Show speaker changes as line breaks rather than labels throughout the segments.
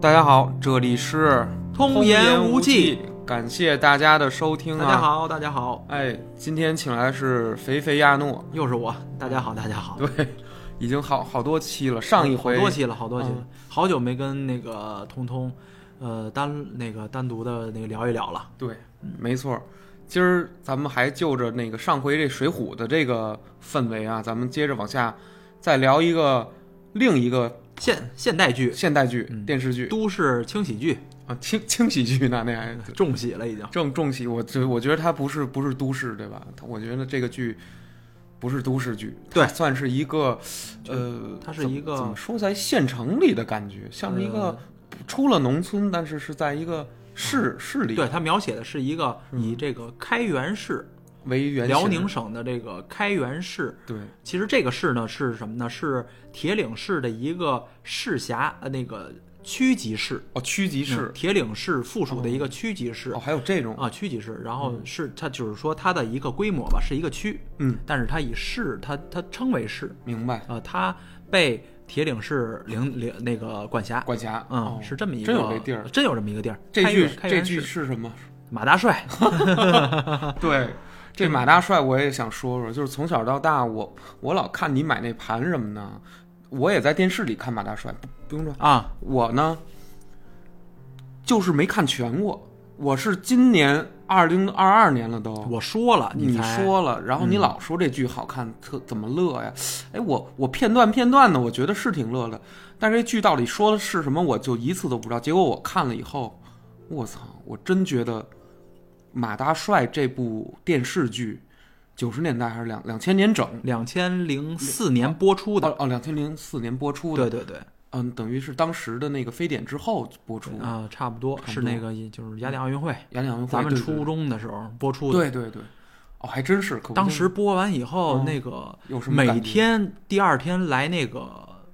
大家好，这里是
通言
无
无忌，
感谢大家的收听啊！
大家，好，大家好，
哎，今天请来的是肥肥亚诺，
又是我。大家好，大家好。
对，已经好好多期了，上一回
好多期了，好多期了，
嗯
好久没跟那个彤彤，呃，单那个单独的那个聊一聊了。
对，没错。今儿咱们还就着那个上回这《水浒》的这个氛围啊，咱们接着往下再聊一个另一个
现现代剧、
现代剧、
嗯
电视剧
都市轻喜剧，
啊，轻轻喜剧呢，那还
重喜了已经。
正重喜，我觉我觉得它不是不是都市，对吧？它我觉得这个剧不是都市剧，
对
它算是一个，呃，
它是
怎么
一个
怎么说在县城里的感觉，像是一个
呃
出了农村，但是是在一个市市里
嗯对他描写的是一个以这个开元市，
为嗯原型
辽宁省的这个开元市。
对
其实这个市呢是什么呢？是铁岭市的一个市辖，呃，那个区级市。
哦区级市
嗯铁岭市附属的一个区级市。
哦还嗯有这种
啊，区级市，然后是它就是说它的一个规模吧，是一个区，
嗯，
但是它以市，它它称为市，
明白
呃，它被铁岭市领领那个管辖，
管辖
嗯，
哦
是这么一个，
真有这地儿，
真有这么一个地儿。
这
开
句
元开
这
元
句
市啊
是什么？
马大帅，
对，这马大帅我也想说说，就是从小到大，我我老看你买那盘什么呢？我也在电视里看马大帅，不不用说，
啊，
我呢就是没看全过，我是今年二零二二年了都。
我说了，
你
才嗯
说了，然后你老说这剧好看，特怎么乐呀？哎，我我片段片段的，我觉得是挺乐的，但是这剧到底说的是什么，我就一次都不知道。结果我看了以后，我操，我真觉得《马大帅》这部电视剧，九十年代还是两两千年整，
两千零四年播出的，
哦哦，两千零四年播出的，
对对对，
嗯，等于是当时的那个非典之后播出，
啊、差不多
差不
是
多
那个就是雅典奥运会，
雅典奥运会，
咱们
对对
初中的时候播出的，
对对对，哦，还真是，可不
当
就是
时播完以后，
嗯
那个
有什么
每
感觉
天第二天来那个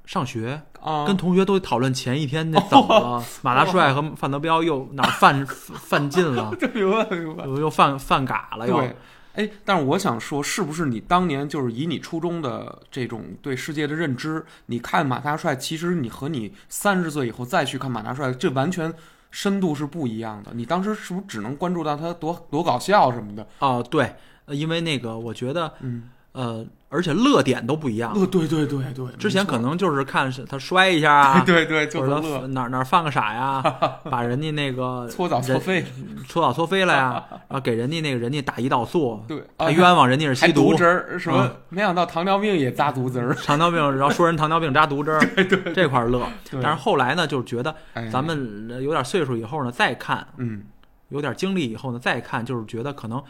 上学，
啊，哦
跟同学都讨论前一天那怎么了，马大帅和范德彪又哪儿犯 犯禁 了，
对明白明白，
又又犯犯嘎了又。
对。哎，但是我想说，是不是你当年就是以你初中的这种对世界的认知，你看马大帅，其实你和你三十岁以后再去看马大帅，这完全深度是不一样的。你当时是不是只能关注到他多多搞笑什么的？
哦，对，呃因为那个我觉得，
嗯，
呃，而且乐点都不一样。
乐，对对对对，
之前可
没
能就是看是他摔一下
错，
啊
对 对，就
或
是
者
乐
他，哪儿哪儿犯个 傻呀，把人家那个
搓澡搓
人
肺，
搓澡搓飞了 呀，然后给人家那个人家打胰岛素，
对，啊
还冤枉人家是
还
吸
毒
毒啊
汁儿，什么？没想到糖尿病也扎毒汁儿。
糖尿病，然后说人糖尿病扎毒针儿，这块儿乐。
对
但是后来呢，就是觉得
哎
咱们呃有点岁数以后呢，再看
嗯，
有点经历以后呢，再看就是觉得可能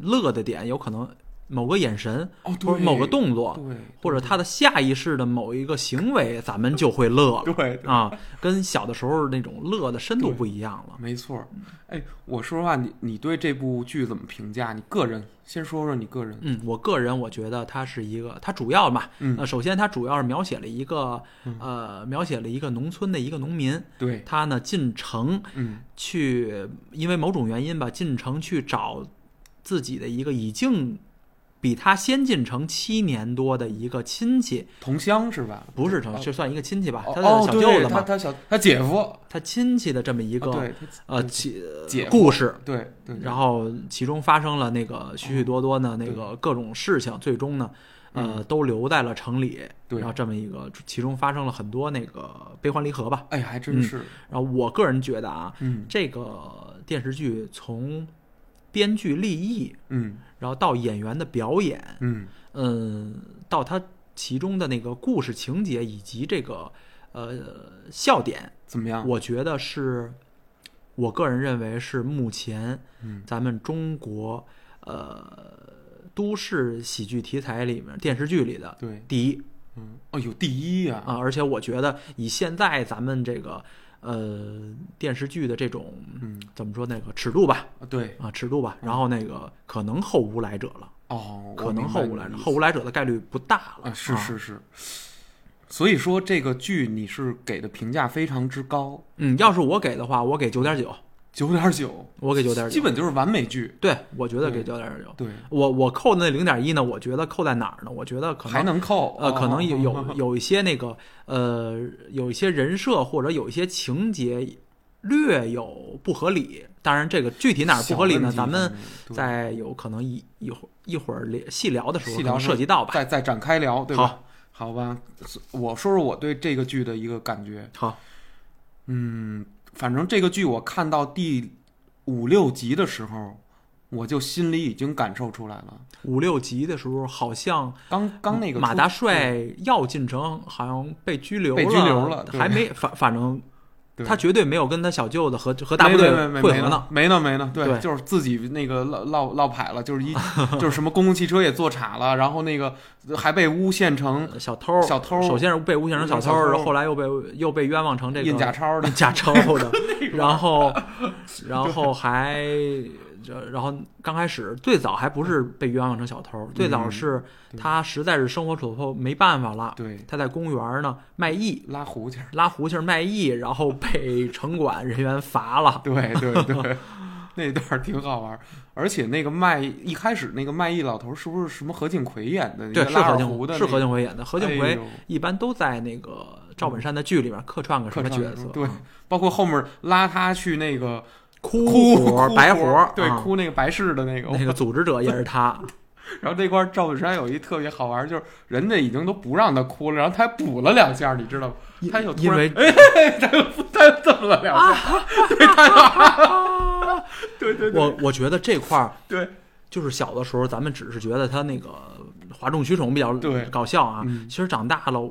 乐的点有可能某个眼神
哦，
或者
对，
某个动作，
对，
或者他的下意识的某一个行为，咱们就会乐了
对对，
啊，跟小的时候那种乐的深度不一样了。
没错。哎，我说实话，你你对这部剧怎么评价？你个人先说说你个人。
嗯，我个人我觉得它是一个，它主要嘛，
嗯
呃，首先它主要是描写了一个，呃，描写了一个农村的一个农民，
对，
他呢进城
嗯，
去，因为某种原因吧，进城去找自己的一个已经比他先进城七年多的一个亲戚，
同乡是吧？
不是
同
城，就算一个亲戚吧，
哦
他
哦
的小
对
舅子
他
嘛，
他小他姐夫，
他亲戚的这么一
啊
个
对，嗯他
呃其
姐夫
故事。
对对，
然后其中发生了那个许许多多的那个各种事情，最终呢，呃，都留在了城里。
嗯对
然后这么一个，其中发生了很多那个悲欢离合吧。
哎，还真是，
然后我个人觉得啊，
嗯
这个电视剧从编剧立意，
嗯
然后到演员的表演，
嗯，
嗯，到它其中的那个故事情节以及这个呃笑点，
怎么样？
我觉得是，我个人认为是目前
嗯
咱们中国呃都市喜剧题材里面电视剧里的
对，
第一
嗯，哦，有第一呀，
啊，而且我觉得以现在咱们这个呃电视剧的这种
嗯，
怎么说那个尺度吧
对，
啊尺度吧，
嗯
然后那个可能后无来者了，
哦，
可能后无来
了
者，，后无来者的概率不大了
啊，是是是。所以说这个剧你是给的评价非常之高，
嗯，要是我给的话，我给九点九，
九点九，
我给九点
基
九。
本就是完美剧。
对，我觉得给
对
九点九。
对，
我我扣的那零点一呢？我觉得扣在哪儿呢？我觉得可
还
能
能扣
呃，可能有
哦
有有一些那个呃，有一些人设或者有一些情节略有不合理。当然，这个具体哪儿不合理
小
呢？
问题
咱们
对
在有可能一一会儿一会儿聊细聊的时候
细
可
聊
能
时
涉及到吧。
再再展开聊，对吧？
好，
好吧，我说说我对这个剧的一个感觉。
好，
嗯，反正这个剧我看到第五六集的时候，我就心里已经感受出来了。
五六集的时候，好像
刚刚那个
马
出
大帅要进城，好像被拘留
被拘留了对
还没反反正
对
他绝对没有跟他小舅子和和大部
没
队
没没
会
没
合呢。
呢，没呢没呢，
对
就是自己那个落落落牌了， 就是一就是什么公共汽车也坐岔了，然后那个还被诬陷成
小偷，
小偷
首先是被诬陷成小偷，
小偷
然后后来又被又被冤枉成这个
印假钞的，
印假 钞的，然后然后还这然后刚开始最早还不是被冤枉成小偷，最早是
嗯对
他实在是生活所迫没办法了，
对，
他在公园呢卖艺，
拉胡去儿，
拉胡琴卖艺，然后被城管人员罚了。
对对对，那段儿挺好玩儿，而且那个卖一开始那个卖艺老头儿是不是什么何庆魁演的？
对，
一个
是
拉
何
二
庆
胡的那
是
个，
何庆魁演的。何庆
哎
魁
呦
一般都在那个赵本山的剧里面客串个什
客
么
串
角
的时
色啊
候，对，包括后面拉他去那个
哭
哭
活
哭
白
活
活
儿，对，
啊
哭那个白事的那个，
那个组织者也是他，
然后这块儿赵本山有一特别好玩儿，就是人家已经都不让他哭了，然后他还补了两下儿，你知道吗？
因
他又突
因
然
为
哎， 他又他又这么了两下儿， 对，他又
啊，
对 对对
我我觉得这块儿
对，
就是小的时候咱们只是觉得他那个哗众取宠比较
对
搞笑啊，
嗯
其实长大了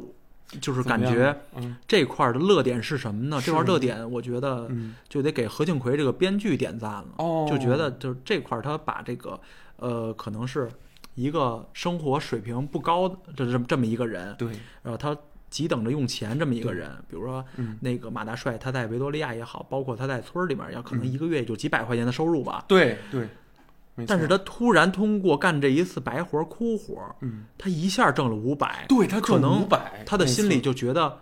就是感
怎么
觉
样嗯
这块儿的乐点是什么呢？这块儿
是
乐点我觉得
嗯
就得给何庆魁这个编剧点赞了。
哦，
就觉得就是这块儿他把这个呃，可能是一个生活水平不高的这这么这么一个人，
对，
然后他急等着用钱这么一个人，比如说
嗯
那个马大帅，他在维多利亚也好，包括他在村儿里面，要可能一个月也就几百块钱的收入吧。
对对，嗯没
但是
错
他突然通过干这一次白活儿哭活儿，
嗯，
他一下挣了五百，
对他
可
挣
能
五百，
他的
哎没
心
错
里就觉得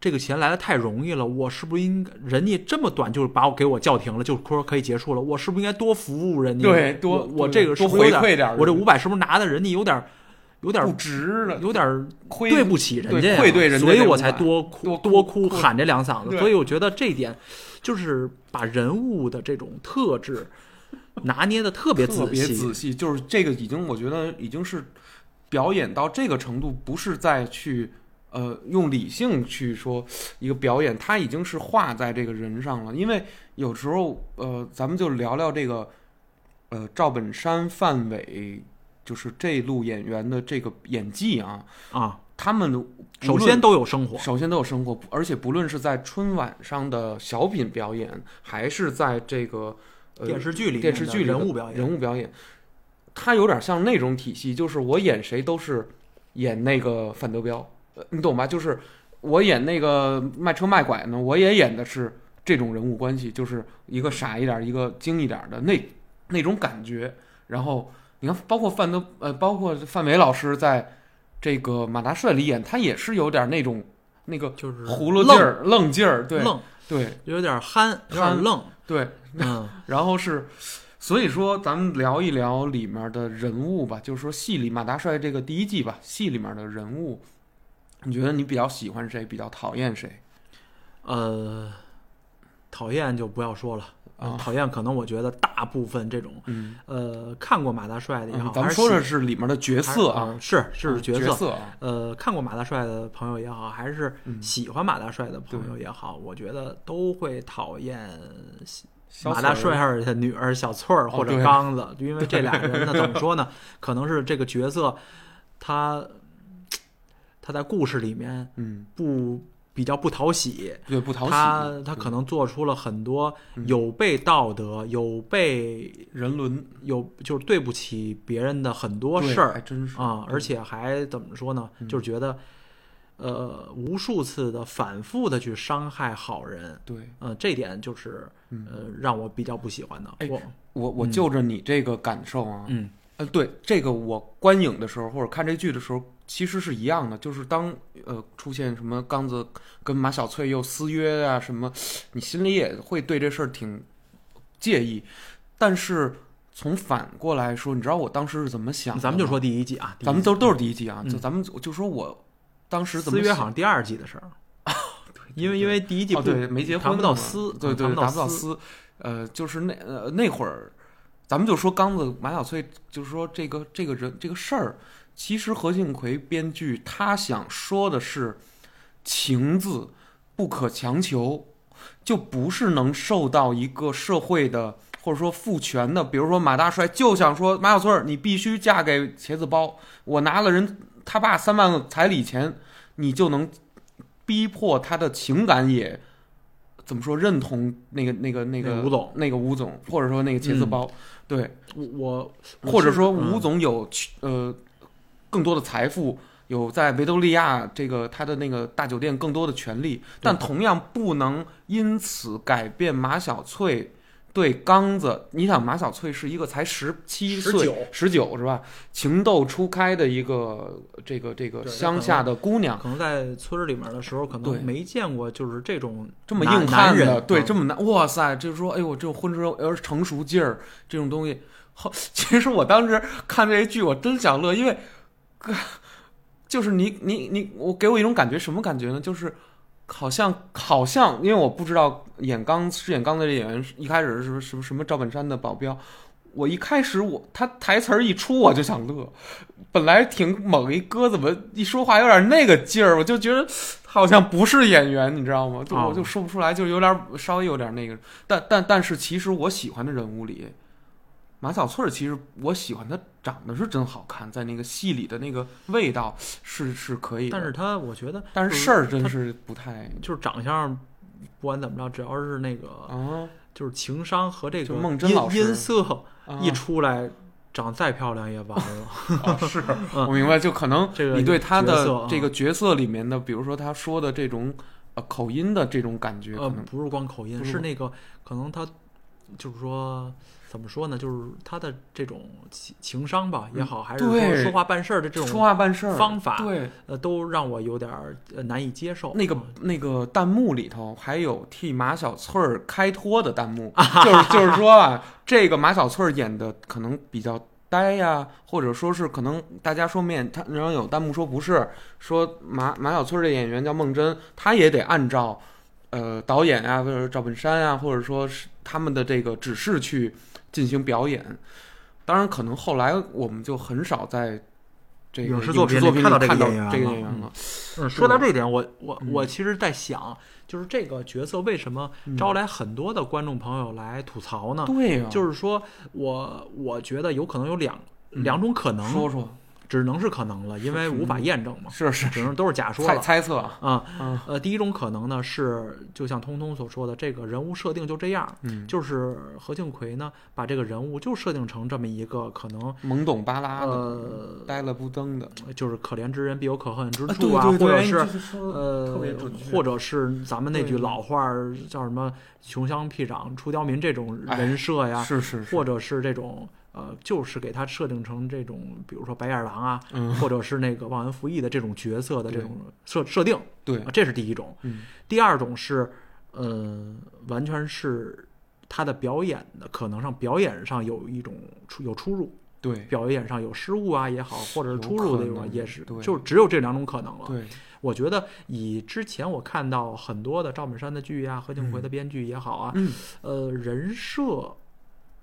这个钱来的太容易了，我是不是应该人家这么短就把我给我叫停了，就说可以结束了，我是不是应该多服务人家？
对多
我我
对
这个是
多
不是
回
有
馈
点
点
儿，
儿
我这五百是不是拿的人家有点儿有点
不
儿
值了，
有点儿
亏
对不起人
对
家呀，
愧对人家
所以
这
我
500
才多哭
多哭
多哭
哭
喊这两嗓子。
对
所以我觉得这一点就是把人物的这种特质拿捏的特别
特
仔
别
细，
仔细，就是这个已经我觉得已经是表演到这个程度，不是再去呃用理性去说一个表演，它已经是画在这个人上了。因为有时候呃，咱们就聊聊这个呃赵本山、范伟，就是这路演员的这个演技啊，
啊，
他们
首
无论
先都有生活。
首先都有生活，而且不论是在春晚上的小品表演，还是在这个、呃、
电视剧里面
电视剧里
的
的
人物表演
人物表演，它有点像那种体系，就是我演谁都是演那个范德彪，呃你懂吧？就是我演那个卖车卖拐呢，我也演的是这种人物关系，就是一个傻一点儿，一个精一点儿的那那种感觉。然后你看，包括范德呃，包括范伟老师在这个马大帅里演，他也是有点那种那个
就是
葫芦劲儿、愣劲儿，对
愣，
对
有点憨，有点
憨
愣，
对。
嗯，
然后是，所以说咱们聊一聊里面的人物吧，就是说戏里马大帅这个第一季吧，戏里面的人物，你觉得你比较喜欢谁，比较讨厌谁？
呃，讨厌就不要说了。
啊
讨厌，可能我觉得大部分这种，
嗯，
呃，看过马大帅的也好，
咱们
还是
说
喜
的是里面的角
还
色啊，
是是
嗯
角
角
色，
色啊，
呃，看过马大帅的朋友也好，还是
嗯
喜欢马大帅的朋友
对
也好，我觉得都会讨厌
小
马大
翠
帅
儿
儿的女儿小翠儿
哦
或者
对
刚子，因为这俩 人呢，怎么说呢？可能是这个角色，他他在故事里面
嗯，
不比较不讨喜，
对，不讨喜，
他
对
他可能做出了很多
嗯
有悖道德、有悖
人伦
有就是对不起别人的很多
对
事儿
还真是嗯
啊，
对
而且还怎么说呢？就是觉得，呃，无数次的反复的去伤害好人，
对。
呃，这点就是呃让我比较不喜欢的
嗯哎。
我
我我就着你这个感受啊，
嗯
呃，对这个，我观影的时候或者看这剧的时候，其实是一样的，就是当呃出现什么刚子跟马小翠又私约啊什么，你心里也会对这事儿挺介意。但是从反过来说，你知道我当时是怎么想的？
咱们就，说第一季啊，第一季
咱们都都是第一季啊，
嗯
就咱们就说我当时怎么
私约
想
好像第二季 的事儿，因为因为第一季
哦，
不
对，没结婚
谈不到
嘛
私，啊
对对，
谈不
达不到
到。
私。呃，就是那呃那会儿，咱们就说刚子马小翠，就是说这个这个人这个事儿，其实何庆魁编剧他想说的是，情字不可强求，就不是能受到一个社会的。或者说父权的，比如说马大帅就想说马小翠儿，你必须嫁给茄子包，我拿了人他爸三万彩礼钱，你就能逼迫他的情感也怎么说认同那个那个那个
那个吴总嗯
那个吴总，或者说那个茄子包，对，
我我我
或者
是
说
嗯
吴总有、呃更多的财富，有在维多利亚这个他的那个大酒店更多的权利，但同样不能因此改变马小翠。对刚子，你想马小翠是一个才十七岁，十九是吧？情窦初开的一个这个这个
对
乡下的姑娘，
可能在村儿里面的时候，可
啊对
能没见过就是这种
这么
男
硬汉
男
的，
人，
对，
嗯
这么难，哇塞！就是说，哎呦，这种婚之后而成熟劲儿这种东西，好， 其实我当时看这剧，我真想乐，因为， 哥就是你你你，我给我一种感觉，什么感觉呢？就是好像好像，因为我不知道演刚饰演刚的这演员一开始是不是什么什么赵本山的保镖。我一开始我他台词儿一出我就想乐，本来挺猛一哥，怎么一说话有点那个劲儿，我就觉得好像不是演员，你知道吗？就
哦
我就说不出来，就有点稍微有点那个，但但但是其实我喜欢的人物里，马小翠儿其实我喜欢她长得是真好看，在那个戏里的那个味道是是可以的，
但是他我觉得
但是
就是
事儿真
他
是不太
就是长相，不管怎么着，只要是那个
啊
就是情商和这
就
个
孟真
音
老师
音色
啊
一出来，长再漂亮也完 了。
啊是
嗯
我明白，就可能
这个
你对他
角色
的
啊
这个角色里面的，比如说他说的这种呃口音的这种感觉，可
呃，
能
不是光口音，
不是
是
光
那个可能他就是说怎么说呢，就是他的这种情情商吧也好，还是说
嗯对
说话办事儿的这
说
种
话办事儿
方法
对，
呃，都让我有点儿呃难以接受。
那个
嗯
那个弹幕里头还有替马小翠儿开脱的弹 幕，就是就是说啊，这个马小翠儿演的可能比较呆呀、或者说是可能大家说面，他然后有弹幕说不是，说马马小翠儿的演员叫孟真，她也得按照呃导演啊，或者赵本山啊，或者说是他们的这个指示去进行表演。当然，可能后来我们就很少在这个
影
影
视
视
作
作品
品里
里
看
看
到
到
这
这个
个演员了
演员
嗯
了。是
嗯，说到
的
这点，我我
嗯
我其实在想，就是这个角色为什么
嗯
招来很多的观众朋友来吐槽呢？
对啊呀、
就是说我我觉得有可能有两
嗯
两种可能，
说说，
只能是可能了，因为无法验证嘛，
是是
只能都是假说
猜
了
猜测啊，
啊。
嗯
呃，第一种可能呢是，就像通通所说的，这个人物设定就这样，
嗯，
就是何庆魁呢把这个人物就设定成这么一个可能，
懵懂巴拉的，
呃，
呆了不登的，
就是可怜之人必有可恨之
啊
处啊，
对对
或者
对
是
你这个说得
呃
特别准确，
或者是咱们那句
对
老话儿叫什么“穷乡僻壤出刁民”这种人设哎呀，
是是是，
或者是这种呃，就是给他设定成这种，比如说白眼狼啊，
嗯，
或者是那个忘恩负义的这种角色的这
对
种设设定，
对
啊，这是第一种。
嗯
第二种是，呃，完全是他的表演的可能上表演上有一种出有出入，
对
表演上有失误啊也好，或者是
有
出入的
可
种
能
也是
对，
就只有这两种可能了。
对，
我觉得以之前我看到很多的赵本山的剧呀、何庆魁的编剧也好啊，
嗯，
呃，人设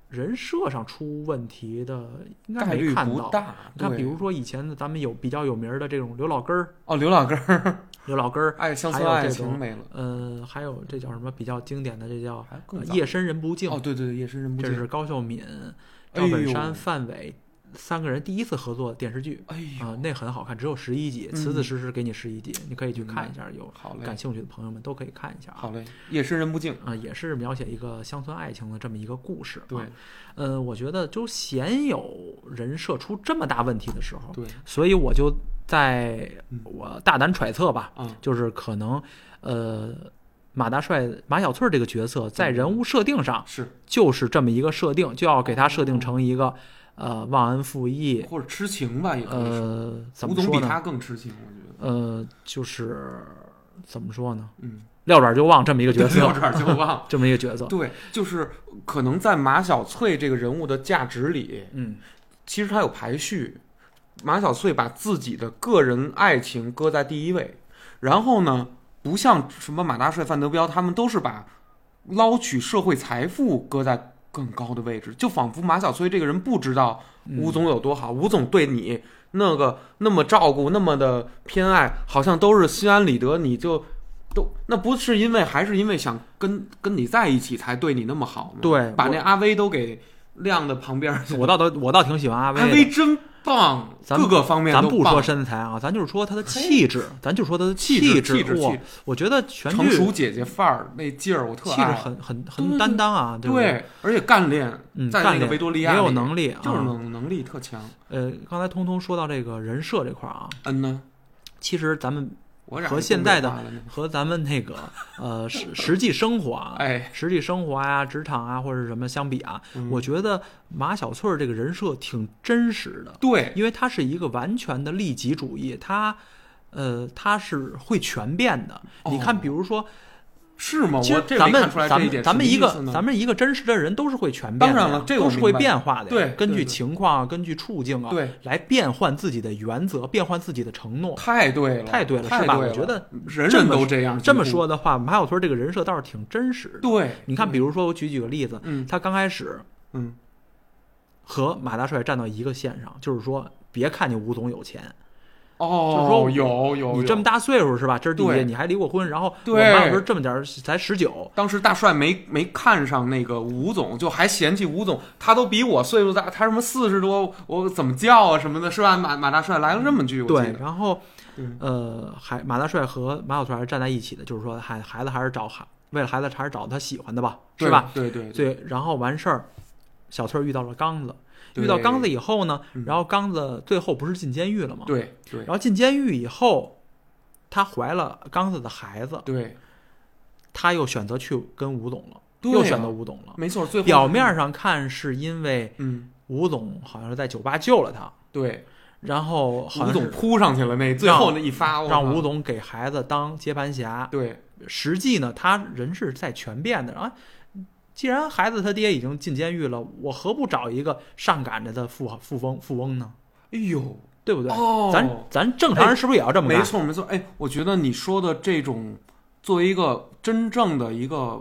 人设上出问题的应
嗯
该
概
没
率
看
不
到。
大，
你看，
对
比如说以前的咱们有比较有名儿的这种刘老根儿，
哦，刘老根儿
刘老根儿，
爱乡
还
村
有
爱
这
情
种
没了，
呃，还有这叫什么比较经典的，这叫
还
呃
更早
夜深人不静，
哦，对对对，夜深人不
这
静，
是高秀敏、
哎
赵本
呦
山、范伟三个人第一次合作电视剧
哎
啊、
呦，
那很好看，只有十一集，
嗯
此此时时给你十一集，你可以去
明
看
白
一下，有
好嘞
啊感，兴趣的朋友们都可以看一下啊。
好嘞，夜深人不静，
啊、也是描写一个乡村爱情的这么一个故事、啊。
对，
呃，我觉得就鲜有人设出这么大问题的时候，
对，
所以我就在
嗯
我大胆揣测吧，
啊，
就是可能，呃，马大帅马小翠儿这个角色在人物设定上
是
就是这么一个设定，就要给他设定成一个，呃忘恩负义，
或者痴情吧，也可以说。
呃，怎
吴总
么
比
说呢？
他更痴情，我觉得。
呃，就是怎么说呢？
嗯，
撂爪就忘这么一 个角
到
色，
这儿就忘。
这么一个角色。
对，就是可能在马小翠这个人物的价值里，
嗯
其实他有排序。马小翠把自己的个人爱情搁在第一位，然后呢，不像什么马大帅、范德彪他们都是把捞取社会财富搁在更高的位置，就仿佛马小翠这个人不知道
嗯
吴总有多好，吴总对你那个那么照顾，那么的偏爱，好像都是心安理得，你就都那不是因为还是因为想跟跟你在一起才对你那么好吗？
对
把
我
那阿威都给晾到旁边儿去了。
我倒倒我倒挺喜欢阿
阿
威的，
威真棒，
咱
各
们
个方面
咱
都
不
棒
说身材啊，咱就是说他的气质，咱就说他的
气
质。
质气质
哇
气质
我觉得全
成
剧
熟姐姐范儿那劲儿，我特
气质
爱。
很很
对对
很担当啊，不对？
对，而且干练，
嗯，
在那个
干练
维多利亚
也有
里
能力，
就是
啊。
能能力特强。
呃，刚才通通说到这个人设这块儿啊，
嗯呢，
其实咱们
我染
和
上
现
东
在
北
的
话了呢
和咱们那个呃实实际生活啊，
哎，
实际生活呀、职场啊或者是什么相比啊，
嗯
我觉得马小翠儿这个人设挺真实的，
对
因为她是一个完全的利己主义，她呃她是会全变的。
哦
你看，比如说，
是吗？
其
我
实
这
咱
没
们
看出来
咱
这一
们
点。
咱们一
什
个
么意思呢
咱们一个真实的人都是会全变的呀，
当然了这个
都
我
是会
明白
变化的呀，
对
根
对
据
对
情况啊，根据处境啊，
对
来变换自己的原则，变换自己的承诺。
太对了，
太对了
太
是吧
对
我
了
觉得
人
这
人
么
都这样，
这么
几乎
说，的话，马小春这个人设倒是挺真实的。
对，
你看，比如说我举几个例子，
嗯
他刚开始
嗯，
和马大帅站到一个线上，就是说，别看你吴总有钱，就是
哦
说，
有有，
你
有
这么大岁数是吧？这是第一，
对
你还离过婚，然后我
对
马小春这么点儿才十九，
当时大帅没没看上那个吴总，就还嫌弃吴总，他都比我岁数大，他什么四十多，我怎么叫啊什么的，是吧？马马大帅来了这么句，我记
对，
得，
然后
嗯
呃，还马大帅和马小春还是站在一起的，就是说，孩孩子还是找孩为了孩子还是找他喜欢的吧，是吧？？
对对对，
对，然后完事儿，小翠儿遇到了刚子，
对
遇到刚子以后呢
嗯，
然后刚子最后不是进监狱了吗？
对对
然后进监狱以后，她怀了刚子的孩子，
对
她又选择去跟吴总了，
对
又
啊
选择吴总了。
没错，最后
表面上看是因为
嗯
吴总好像是在酒吧救了她，
对，
然后好
吴
像
总
是
扑上去了那最后那一发，我
让
靠
吴总给孩子当接盘侠。
对
实际呢，他人是在全变的啊。既然孩子他爹已经进监狱了，我何不找一个上赶着的富豪富翁富翁呢？
哎呦
对不对？
哦，
咱咱正常人是不是也要这么干？
没错没错，哎，我觉得你说的这种，作为一个真正的一个，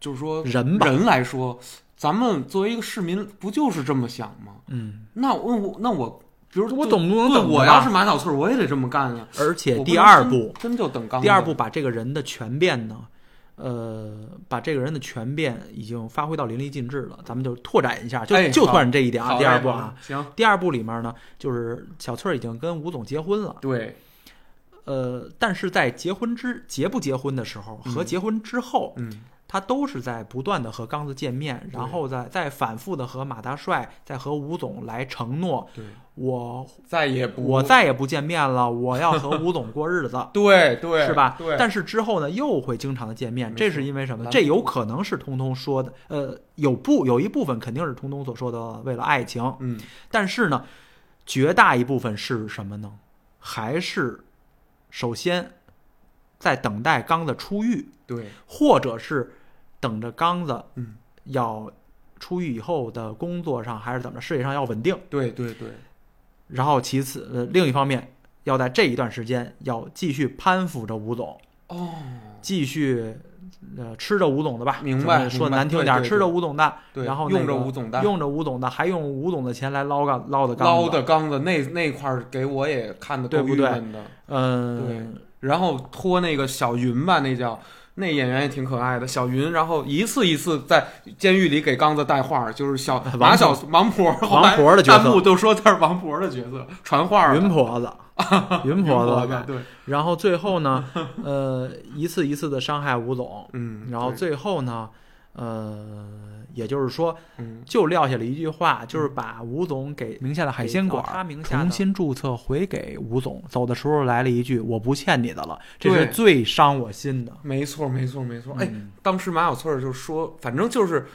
就是说
人吧
人来说，咱们作为一个市民，不就是这么想吗？
嗯，
那我我那我，比如
我
就
总不能
对
等着
我
吧
要是马小翠儿，我也得这么干呀。
而且
我不
第
能
二
真
步，
真就等刚
第二
子
步把这个人的全变呢，呃，把这个人的全变已经发挥到淋漓尽致了。咱们就拓展一下，就、
哎
就
好
拓展这一点
好
啊。
嘞
第二步
好
啊
嘞，行，
第二步里面呢，就是小翠儿已经跟吴总结婚了，
对，
呃，但是在结婚之结不结婚的时候和
嗯
结婚之后，
嗯，
她都是在不断的和刚子见面，然
对
后再再反复的和马大帅，再和吴总来承诺，
对，
我
再也不
我再也不见面了，我要和吴总过日子。
对 对
是吧？
对，
但是之后呢，又会经常的见面
没，错
这是因为什么
拦
呢？
不
这有可能是通通说的，呃，有部有一部分肯定是通通所说的为了爱情，
嗯，
但是呢，绝大一部分是什么呢？还是首先在等待刚子出狱，
对，
或者是等着刚子
嗯，
要出狱以后的工作上，还是怎么着事业上要稳定。
对对对，
然后其次，呃，另一方面要在这一段时间要继续攀附着吴总。
哦，
继续呃吃着吴总的吧，
明
咱
白
们说
明白
难听点儿，
对对
吃着吴总的，
对，
然后那
用着
个
吴总蛋，
用着吴总的，还用吴总的钱来捞个捞的缸
捞
子，
的缸子那那块儿给我也看的
对
够
不
郁
对
闷的。
嗯，
然后托那个小云吧，那叫那演员也挺可爱的小云，然后一次一次在监狱里给刚子带话儿，就是小
呃王
马小王婆，后来
王婆的角色
弹幕都说他是王婆的角色，传话儿的
云婆 子，云
云
婆
婆
子，
对，
然后最后 呢，呃，一次一次的伤害吴总，
嗯，
然后
对
最后呢，呃，也就是说
嗯
就撂下了一句话，就是把吴总给名下的海鲜馆
给到他名下的
重新注册回给吴总，走的时候来了一句我不欠你的了，这
对
是最伤我心的。
没错没错没错，哎，
嗯
当时马小翠儿就说，反正就是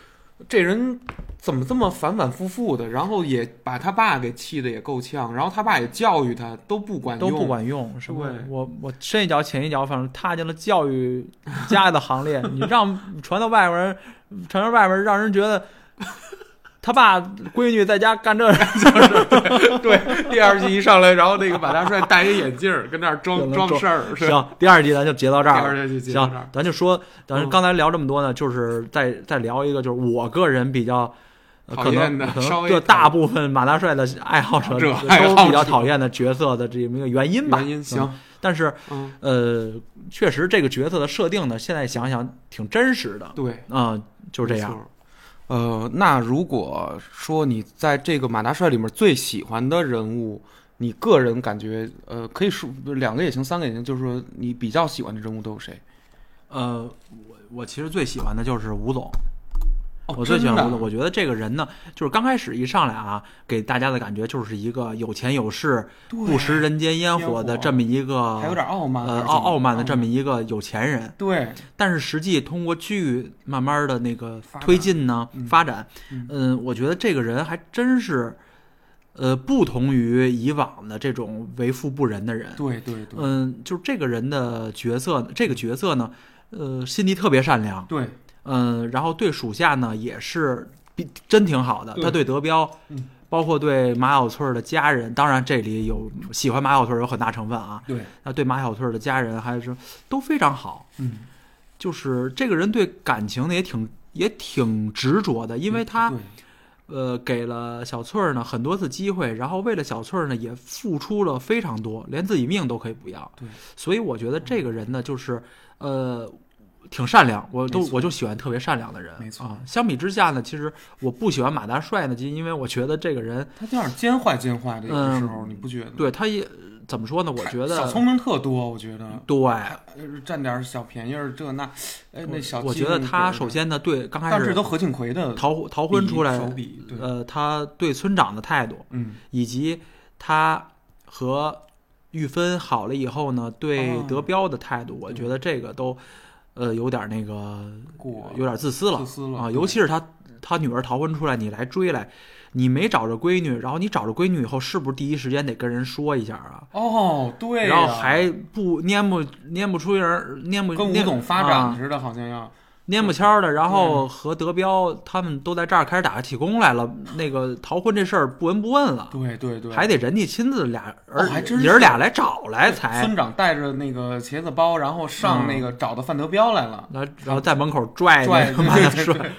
这人怎么这么反反复复的？然后也把他爸给气的也够呛，然后他爸也教育他，都不管
都
用，
不管用，是不
对
是？我我深一脚浅一脚，反正踏进了教育家的行列。你让传到外边儿，传到外边儿，让人觉得他爸闺女在家干这事儿，
对， 第二季一上来，然后那个马大帅戴一眼镜儿，跟那儿
跟
装
那儿
装
装
事儿，是
行，第二集咱就截到这
第
儿了。
二季就接到这
行
儿，，
咱就说，咱
嗯
刚才聊这么多呢，就是再再聊一个，就是我个人比较。呃
讨
可
厌
能
的
可
稍
能
微
对
讨
大部分马大帅的爱好者
这
都
爱好
比较
者
讨厌的角色的这么一个原因吧。
原因
嗯，
行，
但是
嗯，
呃，确实这个角色的设定呢，现在想想挺真实的
对，
啊、就是这
没
样。
错。呃，那如果说你在这个马大帅里面最喜欢的人物，你个人感觉，呃，可以说两个也行，三个也行，就是说你比较喜欢的人物都有谁？
呃，我我其实最喜欢的就是吴总，
哦
我最喜欢吴
真的
总。我觉得这个人呢，就是刚开始一上来啊，给大家的感觉就是一个有钱有势、
对
不食人间烟火的
烟火
这么一个，
还有点啊傲慢，
呃傲傲慢的这
么
么一个有钱人。
嗯对，
但是实际通过剧慢慢的那个
发展
推进呢，
嗯
发展，
嗯
嗯，我觉得这个人还真是，呃，不同于以往的这种为富不仁的人。
对对对
嗯，就是这个人的角色，这个角色呢，呃，心地特别善良，
对，
嗯，然后对属下呢也是比真挺好的，
对
他对德彪
嗯。
包括对马小翠儿的家人，当然这里有喜欢马小翠儿有很大成分啊。
对，
那对马小翠儿的家人还是都非常好，
嗯，
就是这个人对感情呢也挺也挺执着的，因为他
对
呃，给了小翠儿呢很多次机会，然后为了小翠儿呢也付出了非常多，连自己命都可以不要。
对，嗯
所以我觉得这个人呢，就是呃，挺善良，我都
没错
我就喜欢特别善良的人。
没错
啊，相比之下呢，其实我不喜欢马大帅呢，就因为我觉得这个人
他有点奸坏奸坏的，有的时候
嗯
你不觉得？
对他也怎么说呢？我觉
小
得
聪明特多，我觉得
对，
呃占点小便宜儿这那，哎，那小
我
机
觉得
灵
他
鬼儿
首
的，
先呢，对刚开
但是
始
都何庆魁的
逃逃婚
笔
出来
手，笔，对，
呃，他对村长的态度，
嗯，
以及他和玉芬好了以后呢，对
哦
德彪的态度，我觉得这个都呃有点那个
过
有点自私了
自私了
啊，
对
尤其是他他女儿逃婚出来，你来追来，你没找着闺女，然后你找着闺女以后，是不是第一时间得跟人说一下啊？
哦，对呀，
然后还不蔫不蔫不出人儿，蔫不
跟吴
蔫
总发展
啊
似的，好像要
蔫不悄的，然后和德彪他们都在这儿开始打起工来了，那个逃婚这事儿不闻不问了。
对对对，
还得人家亲自俩儿、
哦还真是
爷儿俩来找来才，
村长带着那个茄子包，然后
啊
上那个找到范德彪来了，
然后然后在门口拽
拽
哎那个 马大
对对
帅，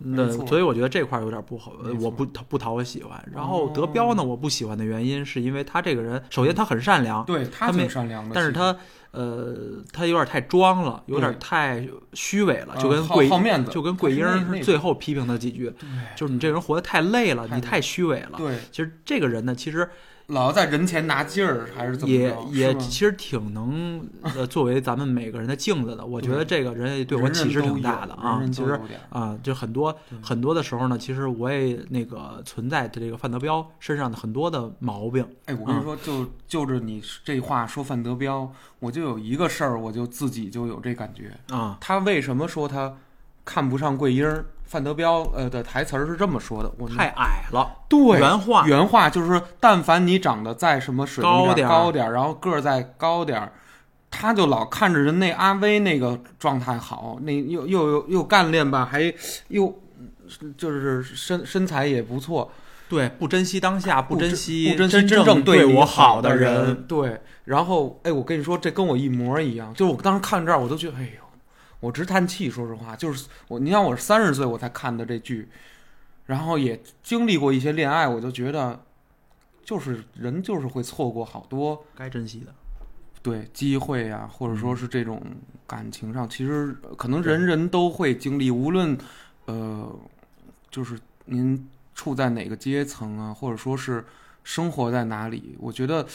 那
没错
所以我觉得这块儿有点不好，呃
没错哦
我不不讨我喜欢。然后德彪呢，我不喜欢的原因是因为他这个人，首先他很善良，
对他
啊他没
挺善良的，
但是
其实
他呃他有点太装了，有点
对
太虚伪了，就
呃
跟
好
桂
好面子，
就跟桂英
他是
儿
那那
最后批评他几句，就是你这人活得太累了，
太
你
累
太虚伪了。
对，
其实这个人呢，其实
老要在人前拿劲儿，还是怎么
也
着？
也
是吗
其实挺能呃作为咱们每个人的镜子的。我觉
对
得这个人也对我启示挺大的啊
人人。
其
都有人
实
人都有点儿
啊，就很多
对
很多的时候呢，其实我也那个存在的这个范德彪身上的很多的毛病。
哎，我跟你说，就就着你这话说范德彪，我就有一个事儿，我就自己就有这感觉。
啊，
他为什么说他看不上桂英儿？范德彪呃的台词儿是这么说的，我
太矮了，
对
原话
原话就是说，但凡你长得再什么水平
高
点儿
点儿
高点儿，然后个儿再高点儿，他就老看着人那阿威那个状态好，那又又又又干练吧，还又就是身身材也不错，
对，不珍惜当下，不珍惜
不珍惜
真
正
对
你
我
好
的人。
人。对，然后哎，我跟你说，这跟我一模一样，就是我当时看这儿，我都觉得哎呦，我直叹气。说实话，就是我，你像我三十岁我才看的这剧，然后也经历过一些恋爱，我就觉得，就是人就是会错过好多
该珍惜的。
对机会啊，或者说是这种感情上，其实呃可能人人都会经历，无论呃，就是您处在哪个阶层啊，或者说是生活在哪里，我觉得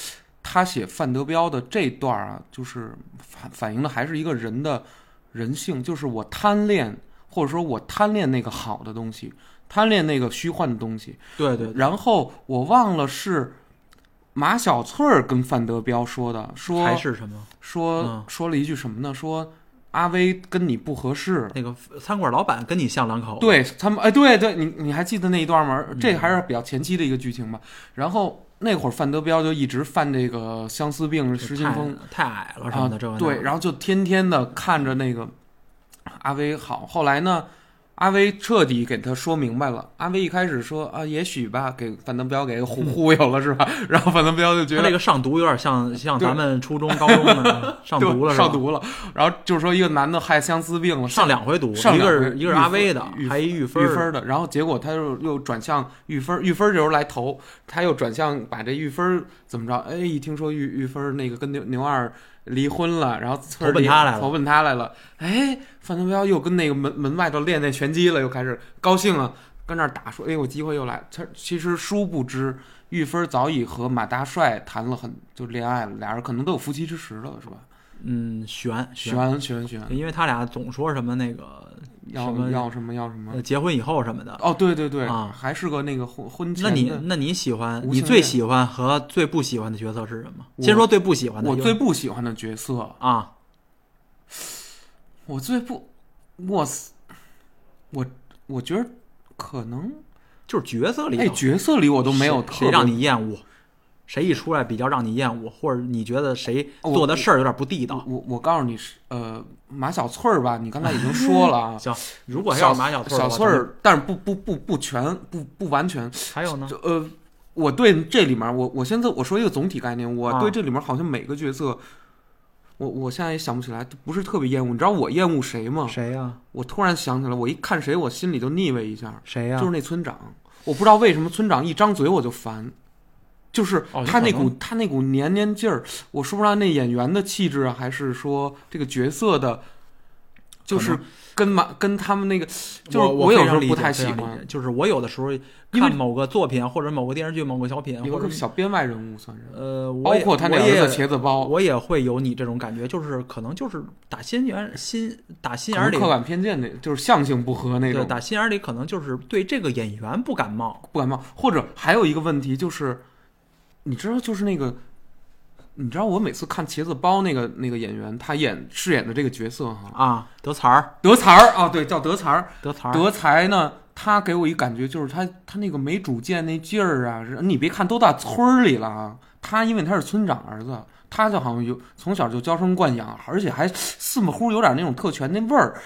他写范德彪的这段儿啊，就是反反映的还是一个人的人性，就是我贪恋，或者说我贪恋那个好的东西，贪恋那个虚幻的东西，
对对，
然后我忘了是马小翠儿跟范德彪说的，说
还是什么？
说
嗯
说了一句什么呢？说阿威跟你不合适。
那个餐馆老板跟你像两口子，
对他们，哎，对对，你你还记得那一段吗？
嗯
这还是比较前期的一个剧情吧。然后那会儿范德彪就一直犯这个相思病、失心疯
太太矮了什
啊
么的，这个，
对，然后就天天的看着那个阿威好。后来呢，阿威彻底给他说明白了。阿威一开始说啊，也许吧，给范德彪给忽忽悠了是吧？ 然后范德彪就觉
嗯他
得
这个上毒有点像像咱们初中、高中 的上
对
毒了，
上
是吧，
毒了。然后就说一个男的害相思病了，
上两回毒，
上
一个
两回
是一个是阿威的
玉芬，
还一玉芬
玉
儿
芬儿的，然后结果他又又转向玉芬儿，玉芬儿这时候来投，他又转向把这玉芬儿怎么着？哎，一听说玉玉芬儿那个跟牛牛二离婚了，然后村儿
投奔
里
他来了
投奔他来了。哎，范德彪又跟那个门门外头练那拳击了，又开始高兴啊，跟那儿打说，哎，我机会又来。他其实殊不知，玉芬儿早已和马大帅谈了很就恋爱了，俩人可能都有夫妻之实了，是吧？
嗯，悬悬，
悬悬悬，
因为他俩总说什么那个
要
什么
要什么要什么
呃。结婚以后什么的。
哦，对对对，
啊
还是个那个婚婚前
那你
的
那你喜欢
无
你
性
最
恋
喜欢和最不喜欢的角色是什么？
我
先说最不喜欢的，
我
有
最不喜欢的角色，
啊，
我最不，我死我我觉得可能
就是角色里头
哎，角色里我都没有
谁
特
谁让
别。
你厌恶，谁一出来比较让你厌恶，或者你觉得谁
哦我
做的事儿有点不地
我
道。
我告诉你是呃马小翠儿吧，你刚才已经说了 啊，
行，如果要是马
小
翠儿，
小翠儿，但是不不不不全不不完全，
还有呢？
就呃，我对这里面，我我现在我说一个总体概念，我
啊
对这里面好像每个角色，我我现在也想不起来，不是特别厌恶。你知道我厌恶谁吗？
谁呀、
我突然想起来，我一看谁，我心里就腻味一下，
谁呀、
就是那村长。我不知道为什么村长一张嘴我就烦，就是
哦有
他那
可
股、
能
他那股黏黏劲儿，我说不上那演员的气质啊，还是说这个角色的，就是跟马跟他们那个，就是
我
有
非
时
常
候
理
不
解
太
非
喜
常理
欢
解，就是我有的时候
为
看某个作品或者某个电视剧、某个小品，
有
或
个
者
小编外人物算是，
呃，我
包
也
括他那
我
儿
也
子茄子包，
我也会有你这种感觉，就是可能就是打心眼心打心
可
眼
能
里
刻板偏见那，就是象性不合那
对
种，
打心眼里可能就是对这个演员不感冒，
不感冒。或者还有一个问题就是，你知道，就是那个，你知道我每次看茄子包那个那个演员，他演饰演的这个角色哈，
啊，德才儿，
德才儿啊，对，叫德才儿。
德才儿，
德才呢，他给我一感觉就是他他那个没主见那劲儿啊，是你别看都到村儿里了啊，他因为他是村长儿子。他就好像有从小就娇生惯养，而且还似乎乎有点那种特权那味儿，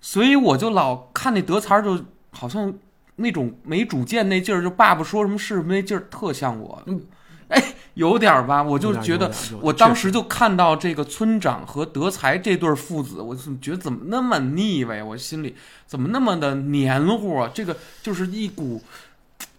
所以我就老看那德才儿，就好像那种没主见那劲儿，就爸爸说什么是什么那劲儿，特像我。哎，有点儿吧，我就觉得
嗯有点有点有点
我当
确
时就看到这个村长和德才这对父子，我就觉得怎么那么腻歪，我心里怎么那么的黏糊啊？这个就是一股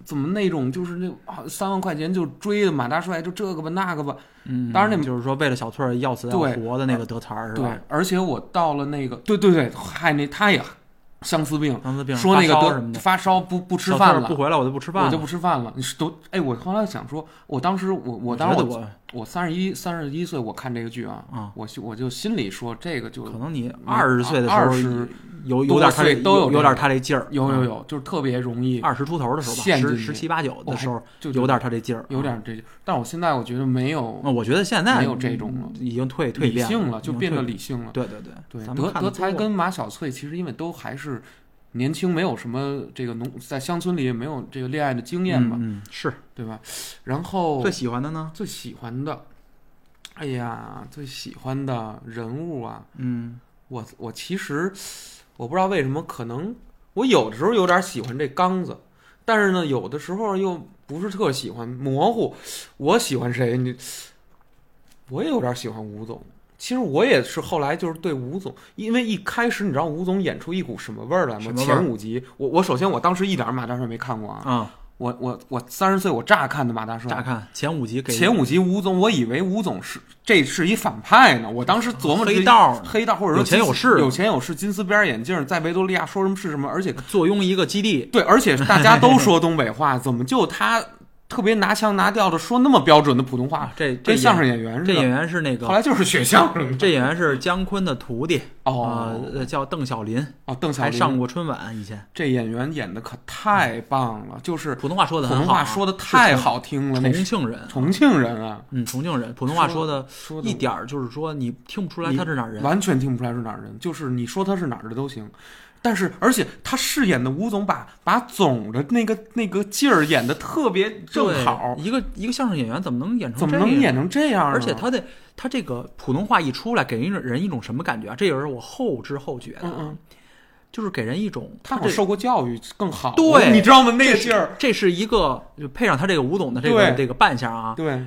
怎么那种就是那啊三万块钱就追的马大帅，就这个吧那个吧。
嗯，
当然那
就是说为了小翠儿要死要
对
活的那个德才儿是
对
吧？，
而且我到了那个，对对对，害那他也相思病，
糖尿病
说那个
发烧
德
什么的，
发烧不不吃
小翠
饭
儿
了
不，回来我就不吃饭
我
了，
就不吃饭了。你是都哎，我后来想说，我当时我我当
觉
时
得
我
我
我三十一三十一岁，我看这个剧啊，
啊
我就我就心里说这个就
可能你
嗯
二十岁的时候
20
有有
多
点他这
岁都有
有
这
有
个
点他这劲儿，
有有有，就是特别容易
二十出头的时候吧，
陷进
十
去
十七八九的时候
就
有点他这劲儿，
有点这，但我现在我觉得没有
那我觉得现在
没有这种了
已经退蜕
理
变
性了，就变得
已经
理性了。
退对对对
对，
咱们
德
看
德
得
才
多
跟马小翠其实因为都还是年轻，没有什么这个农在乡村里也没有这个恋爱的经验嘛，
嗯嗯是
对吧？然后
最喜欢的呢，
最喜欢的，哎呀，最喜欢的人物啊，
嗯，
我我其实我不知道为什么，可能我有的时候有点喜欢这刚子，但是呢，有的时候又不是特喜欢，模糊。我喜欢谁？你我也有点喜欢吴总。其实我也是后来就是对吴总，因为一开始你知道吴总演出一股什么味儿来
什
吗？
么味儿
前五集，我我首先我当时一点儿马大帅没看过啊，
啊，
我我我三十岁我乍看的马大帅，
乍看前五集给
前五集吴总，我以为吴总是这是一反派呢，我当时琢磨着
黑道儿
黑道或者说
哦有钱有势
金丝有钱有势，金丝边儿眼镜，在维多利亚 说什么是什么，而且
坐拥一个基地，
对，而且大家都说东北话，怎么就他特别拿腔拿调的说那么标准的普通 话，
这
跟
这
相声
演
演员
这
似的。
演员是那 个
后来就是学相声的。
这演员是姜昆的徒弟，
哦
呃，叫邓小林，
哦，邓小
还上
林
过春晚，以前
这演员演的可太棒了，就是
普通话说的
普
很好啊，
通话说的太好听了，那
重
是
庆人，
重庆人啊，
嗯，重庆人，普通话说的
说的
一点儿就是说你听不出来
你
他是哪儿人，
完全听不出来是哪儿人，就是你说他是哪儿的都行。但是，而且他饰演的吴总把把总的那个那个劲儿演的特别正
对
好，
一个一个相声演员怎么能演
怎
成这
么
样？
能演成这样呢？啊
而且他的他这个普通话一出来，给人人一种什么感觉啊？这也是我后知后觉的
嗯
啊，
嗯，
就是给人一种
他好
这
像受过教育更好，
对
你知道吗？那
这
个
是
劲儿，
这是一个就配上他这个吴总的这个
对
这个扮相啊，
对，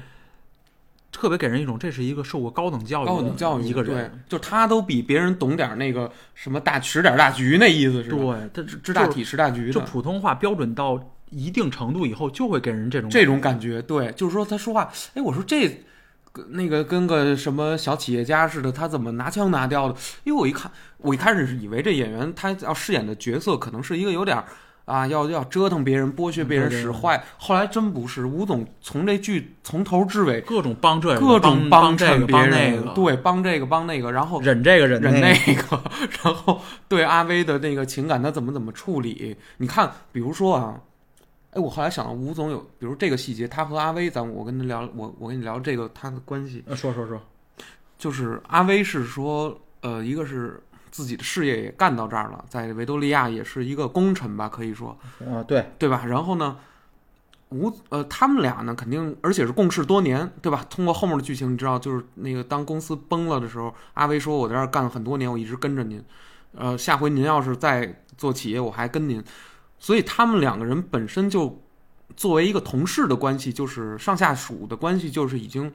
特别给人一种这是一个受过高等教育的
高等教育
一个人，
对，就他都比别人懂点儿那个什么大识点儿大局那意思是吧？
对，他
知大体识大局
就
的
普通话标准到一定程度以后，就会给人这种
这种感觉，对，就是说他说话，哎，我说这。跟那个跟个什么小企业家似的，他怎么拿腔拿调的？因为我一看，我一开始是以为这演员他要饰演的角色可能是一个有点儿啊，要要折腾别人、剥削别人、
嗯对对
使
对
坏。后来真不是，吴总从这剧从头至尾
各种帮这个
各种
帮这
衬
个
别
帮
人，
那个，，
对，帮这个帮那个，然后
忍这个忍
忍
那个，
那个， 然后对阿威的那个情感他怎么怎么处理？你看，比如说啊，哎，我后来想到吴总有，比如这个细节，他和阿威，咱们我跟他聊，我我跟你聊这个他的关系，
呃说说说，
就是阿威是说，呃，一个是自己的事业也干到这儿了，在维多利亚也是一个功臣吧，可以说，
啊对，
对吧？然后呢，吴呃，他们俩呢，肯定而且是共事多年，对吧？通过后面的剧情，你知道，就是那个当公司崩了的时候，阿威说：“我在这儿干了很多年，我一直跟着您，呃，下回您要是再做企业，我还跟您。”所以他们两个人本身就作为一个同事的关系，就是上下属的关系，就是已经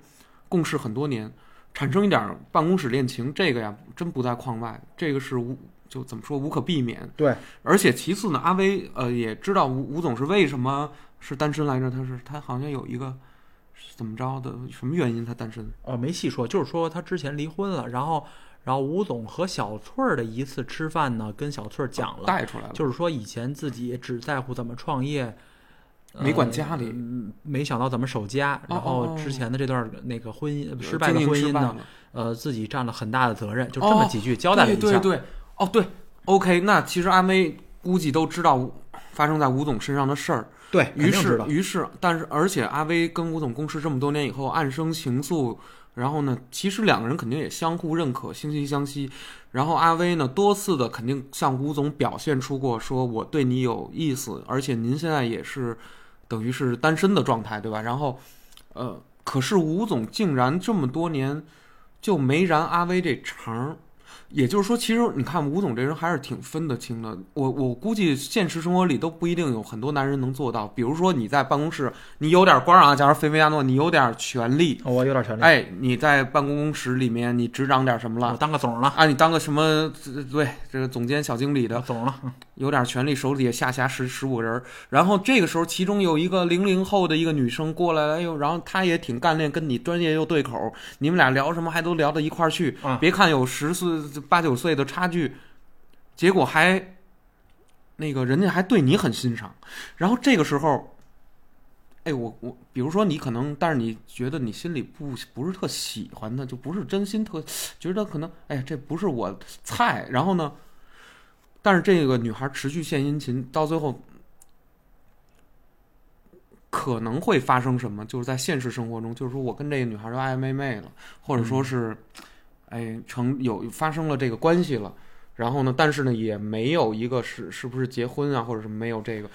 共事很多年，产生一点办公室恋情，这个呀，真不在框外，这个是无就怎么说无可避免。
对，
而且其次呢，阿威呃也知道吴吴总是为什么是单身来着，他是他好像有一个是怎么着的什么原因他单身，
哦没细说，就是说他之前离婚了，然后然后吴总和小翠儿的一次吃饭呢，跟小翠儿讲了，
带出来了，
就是说以前自己只在乎怎么创业。呃
没管家里
嗯没想到怎么守家，然
哦
后
哦哦
之前的这段那个婚姻
呃
失败的
经营
婚
失
姻
败
呢，
了
呃，自己占了很大的责任，就这么
哦
几句交代了一下。
对对对，哦对，OK，那其实阿威估计都知道发生在吴总身上的事儿，
对肯
于
定知
是
道
于是，但是而且阿威跟吴总共事这么多年以后，暗生情愫，然后呢，其实两个人肯定也相互认可，惺惺相惜。然后阿威呢，多次的肯定向吴总表现出过，说我对你有意思，而且您现在也是等于是单身的状态，对吧？然后，呃，可是吴总竟然这么多年就没燃阿威这茬儿。也就是说，其实你看吴总这人还是挺分得清的。我我估计现实生活里都不一定有很多男人能做到。比如说你在办公室，你有点官儿啊，假如菲菲亚诺，你有点权利，
哦我有点权利，
哎，你在办公室里面你执掌点什么
我
了
当个总了，
啊？你当个什么对这个总监、小经理的
我，总了，嗯
有点权力，手底下下辖十十五个人儿。然后这个时候，其中有一个零零后的一个女生过来了，哎呦，然后她也挺干练，跟你专业又对口儿，你们俩聊什么还都聊到一块儿去。
啊
别看有十岁八九岁的差距，结果还那个人家还对你很欣赏。然后这个时候，哎，我我比如说你可能，但是你觉得你心里不不是特喜欢他，就不是真心特觉得可能，哎呀，这不是我菜。然后呢，但是这个女孩持续献殷勤，到最后可能会发生什么？就是在现实生活中，就是说我跟这个女孩就暧昧昧了，或者说是，哎，成有发生了这个关系了。然后呢，但是呢，也没有一个是是不是结婚啊，或者什么没有这个。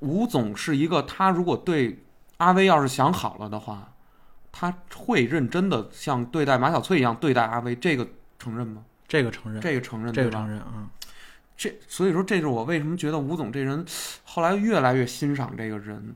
吴总是一个，他如果对阿威要是想好了的话，他会认真的像对待马小翠一样对待阿威，这个承认吗？
这个承认，
这个承认，
这
对
个
吧？
承认啊，
这所以说，这是我为什么觉得吴总这人后来越来越欣赏这个人，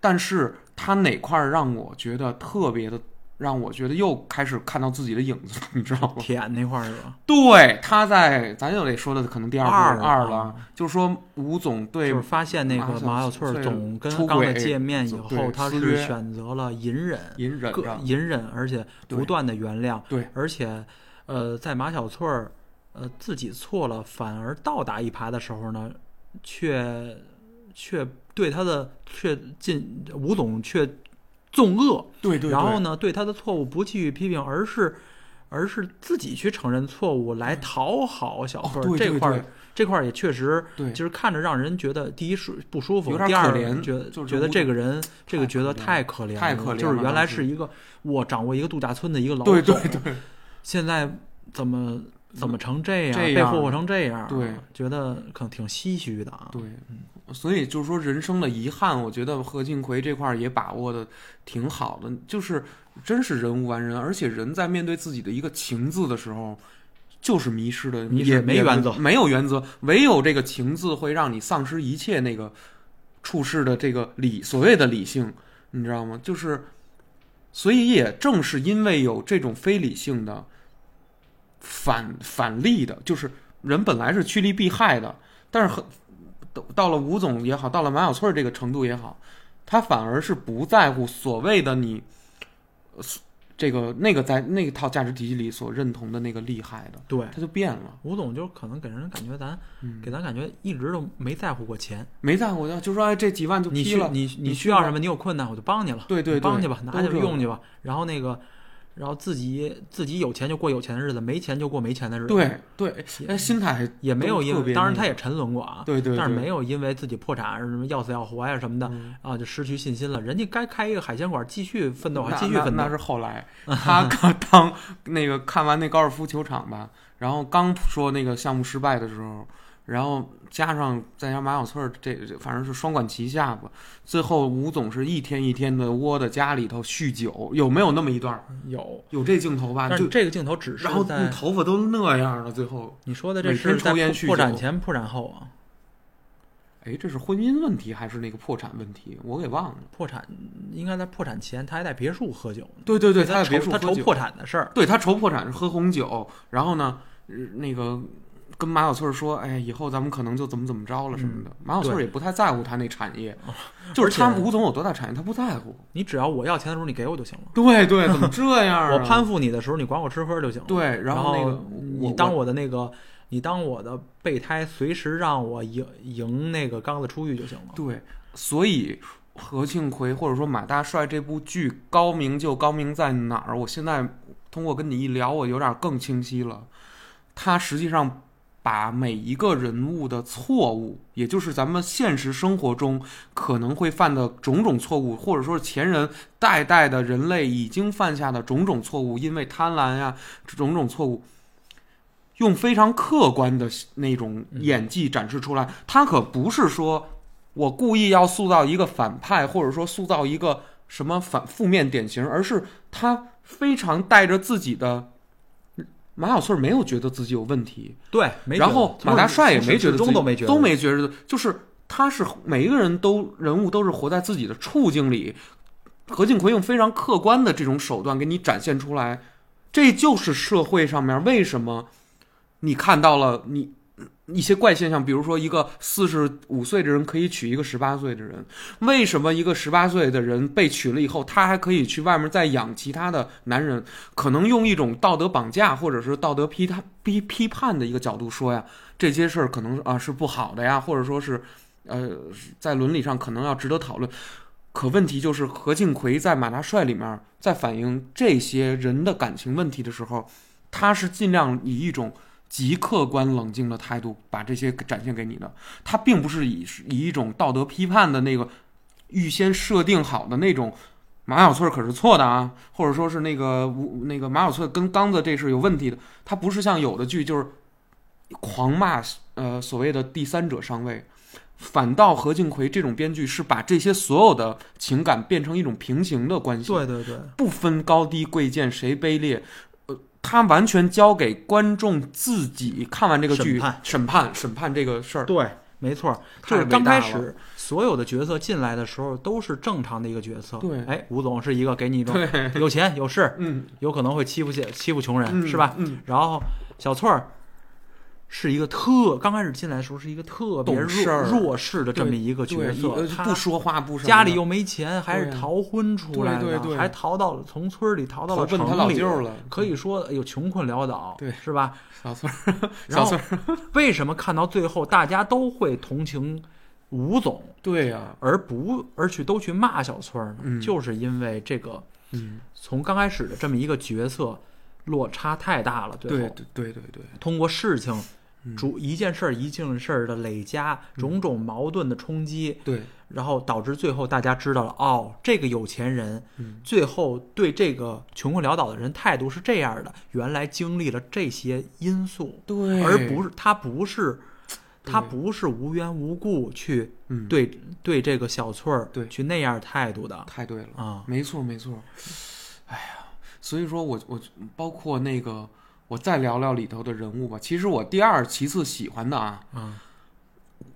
但是他哪块儿让我觉得特别的，让我觉得又开始看到自己的影子，你知道 吗？
舔那块儿是吧？
对，他在咱又得说的可能第二部
二了
二了，就是说吴总对
就是发现那
马
个
小
马小翠
翠
儿总
出
跟刚的
轨
见面以后，
对
他
私
是
约
选择了隐忍，
隐忍
各
着，
隐忍，而且不
对
断的原谅，
对，
而且呃，在马小翠儿呃自己错了，反而倒打一耙的时候呢，却却对他的却进吴总却纵恶，
对对，
然后
呢？
呢对他的错误不去批评，而是而是自己去承认错误来讨好小
哦
凤、
对对
这块儿
对
这块儿也确实，
对
其实看着让人觉得第一是不舒服
有，点
第二
可怜
觉得
就是
觉得
吴
这个人这个
太
角
可
色
怜
太可怜了，
太可怜
就是
了
原来
当时
是一个我掌握一个度假村的一个老
对对
总，
对，
现在怎么怎么成这样，
这
被
样
霍霍成这样，
对，
觉得可能挺唏嘘的啊。
对，嗯所以就是说人生的遗憾，我觉得何庆魁这块儿也把握的挺好的，就是真是人无完人，而且人在面对自己的一个情字的时候。就是迷失的，
迷失
也
没
也
原则
没有原则，唯有这个情字会让你丧失一切那个处事的这个理，所谓的理性，你知道吗？就是，所以也正是因为有这种非理性的反反例的，就是人本来是趋利避害的，但是很到到了吴总也好，到了马小翠儿这个程度也好，他反而是不在乎所谓的你，呃这个那个在那套价值体系里所认同的那个厉害的，
对，
他就变了，
吴总就可能给人感觉咱
嗯，
给咱感觉一直都没在乎过钱，
没在乎的，就说哎这几万就
你
批
需
了，
你你
你
需
批
要
了
什么，你有困难我就帮你了，
对对对，
你帮去吧，
都
拿去吧，
这样
用去吧。然后那个，然后自己自己有钱就过有钱的日子，没钱就过没钱的日子，，
对对，哎心态还
也没有因
特
为，
别
当然
那
他
个
也沉沦过啊，
对对，
但是
对
没有因为自己破产什么要死要活呀什么的。
嗯
啊，就失去信心了。人家该开一个海鲜馆，继续奋斗，还
那
继续
那
奋斗
那。是后 来，他刚当那个看完那高尔夫球场吧，然后刚说那个项目失败的时候，然后加上再加上马小翠儿这这反正是双管齐下吧。最后吴总是一天一天的窝在家里头酗酒，有没有那么一段儿？
有，
有这镜头吧？
但
就是
这个镜头只是
然后
在
头发都那样了，最后，
你说的这
每
是
天
在
抽烟
破
酗
破产
酒
前、破产后啊？
哎，这是婚姻问题还是那个破产问题？我给忘了。
破产应该在破产前，他还在别墅喝酒呢。
对对对，
他
在别
愁
墅
他
喝
愁
酒
破产的事儿。
对他愁破产是喝红酒，然后呢，呃那个跟马小翠儿说，哎，以后咱们可能就怎么怎么着了什么的。马小翠儿
对
也不太在乎他那产业，
而
就是
且
他吴总有多大产业，他不在乎。
你只要我要钱的时候你给我就行了，
对对， 怎么这样、啊？
我攀附你的时候你管我吃喝就行了。
对，
然
后那个我
你当我的那个，你当我的备胎，随时让我迎迎那个刚子出狱就行了。
对，所以何庆魁或者说马大帅这部剧高明就高明在哪儿？我现在通过跟你一聊，我有点更清晰了。他实际上把每一个人物的错误，也就是咱们现实生活中可能会犯的种种错误，或者说是前人代代的人类已经犯下的种种错误，因为贪婪呀、种种错误，用非常客观的那种演技展示出来。他可不是说我故意要塑造一个反派，或者说塑造一个什么反负面典型，而是他非常带着自己的。马小翠儿没有觉得自己有问题，
对，没觉得。
然后
从
马大
始
帅也
从
没
始
觉得
至
自
终
己
都没觉得
都没觉得，就是他是每一个人都人物都是活在自己的处境里。何庆魁用非常客观的这种手段给你展现出来，这就是社会上面为什么你看到了你一些怪现象，比如说一个四十五岁的人可以娶一个十八岁的人，为什么一个十八岁的人被娶了以后，他还可以去外面再养其他的男人？可能用一种道德绑架或者是道德批判批批判的一个角度说呀，这些事儿可能啊是不好的呀，或者说是呃在伦理上可能要值得讨论。可问题就是何庆魁在《马大帅》里面在反映这些人的感情问题的时候，他是尽量以一种极客观冷静的态度把这些给展现给你的，他并不是以以一种道德批判的那个预先设定好的那种。马小翠儿可是错的啊，或者说是那个吴那个马小翠跟刚子这是有问题的，他不是像有的剧就是狂骂呃所谓的第三者上位，反倒何敬魁这种编剧是把这些所有的情感变成一种平行的关系，
对对对，
不分高低贵贱，谁卑劣，呃，他完全交给观众自己看完这个剧
审判
审判审判这个事儿。
对，没错儿，
太
就是刚
伟大
开
了
始所有的角色进来的时候都是正常的一个角色。
对
哎，吴总是一个给你一种
对，
有钱有势，
嗯，
有可能会欺负些欺负穷人，
嗯
是吧？？
嗯，
然后小翠儿是一个特刚开始进来的时候是一个特别
懂事
弱
儿
弱势的这么
对
一个角
对
色，
呃
她
不说话不什么的
家里又没钱，还是
对啊
逃婚出
对
来
对
的，
对
还逃到了从村儿里逃到
投
了
奔
城里，
他老舅了，
可以说呃有穷困潦倒，
对
是吧？
小翠儿，小
然后
翠儿，
为什么看到最后大家都会同情吴总，
对啊呀、
而不而去都去骂小翠儿呢？
嗯
就是因为这个
嗯，
从刚开始的这么一个决策落差太大了，
对
后
对对对对，
通过事情
嗯
逐一件事儿一件事儿的累加，种种矛盾的冲击，
对，
然后导致最后大家知道了，哦，这个有钱人
嗯
最后对这个穷困潦倒的人态度是这样的，原来经历了这些因素，
对，
而不是他不是
对
他不是无缘无故去
嗯，
对对这个小翠儿
对
去那样态度的
太对了。
啊，
没错，没错。哎呀，所以说我我包括那个，我再聊聊里头的人物吧。其实我第二其次喜欢的啊，
嗯，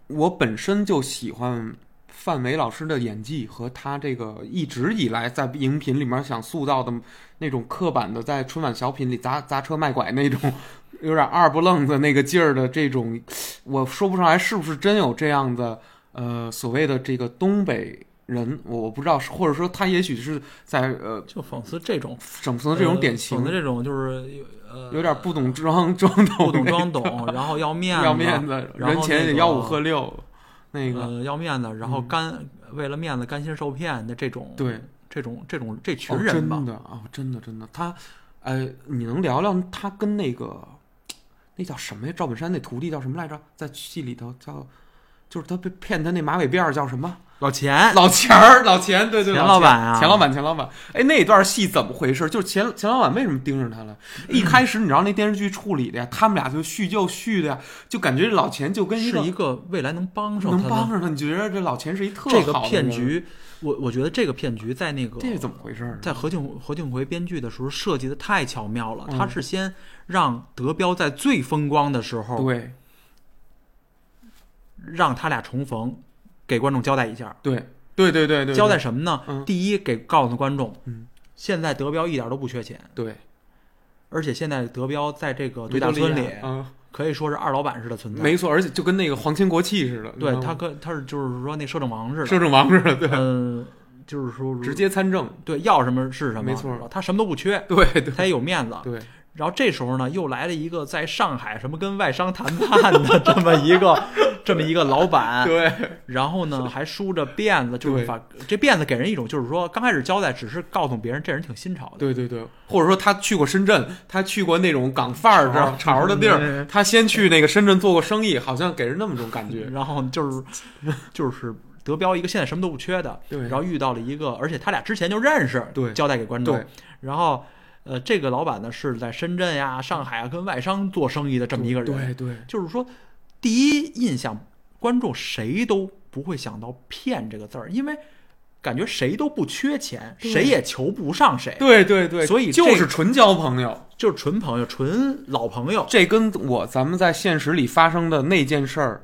我本身就喜欢范伟老师的演技和他这个一直以来在荧屏里面想塑造的那种刻板的，在春晚小品里砸砸车卖拐那种。 有点二不愣的那个劲儿的这种，我说不上来是不是真有这样的呃所谓的这个东北人，我我不知道，或者说他也许是在呃
就讽刺这种
整成这种典
呃
型，
讽刺这种就是呃
有点不懂装装懂，
不懂装懂，然后要 面
要面子，
然后
人前
那
也
个
吆五喝六，那个、哦嗯
呃要面子，然后甘、为了面子甘心受骗的这种
对
这种这种这群
哦
人吧，
真的哦，真的真的，他，呃，你能聊聊他跟那个那叫什么呀？赵本山那徒弟叫什么来着？在戏里头叫，就是他被骗他那马尾辫儿叫什么？
老钱
老钱儿，老钱，对对，
哎钱
老
老
钱
板啊
钱老板，钱老板，哎，那段戏怎么回事？就是钱钱老板为什么盯上他了？一开始你知道那电视剧处理的呀，他们俩就叙旧叙的呀，就感觉这老钱就跟一
是
个
一个未来能帮上
能
他
帮上
的
他，你觉得这老钱是一特
这个
好的
骗
人，
局，我我觉得这个骗局在那个
这怎么回事儿？
在何庆何庆魁编剧的时候设计的太巧妙了，
嗯
他是先让德彪在最风光的时候
对
让他俩重逢，给观众交代一下，
对对对对对，
交代什么呢？
嗯
第一，给告诉观众，
嗯
现在德彪一点都不缺钱，
对。
而且现在德彪在这个
维
对
多
大
利
村里
亚嗯，
可以说是二老板似的存在，
没错，而且就跟那个皇亲国戚似的，你知
对
道
他
吗
跟他是就是说那摄政王似
摄
的，
政王似的，对，
嗯，就是说如
直接参政，
对要什么是什么，
没错
然后他什么都不缺，
对对
他也有面子，
对，
然后这时候呢，又来了一个在上海什么跟外商谈判的 这么 一个这么一个老板，
对
然后呢还梳着辫子，就是
对
把这辫子给人一种就是说刚开始交代只是告诉别人这人挺新潮的，
对对对，或者说他去过深圳，他去过那种港范儿、知道潮儿的地
嗯
儿，他先去那个深圳做过生意，好像给人那么种感觉。
然后就是就是德彪一个现在什么都不缺的，
对
然后遇到了一个，而且他俩之前就认识，
对
交代给观众
对，
然后。呃，这个老板呢是在深圳呀、上海啊跟外商做生意的这么一个人，
对对
就是说，第一印象，观众谁都不会想到“骗”这个字儿，因为感觉谁都不缺钱，
对
谁也求不上谁，
对对对，
所以这
就是纯交朋友，
就是纯朋友、纯老朋友。
这跟我咱们在现实里发生的那件事儿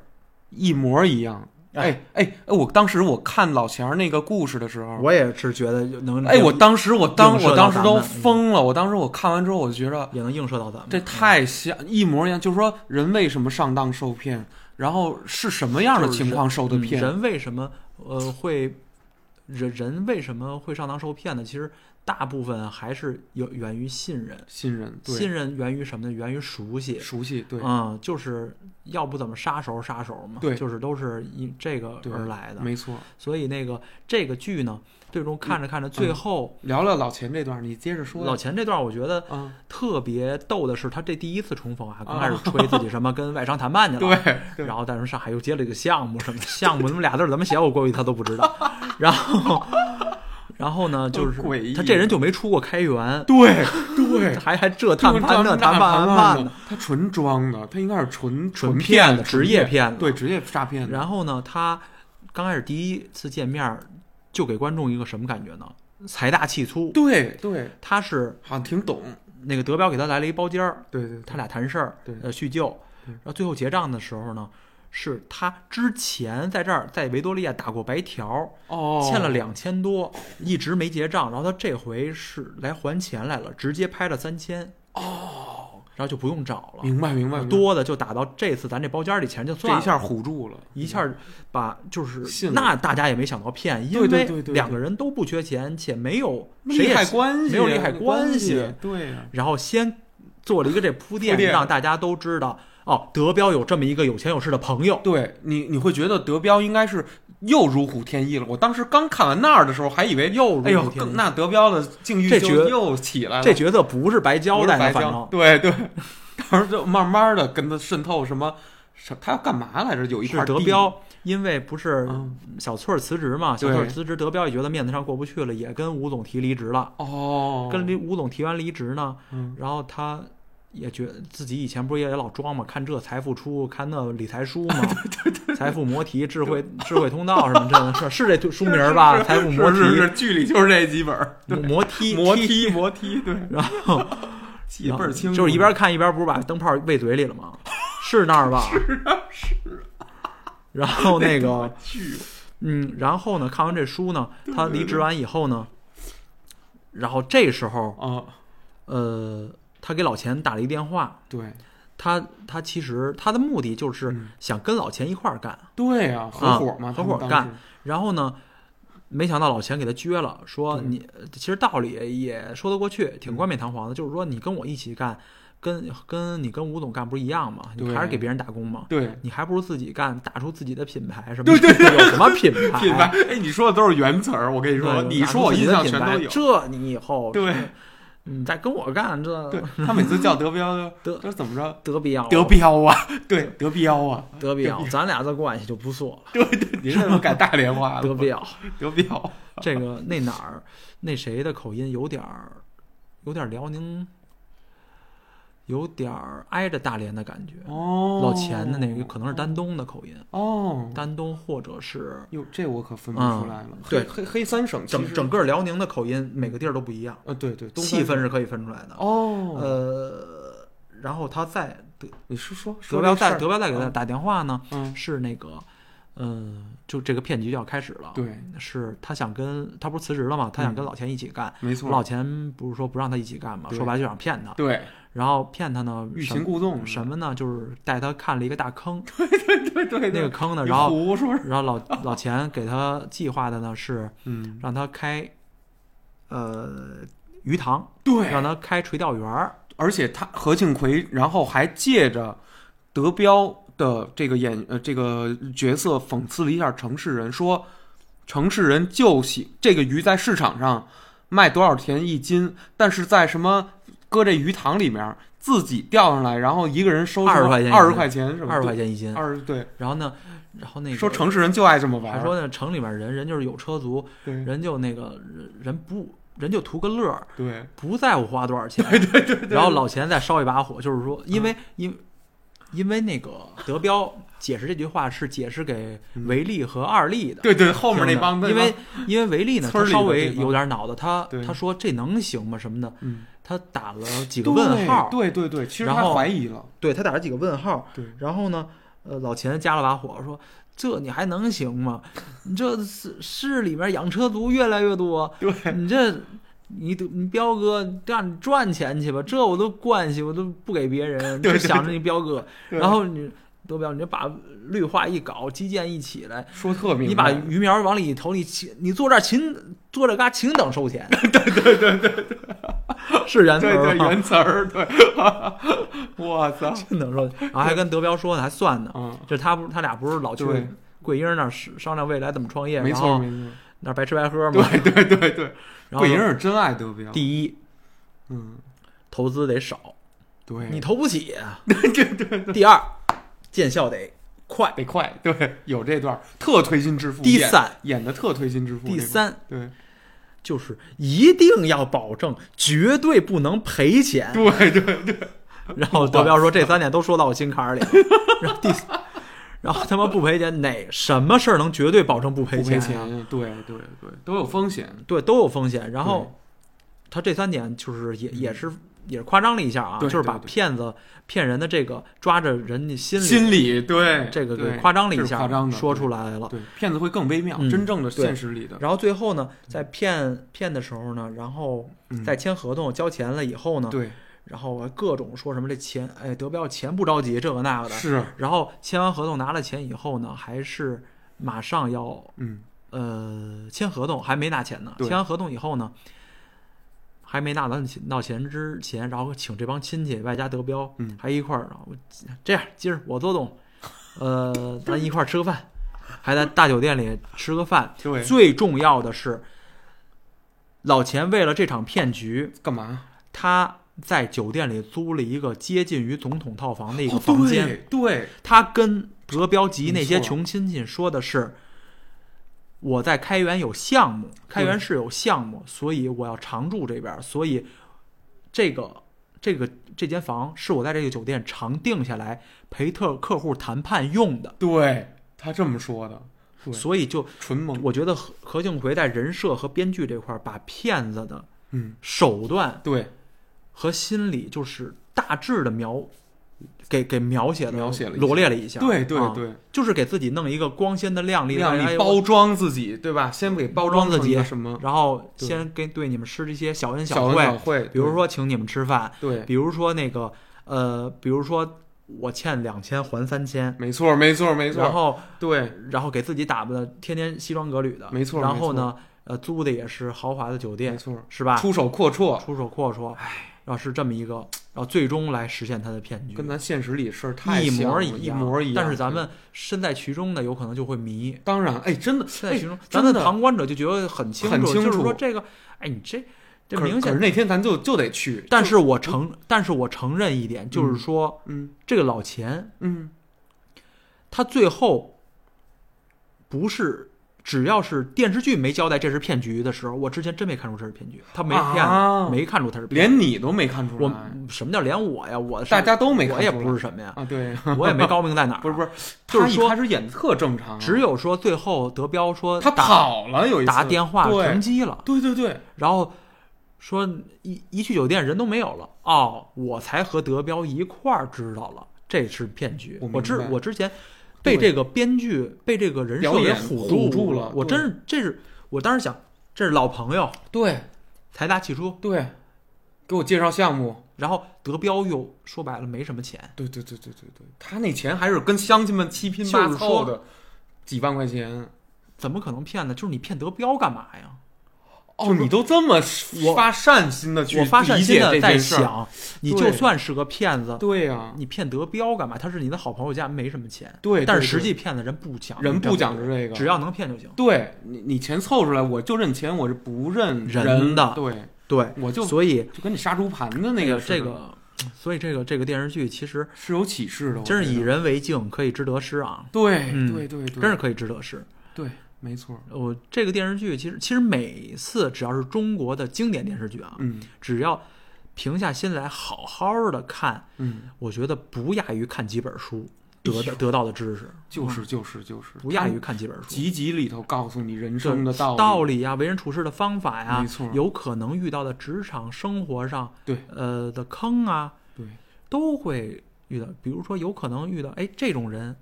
一模一样。哎哎哎，我当时我看老钱儿那个故事的时候，
我也是觉得能，
哎，我当时我当
影射到
我当时
咱们嗯
都疯了，我当时我看完之后，我觉着
也能映射到咱们。
这太像一模一样，就是说人为什么上当受骗，然后是什么样的情况受的骗？
嗯人为什么呃会人人为什么会上当受骗呢？其实大部分还是有源于信任，
信任，对，
信任源于什么呢？源于熟悉，
熟悉，对，
嗯，就是要不怎么杀手杀手嘛，
对
就是都是因这个
对
而来的。
没嗯错。
所以那个这个剧呢，最终看着看着，最后、
聊聊老钱这段，你接着说。
老钱这段，我觉得
啊，
特别逗的是，他这第一次重逢啊，
啊
刚开始吹自己什么跟外商谈判去了，
对对
然后但是上海又接了一个项目，什么项目，他们俩字儿怎么写，我估计他都不知道。 然后，然后呢，就是
很诡异
他这人就没出过开源，
对对，
还还这谈判那
这
谈判谈判
的，他纯装的，他应该是纯
纯
骗
骗子
的，
职业骗子
对职业诈骗的。
然后呢，他刚开始第一次见面儿就给观众一个什么感觉呢？财大气粗。
对对，
他是
好像挺懂。
那个德彪给他来了一包间儿，
对对，
他俩谈事儿
对，
呃，叙旧。
对
然后最后结账的时候呢，是他之前在这儿在维多利亚打过白条，
哦，
欠了两千多，一直没结账。然后他这回是来还钱来了，直接拍了三千。哦，然后就不用找了，
明白明白，明白
多的就打到这次咱这包间儿里钱就算
这
了。
一下唬住了，
一下把就是
信了
那大家也没想到骗，因
对对
为
对对对
两个人都不缺钱，且没有谁
利
也
害关系
没有利害关系啊
对呀、啊
然后先做了一个这铺垫，
铺垫
让大家都知道哦，德彪有这么一个有钱有势的朋友。
对你，你会觉得德彪应该是又如虎添翼了。我当时刚看完那儿的时候，还以为又
如虎
哎呦，
添翼
更那德彪的境遇
这
就
绝
又起来了，
这角色不是白
不
交
是
代的，
白
反
交
正，
对对。到时候就慢慢的跟他渗透什么，什他要干嘛来着？有一块
是德
地，
彪，因为不是
嗯，
小翠儿辞职嘛，小翠儿
对
辞职，德彪也觉得面子上过不去了，也跟吴总提离职了。
哦，
跟李吴总提完离职呢，
嗯
然后他也觉自己以前不是也老装嘛，看这财富出，看那理财书 嘛，财富魔题、智慧智慧通道什么这的，是是这书名儿吧？财富魔
是
题、
是是，剧里就是这几本儿，
魔魔 梯
摩
梯，
梯摩梯，对，
然后
记得倍
然后
儿清楚，
就是一边看一边不是把灯泡喂嘴里了吗？是那儿吧？ 是然后 那个
剧，
嗯，然后呢，看完这书呢，他离职完以后呢，然后这时候
哦，
呃，他给老钱打了一电话。
对
他他其实他的目的就是
嗯
想跟老钱一块儿干，
对啊，合伙嘛，
啊
他们
合伙
当时，
然后呢，没想到老钱给他撅了，说
对嗯
你其实道理也说得过去，挺冠冕堂皇的，就是说你跟我一起干，跟跟你跟吴总干不是一样吗？你
对
还是给别人打工吗？
对。
你还不如自己干，打出自己的品牌什么？对对有什么品牌？
品牌，哎，你说的都是原词儿，我跟你
对
说，
有
你
打
说
出
我
自己
印
的
象
品
全
牌
都有。
这你以后
对，
你再跟我干，这
对他每次叫德彪，
德
这怎么着？
德比奥
德彪啊，对，德彪 啊，
德比奥，咱俩这关系就不错了。
对对，您怎么改大连话了？
德比奥，
德彪，
这个那哪儿那谁的口音有点儿，有点儿辽宁，有点儿挨着大连的感觉。
哦，
老钱的那个可能是丹东的口音，
哦，
丹东或者是
哟，这我可分不出来了。
嗯
黑
对
黑黑三省其
整
实
整个辽宁的口音，每个地儿都不一样，
呃，对对，东三
气氛是可以分出来的。
哦，
呃，然后他再德
你是说说
德
这
彪
事
再
儿
德彪再给他打电话呢，
嗯，
是那个，嗯、就这个骗局就要开始了。
对，
是他想跟他不是辞职了吗？他想跟
嗯
老钱一起干。
没错，
老钱不是说不让他一起干吗？
对
说白了就想骗他，
对，
然后骗他呢，
欲
什
擒故纵，
什么呢？就是带他看了一个大坑，
对对 对，
那
对
个坑呢，
你
然后
胡说，
然后老老钱给他计划的呢是
嗯，
让他开，呃，鱼塘，
对，
让他开垂钓园儿，
而且他何庆魁，然后还借着德彪的这个演呃这个角色讽刺了一下城市人，说城市人就喜这个鱼在市场上卖多少钱一斤，但是在什么搁这鱼塘里面自己钓上来，然后一个人收
20块钱
二十块钱是吧？
二十块钱一斤。
二十对，
然后呢，然后那个
说城市人就爱这么玩
还
儿，
说呢，城里面人人就是有车族，
对
人就那个人人不人就图个乐儿，
对
不在乎花多少钱。对对对然后老钱再烧一把火，就是说，
嗯
因为因因为那个德彪解释这句话是解释给维利和二力的。
对对，后面那
听的
帮
因为因为维利呢，
村
他
里的
稍
这
微
帮
有点脑子，他
对
他说这能行吗什么的，
嗯
他打了几个问号，
对对对，其实
然
他
后
怀疑了，
对他打了几个问号，
对
然后呢，呃，老钱加了把火，说这你还能行吗？你这市市里面养车族越来越多，
对
你这你得你彪哥干赚钱去吧，这我都惯习，我都不给别人，
对
就
对
想着你彪哥，
对
然后你德彪，你这把绿化一搞，基建一起来。
说特明白，
你把鱼苗往里一投，你勤你坐这儿勤坐这嘎勤等 收钱，对对对对对，是人头
对对
吗？
原词儿，对， 我操，
勤等收钱，然后还跟德彪说呢，还算呢，
嗯，
就他不，他俩不是老去
对
桂英那儿商商量未来怎么创业，
没
然
错
后
没错，
那儿白吃白喝嘛。
对对对对，
然后
桂英是真爱德彪，
第一
嗯，
投资得少，
对，
你投不起。 对对对。第二，见效得快。
得快，对，有这段儿特推心置腹，
第
演
三
演的特推心置腹，
第
那段，
三
对
就是一定要保证绝对不能赔钱。
对对，
然后德彪说这三点都说到我心坎儿里了。 然后第四，然后他妈不赔钱，哪什么事儿能绝对保证不赔
不赔
钱啊？
钱，对对对，都有风险，
对，都有风险。然后他这三点就是也也是也是夸张了一下啊，
嗯对
就是把
对对
骗子骗人的这个抓着人家心里
心理对
这个给
对
夸张了
这
一
是
下，
夸张的
说出来了。
对，骗子会更微妙，
嗯
真正的
对
现实里的，
然后最后呢，在骗骗的时候呢，然后
嗯
在签合同、交钱了以后呢，
对
然后各种说什么这钱，哎，德彪钱不着急，这个那个的。
是，
然后签完合同拿了钱以后呢，还是马上要
嗯，
呃签合同，还没拿钱呢。
对
签完合同以后呢，还没闹闹钱闹钱之前，然后请这帮亲戚外加德彪，
嗯
还一块儿，然后这样，今儿我 做东，呃，咱一块儿吃个饭，还在大酒店里吃个饭。
对，
最重要的是，老钱为了这场骗局，
干嘛？
他在酒店里租了一个接近于总统套房的一个
哦
房间。
对对，
他跟德彪及那些
没错
穷亲戚说的是：“我在开元有项目，开元市有项目，所以我要常住这边儿，所以这个这个这间房是我在这个酒店常定下来陪特客户谈判用的。
对他这么说的，对
所以就
纯萌，
我觉得何何庆魁在人设和编剧这块儿，把骗子的
嗯，
手段
对，
和心理就是大致的描。”给给描写的
描写了一下
罗列了一下，
对对
啊
对，
就是给自己弄一个光鲜的亮丽的
让
哎
你
呦
包装自己，对吧？先给包装
包装自己
成一个什么
然后先跟对你们施这些小恩
小恩
惠，
小惠，
比如说请你们吃饭，
对，对
比如说那个呃，比如说我欠两千还三千，
没错没错没
然
错，
后
对
然后给自己打扮的天天西装革履的，
没错
然后呢，呃，租的也是豪华的酒
没
店，
错，
是吧？
出手阔绰，
出手阔绰，然后是这么一个，然后最终来实现他的骗局，
跟咱现实里事儿太
一
像
模
了
一
一模一样。
但是咱们身在其中呢，有可能就会迷，
当然，哎，真的，
在
哎
其，中，咱
真
们
的
旁观者就觉得很清楚，
很清
就是
楚
说这个，哎，你这这
可是
明
可
显
是。那天咱就就得去，
但
就是
我承，但是我承认一点，就是说、
嗯
这个老钱
嗯，
他最后不是。只要是电视剧没交代这是骗局的时候，我之前真没看出这是骗局，他没骗，
啊
没看出他是骗。
连你都没看出
我
来，
什么叫连我呀？我是
大家都没看
我
出来，
也不是什么呀，
啊，对，
我也没高明在哪儿。
不是不
是，
是，
就是
他一
说
开始演的特正常，
只有说最后德彪说
他
打
跑了有一次
打电话停
对
机了，
对对对，
然后说一一去酒店人都没有了，哦，我才和德彪一块儿知道了这是骗局。
我
我
明白
之我之前被
对
这个编剧被这个人
表
设给
演
唬
唬
住
住
了
了，
我真是这是我当时想这是老朋友，
对
财大气粗，
对，给我介绍项目，
然后德彪又说白了没什么钱，
对对对对对对，他那钱还是跟乡亲们七拼
就
八
是
凑
说
的几万块钱。
怎么可能骗呢？就是你骗德彪干嘛呀？
哦，你都这么
我
发善心的去
我发善心
理
的
解这
在
件事儿，
想，你就
对
算是个骗子，
对呀，
你骗德彪干嘛？他是你的好朋友，家没什么钱。
对，
但
对
是实
对
际骗子人不讲，
人不讲究这个，
只要能骗就行。
对你你钱凑出来，我就认钱，我是不认
人
人
的
对，
对，
我就
所以
就跟你杀猪盘的那
那
个哦
个
似
这
的
个，所以这个这个电视剧其实
是有启示的，我
真是
觉
以
得
人为镜，可以知得失啊，
对
嗯
对对对，
真是可以知得失。
对，没错，
我这个电视剧其实其实每次只要是中国的经典电视剧啊，
嗯
只要平下心来好好的看，
嗯，
我觉得不亚于看几本书得的得到的知识，
就是就是就是，
不亚于
它
看几本书。
集集里头告诉你人生的
对
道
道理呀，为人处事的方法呀
没错，
有可能遇到的职场生活上，
对，
呃的坑啊，
对，
都会遇到。比如说，有可能遇到，哎，这种人，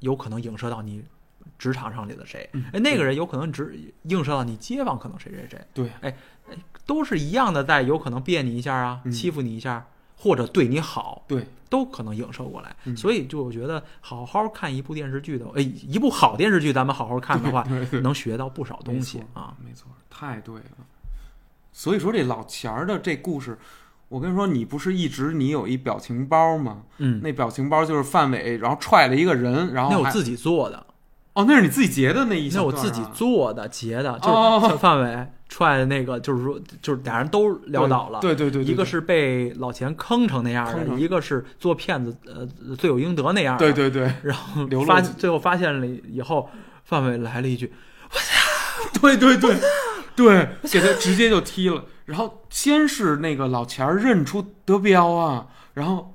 有可能影射到你职场上里的谁，
嗯
哎，那个人有可能只映射到你街坊，可能谁谁谁，哎
对，
都是一样的，在有可能别你一下啊，
嗯
欺负你一下，或者对你好，
对，
都可能影射过来。
嗯
所以，就我觉得好好看一部电视剧的，哎，一部好电视剧，咱们好好看的话，
对对
能学到不少东西
没错
啊。
没错，太对了。所以说这老钱儿的这故事，我跟你说，你不是一直你有一表情包吗？
嗯，
那表情包就是范伟，然后踹了一个人，然后
那我
还
自己做的，
哦，那是你自己截的那一
那
小
我
段、啊，
自己做的截的，就
哦
是像范伟踹的那个，就是说，就是俩人都撂倒了。
对对对对，
一个是被老钱坑成那样
坑
的，
成
一个是做骗子，呃，罪有应得那样的。
对对对
然后
流露
发最后发现了以后，范伟来了一句
对对对对，给他直接就踢了。然后先是那个老钱儿认出德彪啊，然后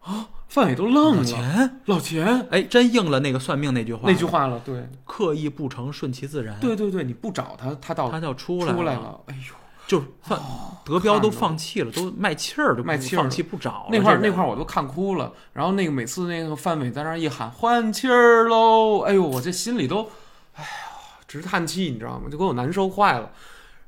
啊，范伟都：“愣
老
了，
钱，
老钱
哎，真应了那个算命那句话，嗯
那句话了，对
刻意不成，顺其自然。”，
对对对，你不找他，他倒
他就出
出来
来了，
了，哎呦。
就是范德彪都
看着
放弃了，都卖气儿，都
卖
不
气儿
放
了
弃不找了
那块儿
这
那
人
块儿我都看哭了，然后那个每次那个范伟在那儿一喊换气儿喽，哎呦，我这心里都，哎呀，直叹气，你知道吗？就给我难受坏了。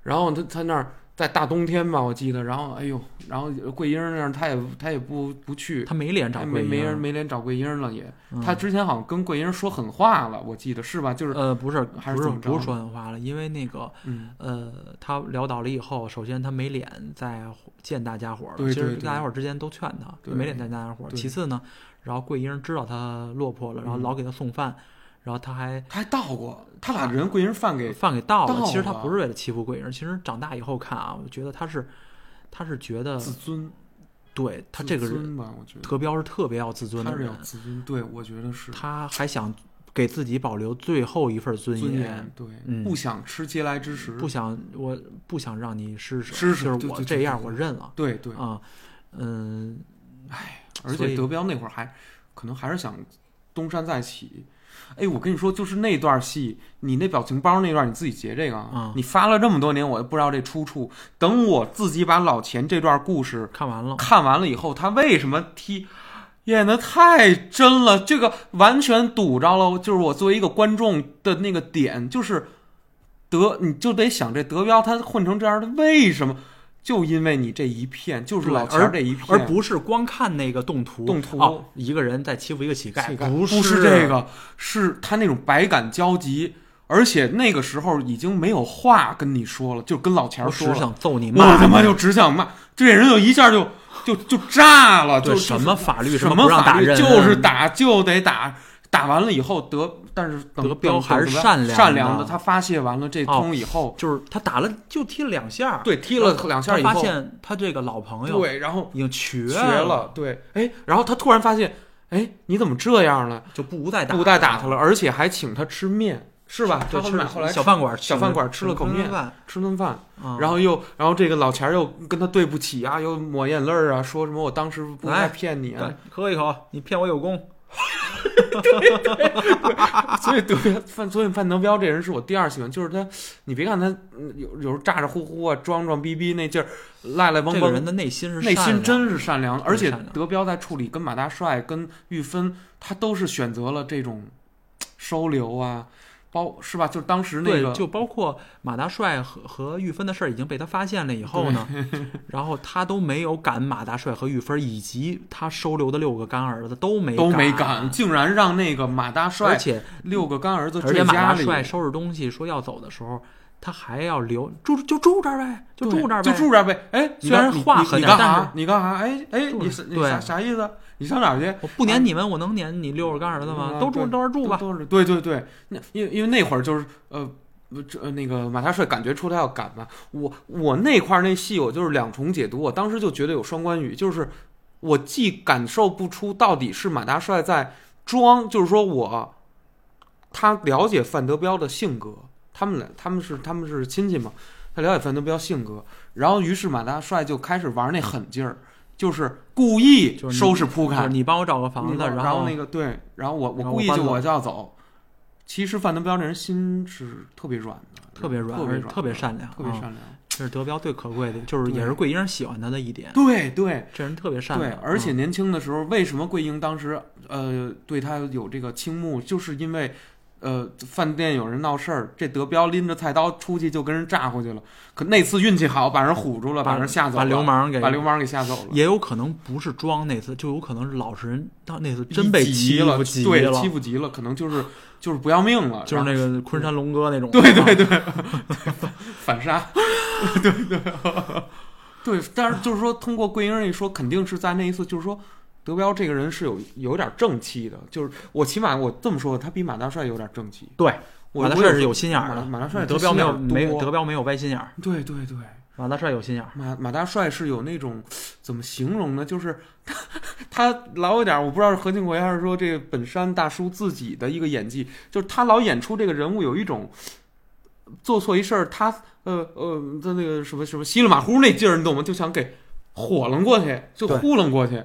然后他他那儿在大冬天吧，我记得，然后哎呦，然后桂英那儿他也他也不不去，
他没脸找
哎
桂
没没
英，
人没脸找桂英了也，
嗯
他之前好像跟桂英说狠话了，我记得是吧？就是
呃不是
还是
不是
怎么着
不是说狠话了，因为那个
嗯，
呃他潦倒了以后，首先他没脸再见大家伙儿了，
对对
其实
对
大家伙儿之间都劝他，
对
没脸见大家伙儿。
对
其次呢，然后桂英知道他落魄了，然后
嗯
老给他送饭，然后他还
他还倒过，他把人桂英饭给
饭给倒
倒
了。其实他
了
不是为了欺负桂英，其实长大以后看啊，我觉得他是他是觉得
自尊，
对他这个
自
人
尊吧，我觉得
德彪是特别要自尊
他
的
是
人
有，自尊，对我觉得是
他还想给自己保留最后一份尊
尊严，对，
嗯
不想吃嗟来之食，
不想我不想让你施舍，
施舍
就是我
对对对
这样
对
我认了
对对，
啊，嗯，
而
所
且
以
德彪那会儿还可能还是想东山再起。哎，我跟你说，就是那段戏，你那表情包那段，你自己截这个啊！
嗯
你发了这么多年，我也不知道这出处。等我自己把老钱这段故事
看完了，
看完了以后，他为什么踢演的太真了？这个完全堵着了，就是我作为一个观众的那个点，就是德，你就得想这德彪他混成这样的为什么？就因为你这一片，就是
对
老钱儿这一片，
而不是光看那个动图，
动图
哦，一个人在欺负一个乞丐，
乞丐
不
不
是
这，个，是他那种百感交集，而且那个时候已经没有话跟你说了，就跟老钱儿
我哦只
说了，
想揍你
我
骂
他妈
你
就只想骂，这人就一下就就就炸了，
对
就
什么法律
就
上
什
不
么
让
法
打
律
人，嗯
就是打就得打。打完了以后德，但是等
德彪
等
还是
等
善良的
善良他发泄完了这
哦
通以后，
就是他打了就踢了两下，
对踢了两下以
他发
后，
现他这个老朋友
对，然后
已经瘸
瘸，了，对，哎，然后他突然发现，哎，你怎么这样了？
就不再打，
不再打他了，而且还请他吃面，是吧？
对，
他
吃
买后来
小饭馆
小饭馆吃了口面
顿饭，
吃顿饭，
嗯
然后又然后这个老钱儿又跟他对不起啊，又抹眼泪儿啊，说什么我当时不应该
哎
骗你啊
对，喝一口，你骗我有功，
所以德彪范，所以范德彪这人是我第二喜欢，就是他，你别看他嗯有有时候咋咋呼呼啊，装装逼逼那劲儿，赖赖
这
汪
个
汪，
人的内心是
内
善良
心真是善良，而且
善良
德彪在处理跟马大帅、跟玉芬，他都是选择了这种嘖收留啊，包是吧？就是当时那
对，
个
就包括马大帅和和玉芬的事儿已经被他发现了以后呢，然后他都没有赶马大帅和玉芬，以及他收留的六个干儿子都没
都没
赶
敢，，竟然让那个马大
而
帅
且
六个干儿子
而
追
且马
家
大
里，
帅收拾东西说要走的时候，他还要留住就住这儿呗，就住这儿呗，
就住这儿呗。哎，
你
虽然
干
你
话
你
狠
你干
点但是
啥？你干啥？哎哎，
住
你
着
是你
对
啥啥意思？你上哪儿去？
我不撵你们，我能撵你六个干儿子吗？
嗯
都住
对
这儿住吧，
都是对对对，那因为因为那会儿就是呃。这呃那个马大帅感觉出他要赶嘛，我我那块儿那戏我就是两重解读，我当时就觉得有双关语，就是我既感受不出到底是马大帅在装，就是说我他了解范德彪的性格，他们俩他们是他们是亲戚嘛，他了解范德彪性格，然后于是马大帅就开始玩那狠劲儿，就是故意
就是你
收拾铺
就是
开，
你帮我找个房
那
子，
个
然
然
后
那个对，然后我我
然后
故意
我搬
就
走
我就要走。其实范德彪这人心是特别软的，
特别软，
特
而
别
且
软，
特别善良，
特别
啊
善良。
这是德彪最可贵的，就是也是
对
桂英喜欢他的一点。
对对
这人特别善
对
良，，
而且
嗯
年轻的时候，为什么桂英当时呃对他有这个倾慕，就是因为。呃，饭店有人闹事儿，这德彪拎着菜刀出去就跟人炸回去了。可那次运气好，把人唬住了，把人吓走了，
把流氓给
把流氓给吓走了，
也有可能不是装那次，就有可能是老实人，他那次真被
急
欺负
了，
急
对，
了
欺负急了，可能就是就是不要命了，
就是那个昆山龙哥那种。
对
对对，
反杀， 对对对，但是就是说，通过桂英一说，肯定是在那一次，就是说，德彪这个人是有有点正气的，就是我起码我这么说，他比马大帅有点正气。
对，
我
马大帅是有心眼儿的，
马马大帅
啊德彪没有
心眼儿啊
没有
多
德彪没有歪心眼儿，
对对对，
马大帅有心眼儿。
马马大帅是有那种怎么形容呢？就是 他他老有点儿，我不知道是何庆魁还是说这个本山大叔自己的一个演技，就是他老演出这个人物有一种做错一事儿，他呃呃他那个什么什么稀里马虎那劲儿，你懂吗？就想给火楞过去，就
对
糊弄过去，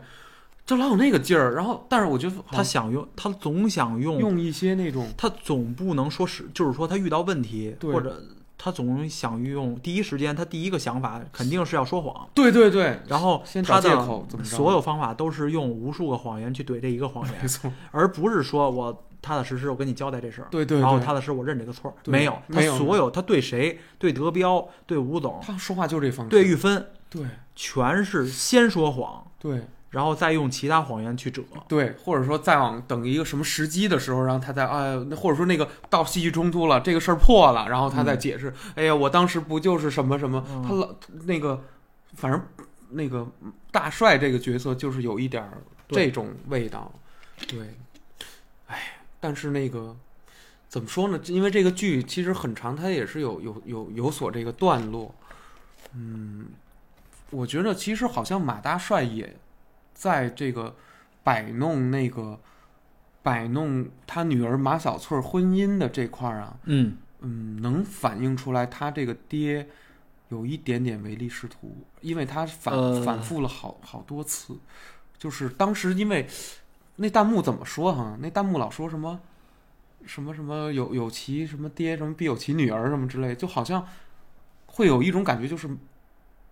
就老有那个劲儿。然后，但是我觉得
他
好像
想用，他总想用，
用一些那种
他总不能说是，就是说他遇到问题
对
或者他总想用第一时间，他第一个想法肯定是要说谎。
对对对，
然后
先
他
找借
的
口怎么着？
所有方法都是用无数个谎言去怼这一个谎言
没，错，
而不是说我踏踏实实我跟你交代这事儿，
对对
然后
对
踏踏实实我认这个错儿。
对
没有，他
没有
所有他对谁，对德彪，对吴总，
他说话就这方式，
对玉芬，
对
全是先说谎，
对
然后再用其他谎言去遮。
对，或者说再往等一个什么时机的时候，然后他再哎呀，那或者说那个到戏剧冲突了，这个事儿破了，然后他再解释，哎呀，我当时不就是什么什么，
嗯
他老那个，反正那个大帅这个角色就是有一点儿
对
这种味道，对，哎，但是那个。怎么说呢？因为这个剧其实很长，它也是有有有有所这个段落。嗯，我觉得其实好像马大帅也在这个摆弄那个摆弄他女儿马小翠儿婚姻的这块儿啊，
嗯，
嗯，能反映出来他这个爹有一点点唯利是图，因为他反、
呃
反复了好好多次，就是当时因为那弹幕怎么说哈、那弹幕老说什么什么什么有有其什么爹什么必有其女儿什么之类，就好像会有一种感觉，就是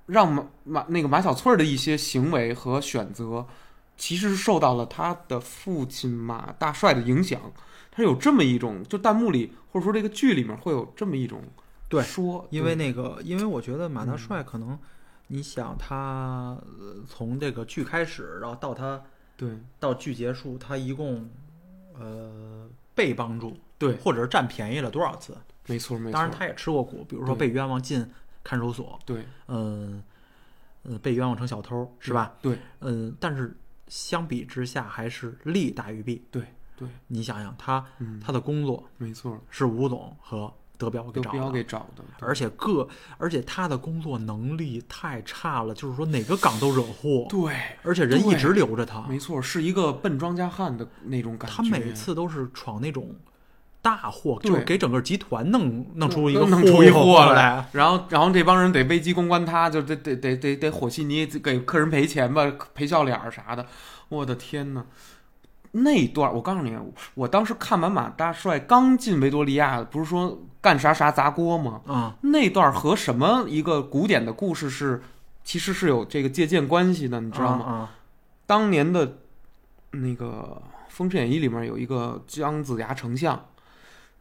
让马马那个马小翠儿的一些行为和选择，其实是受到了他的父亲马大帅的影响。他有这么一种，就弹幕里或者说这个剧里面会有这么一种
对
说，
因为
对嗯
那个，因为我觉得马大帅可能，你想他呃从这个剧开始，然后到他
对
到剧结束，他一共呃被帮助，
对，
或者是占便宜了多少次？
没错没错，
当然他也吃过苦，比如说
对
被冤枉进看守所，
对
嗯、呃，被冤枉成小偷，是吧？？
对
嗯、但是相比之下还是利大于弊。
对对，
你想想，他
嗯，
他的工作
没错，
是吴总和德彪给
都
找
不要
的。
给找的，对
而且各，而且他的工作能力太差了，就是说哪个岗都惹祸，
对，
而且人一
对
直留着他，
没错，是一个笨庄稼汉的那种感觉。
他每次都是闯那种大祸，就是
对
给整个集团弄弄出一个
都弄出一
祸
祸
来。，
然后然后这帮人得危机公关他，就得得得得得和稀泥，给客人赔钱吧，赔笑脸儿啥的。我的天呐，那段儿我告诉你，我当时看完马大帅刚进维多利亚，不是说干啥啥砸锅吗？
啊、
那段儿和什么一个古典的故事是，其实是有这个借鉴关系的，你
你
知道吗？
吗？啊
当年的那个《封神演义》里面有一个姜子牙丞相，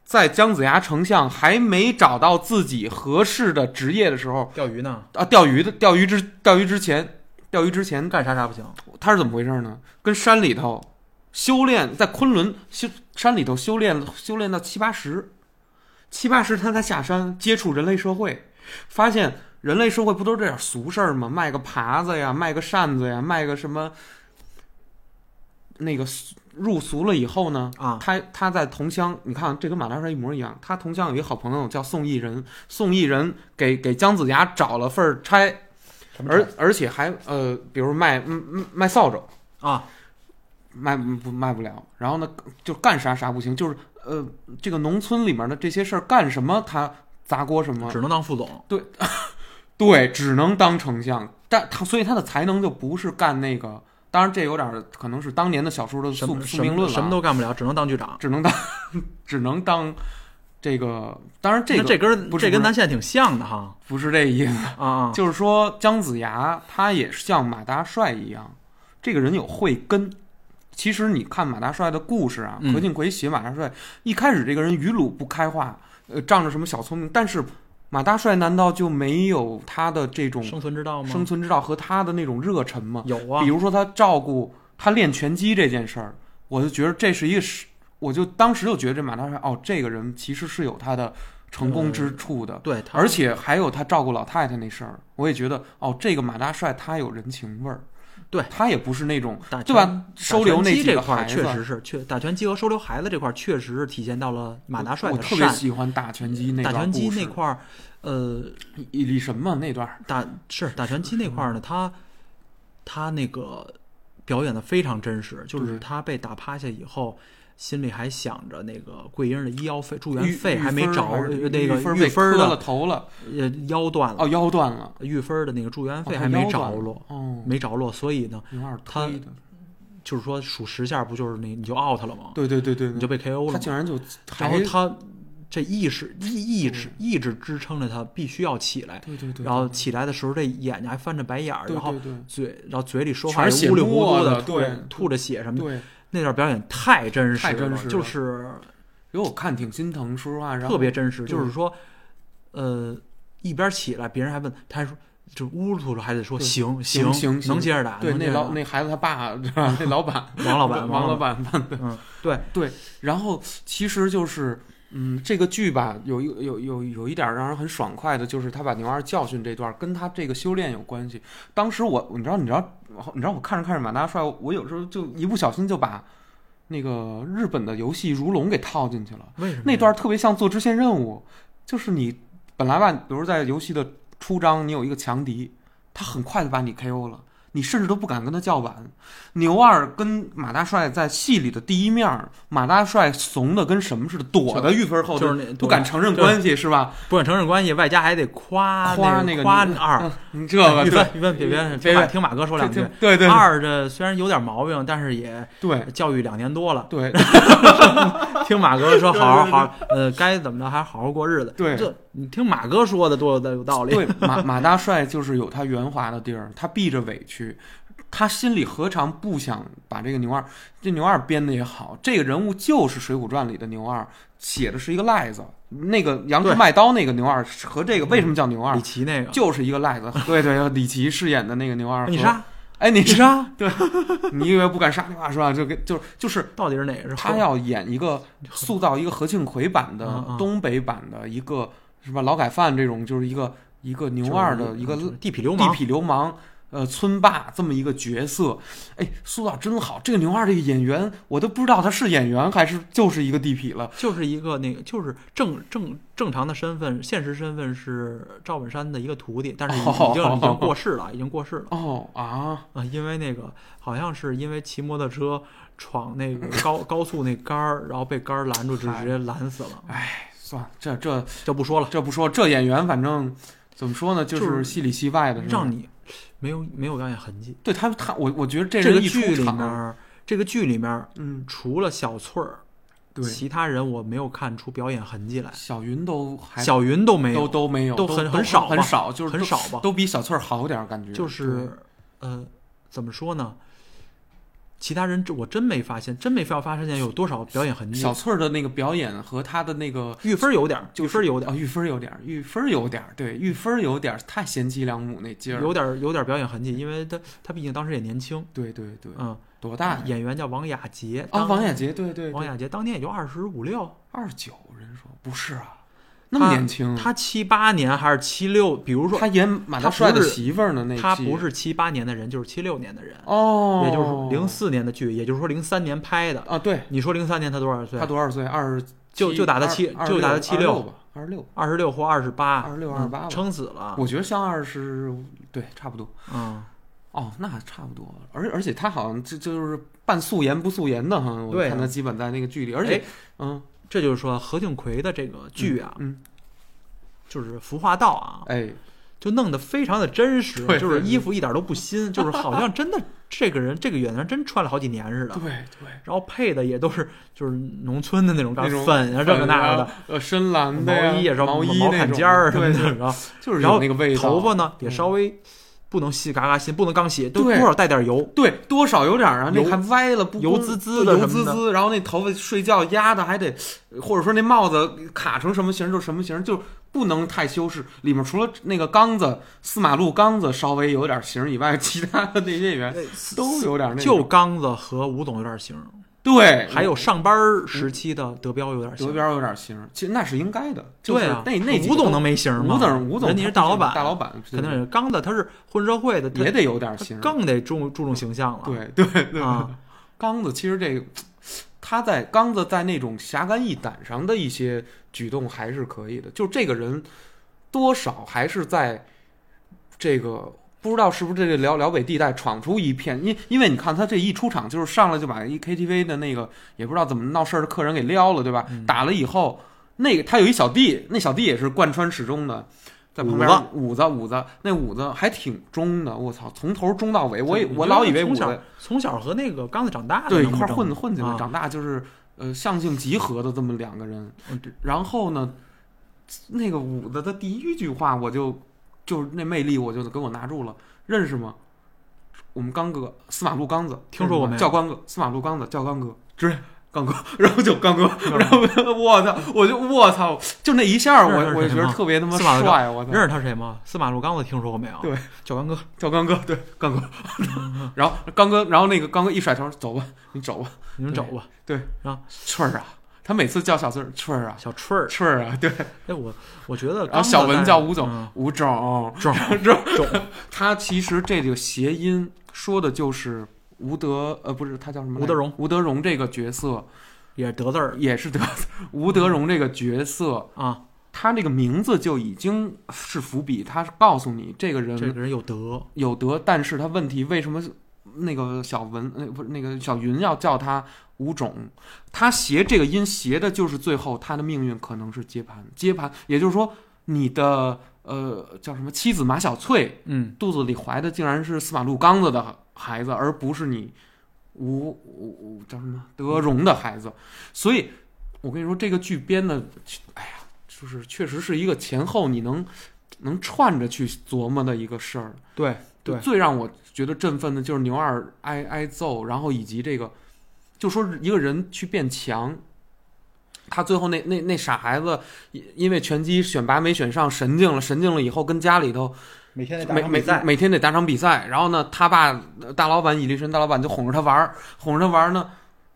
在姜子牙丞相还没找到自己合适的职业的时候，
钓鱼呢，
啊，钓鱼的钓鱼之钓鱼之前，钓鱼之前
干啥啥不行。
他是怎么回事呢？跟山里头修炼，在昆仑修山里头修炼，修炼到七八十，七八十他才下山接触人类社会，发现人类社会不都是这点俗事儿吗？卖个耙子呀，卖个扇子呀，卖个什么？那个俗入俗了以后呢，
啊
他他在同乡，你看这跟马大帅一模一样。他同乡有一好朋友叫宋义人，宋义人给给姜子牙找了份儿差，而而且还呃，比如卖嗯嗯卖扫帚，
啊，
卖嗯不卖不了。然后呢，就干啥啥不行，就是呃，这个农村里面的这些事儿干什么他砸锅什么，
只能当副总。
对，只能当丞相。但他所以他的才能就不是干那个，当然这有点儿可能是当年的小说的
什
宿
么
宿
什
命
么
论了
什么
啊，
都干不了，只能当局长。
只能当 只能当这个，当然这
那
个
这跟
不是
这跟
不
咱现在挺像的哈
不是这意思。
啊啊！
就是说姜子牙他也像马大帅一样，这个人有慧根。其实你看马大帅的故事啊，
嗯
何庆魁写马大帅，一开始这个人鱼鲁不开化，呃，仗着什么小聪明，但是马大帅难道就没有他的这种
生存之道吗？
生存之道和他的那种热忱吗？
有啊
比，如说他照顾他练拳击这件事儿，我就觉得这是一个是，我就当时就觉得这马大帅哦，这个人其实是有他的成功之处的。
对，他
而且还有他照顾老太太那事儿，我也觉得哦，这个马大帅他有人情味儿，
对啊
他也不是那种
打
对
拳
吧？
打
收留
拳
那
击
几
这
个
块
孩
儿
子，
确实是，确打拳击和收留孩子这块儿确实是体现到了马大帅
我
的
特别
善。
喜欢打拳击那
打
段
拳击
故事
那块儿，呃，
以以什么那段儿
打是打拳击那块儿呢，他他那个表演的非常真实，就是
对
他被打趴下以后，心里还想着那个桂英儿的医药费、住
玉
院费
玉
还没
芬儿
找，
还
呃
是
那个
玉芬儿
玉
被
芬儿
磕了
的
头了，
呃腰断了，
哦腰断了，
玉芬儿的那个住院
哦
费
他
还没
腰
着
断了
落，
哦，
没着落，所以呢，
有点
他
推的，
就是说数十下不就是那你就 out 了吗？
对对对对，对
你就被 KO 了
他
嘛。
竟然就还
然后他这意识意意志意志支撑着他必须要起来，
对对对对，
然后起来的时候这眼睛还翻着白眼儿，
对
然后
对对
嘴，然后嘴里说话
全是
也
血
糊里糊涂
沫
的，
的
吐着
对
吐着血什么的，
对
那段表演太真实
太
了，
真实了
就是
因为我看挺心疼，说实话，然后
特别真实，
对
就是说，呃，一边起来，别人还问，他还说就呜噜吐噜，还得说
对
行
行行行
能接着打，
对
能接
那
着
老
打
那孩子他爸，知 道吧那老板，
王老板，
王
老
老，板办的。
嗯，对，
然后其实就是，嗯，这个剧吧，有一有有有一点让人很爽快的，就是他把牛二教训这段跟他这个修炼有关系。当时我，你知道，你知道，你知道，我看着看着马大帅，我有时候就一不小心就把那个日本的游戏如龙给套进去了。
为什么
那段特别像做支线任务，就是你本来吧，比如在游戏的初章，你有一个强敌，他很快的把你 KO 了，你甚至都不敢跟他叫板。牛二跟马大帅在戏里的第一面儿，马大帅怂的跟什么似的，躲在玉芬后头，
就是那
不敢承认关系是吧？
不敢承认关系，外加还得夸
夸
那
那个
夸
女
二。
嗯， 这个
玉
对
芬，玉芬，别别
别
听马
别
听马哎哥说两句
这。对对
二这虽然有点毛病，但是也
对
教育两年 多了。
对
听马哥说，
对对
好好好，呃，该怎么着还好好过日子。
对
这你听马哥说的多有有道理。
对，马马大帅就是有他圆滑的地儿，他避着委屈，他心里何尝不想把这个牛二，这牛二编的也好，这个人物就是《水浒传》里的牛二，写的是一个赖子，那个杨
对
志卖刀那个牛二和这个为什么叫牛二
李，琦那个，
就是一个赖子。 对对，李琦饰演的那个牛二，
你？杀
哎，你
你
是
杀，
你以为不敢杀牛二是吧？就跟就是就是。
到底是哪个是
他要演一个塑造一个何庆魁版的
嗯嗯
东北版的一个是吧劳改犯这种就是一个一个牛二的一个
地痞流
地
氓，
痞流氓，呃，村霸这么一个角色，哎，塑造真好。这个牛二这个演员，我都不知道他是演员还是就是一个地痞了。
就是一个那个就是正正正常的身份，现实身份是赵本山的一个徒弟，但是已经
哦
已经已经过世了，已经过世了
哦啊，
啊，因为那个好像是因为骑摩托车闯那个高高速那杆儿，然后被杆儿拦住，就
嗨
直接拦死了，
哎，算了，这这
就不说了，
这不说，这演员反正怎么说呢，就
就是
是戏里戏外的，是吧
让你没有没有表演痕迹。
对他他我我觉得这
这个
人一
剧
出
里
场，
面，这个剧里面
嗯，
除了小翠儿，
对，
其他人我没有看出表演痕迹来，
小云都还
小云都没有
都，都没有，
都
都
很
都
很
很
少吧
很少，就是
很
都
少吧。
都比小翠儿好点儿感觉，
就是，呃，怎么说呢？其他人这我真没发现，真没发发现有多少表演痕
对
迹
小。翠儿的那个表演和她的那个
玉芬儿有点儿，
就
玉
是
芬儿有点
啊，
儿，
玉芬儿有点儿，玉芬儿有点儿，对，玉芬儿有点儿太贤妻良母那劲儿，
有点儿有点儿表演痕迹，因为她她毕竟当时也年轻，
对对对，
嗯，
多大呀？
演员叫王雅洁，
啊，
当
王雅洁，对对
王
对，
雅洁当年也就二十五六，
二九，人说不是啊，那么
她
年轻，
她七八年还是七六，比如说
他演马
她
大
不
帅的
是
媳妇儿呢，那
她
季
不是七八年的人，就是七六年的人，
哦，
也就是零四年的剧，也就是说零三年拍的。
啊，对，
你说零三年她多少岁啊
他？多少岁？二十
就就打的七，就打的七
六
六，
吧，二十六，
二十六或二十八，
26
嗯
28吧
撑死了。
我觉得像二十，对，差不多。
嗯，
哦，那差不多，而而且他好像这就是半素颜不素颜的哈，我
对啊
看他基本在那个剧里，而
哎
且，嗯，
这就是说何庆魁的这个剧啊，
嗯，
就是服化道啊，
哎，
就弄得非常的真实，
对
就是
对
衣服一点都不 新，就是好像真的这个人这个演员真穿了好几年似的
对。对，
然后配的也都是就是农村的那种感
那
觉，
种
粉啊这个那个
的，呃，深
的，
蓝的呀
毛衣啊，什么
毛衣
毛
那
坎
种
肩儿什么
对，
的，
对
然后
就是
然后
有那个味道。
头发呢也
嗯
稍微不能细嘎嘎新，不能刚洗，都多
对
少带点油。
对，多少有点儿啊，那
油
还歪了，不
油
光
滋滋的
油
什么
滋
的
滋，然后那头发睡觉压的还得，或者说那帽子卡成什么型儿就什么型儿，就不能太修饰。里面除了那个刚子司马路刚子稍微有点型儿以外，其他的那些演员都有点那种
就刚子和吴总有点型，
对，
还有上班儿时期的德彪有点型
德。彪有点型儿，其实那是应该的，就是
对啊，
那那几
吴
个
总能没型吗？
吴总吴总
人家是大老板，
大老板
肯定是刚的，他是混社会的，他
也得有点
他
型儿，
更得注注重形象了。
对对对
啊，
刚子其实这个，他在刚子在那种侠肝义胆上的一些举动还是可以的，就这个人多少还是在这个不知道是不是这个辽辽北地带闯出一片，因因为你看他这一出场就是上来就把一 KTV 的那个也不知道怎么闹事儿的客人给撩了，对吧？
嗯
打了以后，那个他有一小弟，那小弟也是贯穿始终的。在旁边五子五子，那五子还挺忠的，我操，从头忠到尾，我也
对
我老以为
从
五子
小从小和那个刚子长大的
对，一
能不
块儿
能
混混进来，
啊
长大就是呃相性极合的这么两个人。
嗯对
然后呢，那个五子的第一句话我就就是那魅力我就给我拿住了，认识吗？我们刚哥司马路刚子，
听说过没有
叫刚哥，司马路刚子叫刚哥，知刚哥，然后就刚哥，然后我操，我就我操，就那一下，
认识
我
是
我就觉
谁
得
吗
特别他妈
司马路
帅，我操，
认识他是谁吗？司马路刚子听说过没有？
对，
九刚哥，
叫刚哥，对刚哥， 然后刚哥，然后那个刚哥一甩头，走吧，你走吧，
你们找吧。
对，
然后
春儿啊，他每次叫小春儿春儿啊，
小春儿，
春儿啊，对，
哎，我我觉
然
得
后
刚子
小文
在
叫吴总，
嗯
吴总，
总
总，
总
他其实这个谐音说的就是吴德，呃，不是他叫什么来着？
吴德荣
吴德荣这个角色
也是得字儿
也是德，吴德荣这个角色，
啊，
他这个名字就已经是伏笔，他告诉你这个
这
人
个人有德，
有德，但是他问题为什么那个小文，呃，不是那个小云要叫他吴种，他谐这个音谐的就是最后他的命运可能是接盘，接盘，也就是说你的呃叫什么妻子马小翠
嗯，
肚子里怀的竟然是司马路刚子的孩子，而不是你吴吴吴叫什么德荣的孩子。所以，我跟你说，这个剧编的，哎呀，就是确实是一个前后你能能串着去琢磨的一个事儿。
对对，
最让我觉得振奋的就是牛二挨挨揍，然后以及这个，就说一个人去变强。他最后那那那傻孩子，因因为拳击选拔没选上，神经了，神经了以后跟家里头
每天
每每每天得打场比赛，然后呢，他爸呃大老板以力神大老板就哄着他玩儿，哄着他玩儿呢，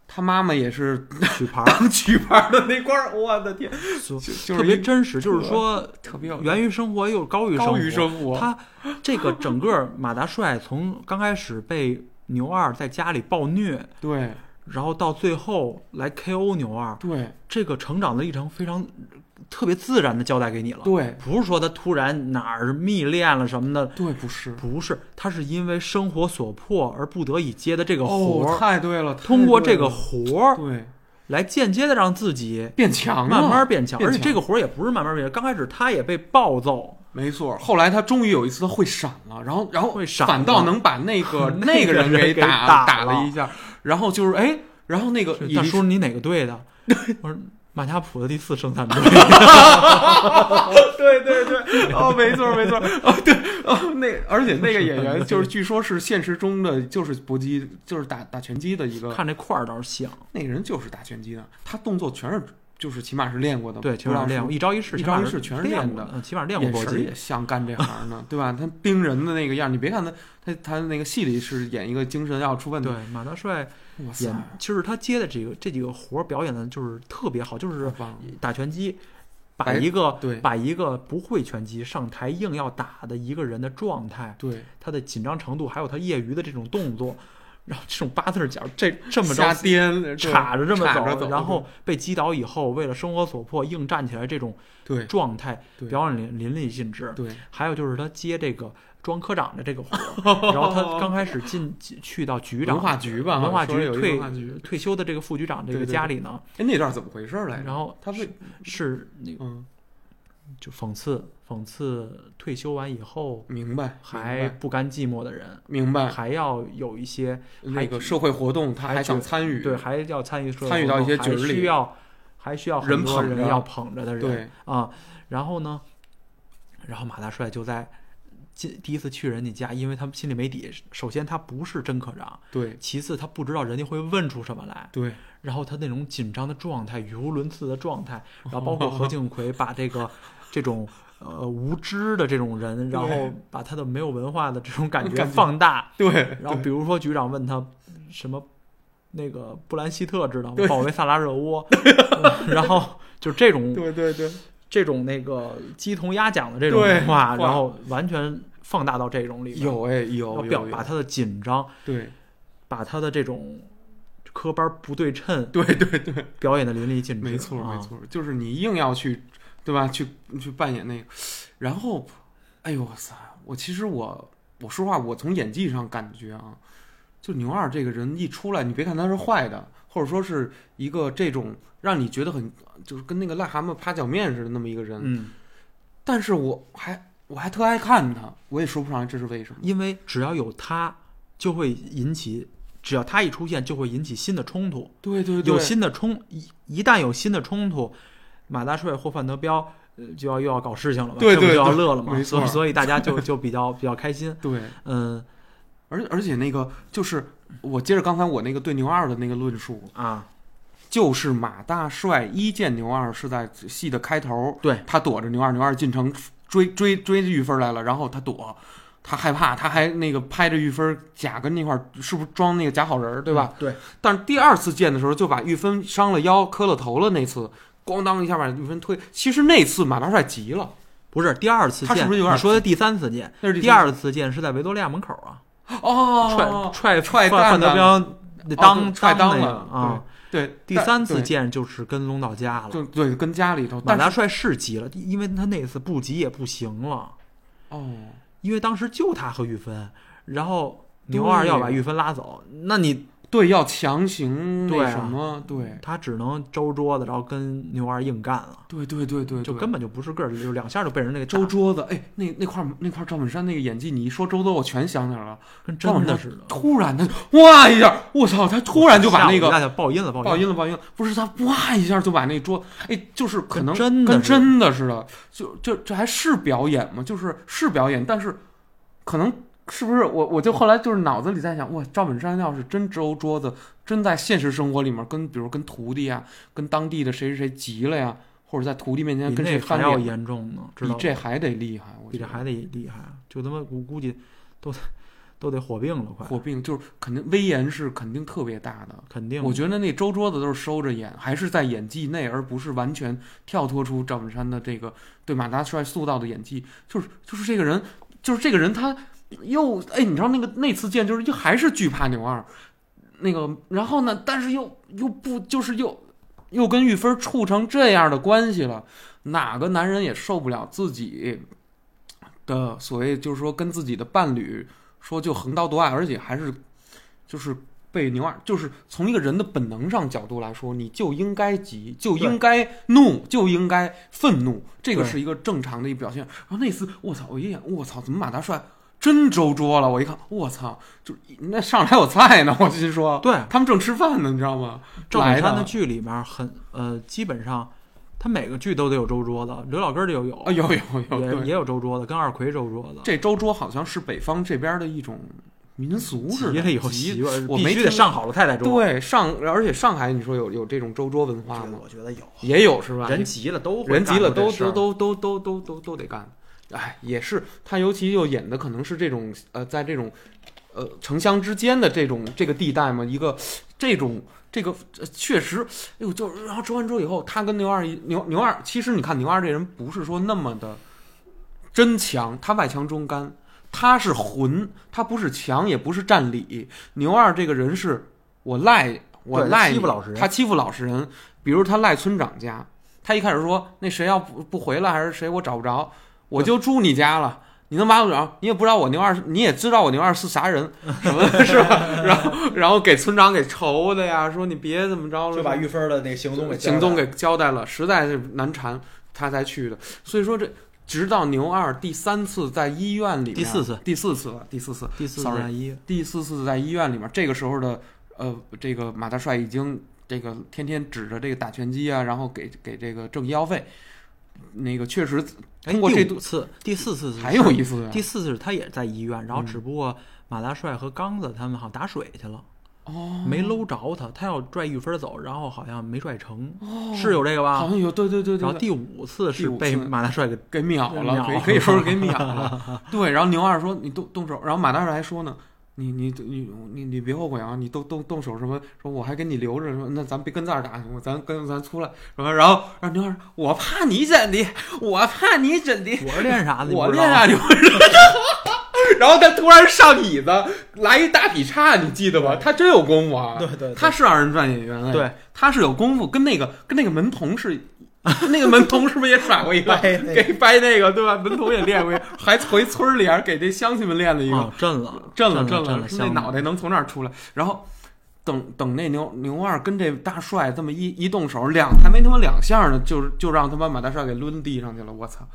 他妈妈也 是
举牌儿，
当曲牌的那官儿，我的天，
所
就就
特
是
别
一
真实，就是说
特别有
源于生活又高于
高
活。
于生活，
他这个整个马大帅从刚开始被牛二在家里暴虐，
对
然后到最后来 KO 牛二，
对
这个成长的历程非常特别自然的交代给你了。
对
不是说他突然哪儿密恋了什么的，
对，不是
不是，他是因为生活所迫而不得已接的这个活
哦，
儿，
太对了，
通过
太对
这个
了
活儿
对
来间接的让自己
变强了，
慢慢变强，
变
而
强
且这个活儿也不是慢慢变强，刚开始他也被暴揍，
没错。后来他终于有一次他会闪了，然后然后
会闪
反倒
了
能把那 个
那
个
个
人
人给
打
打
打
了
一下，然后就是哎，然后那个以
大
力
叔你哪个队的？我说马家堡的第四生产队，
对对对， 哦，没错没错，哦对，哦那而且那个演员就是据说是现实中的就是搏击，就是打打拳击的一个，
看这块儿倒是像，
那个人就是打拳击的，他动作全是就是起码是练过的，
对，起码练过，
过，
一招一式，
一
起
招
码
一式全是
练
练的
过嗯起码练过
眼
搏
神儿
击
也，像干这行的，对吧？他盯人的那个样儿，你别看他他他那个戏里是演一个精神要出问题
对，，马大帅
哇塞
演，就是他接的这个这几个活儿表演的就是特别好，就是
太棒了，
打拳击，把
白
一个
哎对
把一个不会拳击上台硬要打的一个人的状态，
对，
他的紧张程度，还有他业余的这种动作，然后这种八字脚这这么
瞎
着
颠对
插着这么
岔着走
然后被击倒以后，为了生活所迫硬站起来这种
对
状态
对，
表演淋淋漓尽致。
对
还有就是他接这个庄科长的这个活 儿，然后他刚开始进进去到局长
文化局吧，
文化
好像说
局
有一
退
文化局，
退休的这个副局长这
对
个
对
家里呢，
哎，那段怎么回事儿来着？
然后
他为
是那个
嗯，
就讽刺讽刺退休完以后
明白，嗯
还不甘寂寞的人，
明白
还要有一些
那个社会活动，他还想参与，
对，还要参与社会
参与到
活动
一些局
还
儿里
需要还需要很
人
多
捧着
人要捧着的人
对
啊。然后呢，然后马大帅就在进第一次去人家家，因为他们心里没底。首先他不是真科长，
对
其次他不知道人家会问出什么来，
对
然后他那种紧张的状态、语无伦次的状 态，然后包括何庆魁把这个 这种。呃，无知的这种人，然后
对
把他的没有文化的这种感 觉
感觉
放大，
对，
然后比如说局长问他什么，那个布兰希特知道吗
对？
保卫萨拉 热窝，嗯 然后就这种
对对对
这种那个鸡同鸭讲的这种
对
话，
话
然后完全放大到这种里 边，
有哎
要
有
表
有
把
有，
他的紧张，
对
把他的这种科班不对称
对对对，
表演的淋漓尽致，
没错
啊
没，错，就是你硬要去，对吧？去去扮演那个，然后，哎呦哇塞，我其实我我说实话，我从演技上感觉啊，就牛二这个人一出来，你别看他是坏的，或者说是一个这种让你觉得很就是跟那个癞蛤蟆趴脚面似的那么一个人，
嗯，
但是我还我还特爱看他，我也说不上来这是为什么。
因为只要有他，就会引起。只要他一出现，就会引起新的冲突。
对对对，
有新的冲一一旦有新的冲突，马大帅或范德彪呃就要又要搞事情了嘛，
对
这不
对
就要
对
乐了嘛，
没
所以
错
所以大家就就比较比较开心，
对
嗯，
而而且那个就是我接着刚才我那个对牛二的那个论述，
啊，
就是马大帅一见牛二是在戏的开头，
对
他躲着牛二，牛二进城追追追着玉芬来了，然后他躲，他害怕，他还那个拍着玉芬假跟那块儿是不是装那个假好人儿，嗯对吧？？
对，
但是第二次见的时候就把玉芬伤了腰、磕了头了那次，咣当一下把玉芬推。其实那次马大帅急了，
不是第二次
他
见，
是不是有点
你说的第三次见？
那是
第
三
二次见是在维多利亚门口啊，
哦，踹
踹踹
蛋
范德
蛋
彪
哦
当
对踹
当
裆
那
了
个啊。
对，
第
但
三次
对
见就是跟龙岛家了。
就对跟家里头，
马
但是
大帅是急了，因为他那次不急也不行了，
哦，
因为当时就他和玉芬，然后牛二要把玉芬拉走，那你
对，要强行
对
那
啊
什么，对，
他只能周桌子，然后跟牛二硬干了，
对对对对，
就
对
根本就不是个儿，就两下就被人那个
周
打
桌子，哎，那那块儿那块儿赵本山那个演技，你一说周桌，我全想起来了。
跟
赵
真
本
的
山
似的，
突然他哇一下，我操，他突然就把那
吓我一
个
下就爆音了，爆
爆
音了，
音了，爆音了，不是他哇一下就把那桌，哎，就是可能
真的
跟
是
真的似的，就就这还是表演吗？就是是表演，但是可能是不是我我就后来就是脑子里在想，哇，赵本山要是真周桌子，真在现实生活里面跟比如跟徒弟啊，跟当地的谁谁谁急了呀，或者在徒弟面前
比
跟谁
那
翻
还要
脸，
严重呢，知
比
道吗
这还得厉害，我
比
觉
这
得。
还得厉害，就他妈我估计都 都得火并了，快，
火并就是肯定威严是肯定特别大的。
肯定
我觉得那周桌子都是收着演，还是在演技内，而不是完全跳脱出赵本山的这个对马大帅塑造的演技。就是就是这个人，就是这个人他又哎，你知道那个那次见就是又还是惧怕牛二，那个然后呢，但是又又不就是又又跟玉芬处成这样的关系了，哪个男人也受不了自己的所谓就是说跟自己的伴侣说就横刀夺爱，而且还是就是被牛二，就是从一个人的本能上角度来说，你就应该急，就应该怒，就应该愤怒，这个
对
是一个正常的一个表现。然后那次我操，我一眼我操，怎么马大帅？真周桌了，我一看，我操，就是那上来有菜呢，我心说，
对
他们正吃饭呢，你知道吗？
赵本
来
山
的
的剧里面很呃，基本上他每个剧都得有周桌子，刘老根儿里就有，
啊，有有有，
也
对，
也有周桌子，跟二奎周桌子。
这周桌好像是北方这边的一种民俗似的，
急了以后
急
习惯，
我
必
没
须得
听
上好了太太桌。
对上，而且上海你说有有这种周桌文化吗？
我觉得有，
也有啊是吧？
人急了都会
人急了
干
都
过这事儿
都都都都都都都得干。哎，也是他，尤其又演的可能是这种呃，在这种呃城乡之间的这种这个地带嘛，一个这种这个、呃确实，哎呦，就是然后周完之后以后，他跟牛二一牛牛二，其实你看牛二这人不是说那么的真强，他外强中干，他是浑，他不是强，也不是占理。牛二这个人是我赖我
对
赖
欺
你
负老实人
他欺负老实人，比如他赖村长家，他一开始说那谁要不不回来还是谁我找不着，我就住你家了。你能把我找着，你也不知道我牛二是，你也知道我牛二是啥人， 什么是吧？然后然后给村长给愁的呀，说你别怎么着了，
就把玉芬的那个行踪给
行踪给交代了，实在是难缠，他才去的。所以说这直到牛二第三次在医院里面，
第四次，
第四次了，第四次，
第四
sorry
加一，
第四次在医院里面，这个时候的呃，这个马大帅已经这个天天指着这个打拳击啊，然后给给这个挣医药费，那个确实
哎，
通过这
第五次，第四次是
还有一次啊
第四次是他也在医院，然后
嗯
只不过马大帅和刚子他们好像打水去了，
哦，
没搂着他，他要拽玉芬走，然后好像没拽成，
哦
是有这个吧
好？像有对对对
然
对
后
对，
第五次
第
是
五
被
次
马大帅给
给秒了，
秒
可以
了
可以说是给秒 了。对，然后牛二说你动动手，然后马大帅还说呢，你你你你你别后悔啊，你动动动手什么？说我还给你留着，说那咱别跟这儿打，咱跟咱出来什么？然后然后牛二说我怕你怎的，我怕你怎的，
我是练啥的？你
我
不知
练
道吗
啊， 你不知道。然后他突然上椅子来一大劈叉，你记得吧？他真有功夫啊！
对对对
他是二人转演员哎，
对，
他是有功夫，跟那个跟那个门童是，那个门童是不是也耍过一个？
掰那个
给掰那个对吧？门童也练过一个，还回村儿里还给这乡亲们练了一个。
啊，震了，
震了
了，
震
震了，
是那
香
脑袋能从那儿出来。然后等等那牛牛二跟这大帅这么一一动手，两还没他妈两下呢，就是就让他妈马大帅给抡地上去了。我操！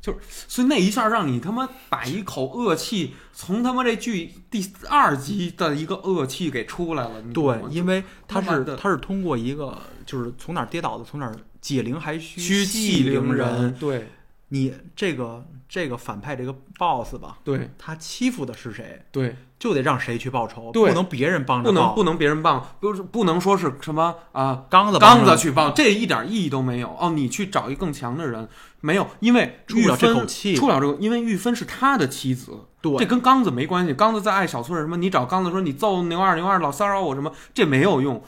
就是，所以那一下让你他妈把一口恶气从他妈这剧第二集的一个恶气给出来了。你懂
对
吗，
因为他
慢慢
是
地
他是通过一个就是从哪儿跌倒的，从哪儿解铃还需
需系
系铃
人，，对
你这个这个反派这个 boss 吧，
对
他欺负的是谁，
对，
就得让谁去报仇，
对
不能别人帮着
不能
报，
不能别人帮，不是不能说是什么啊、
刚子
刚
帮着
子去帮，这一点意义都没有。哦，你去找一更强的人，没有，因为
出不了
玉芬
这口气
出不了这个，因为玉芬是他的妻子，这
对
跟刚子没关系。刚子在爱小翠儿什么，你找刚子说你揍牛二牛二老骚扰我什么，这没有用，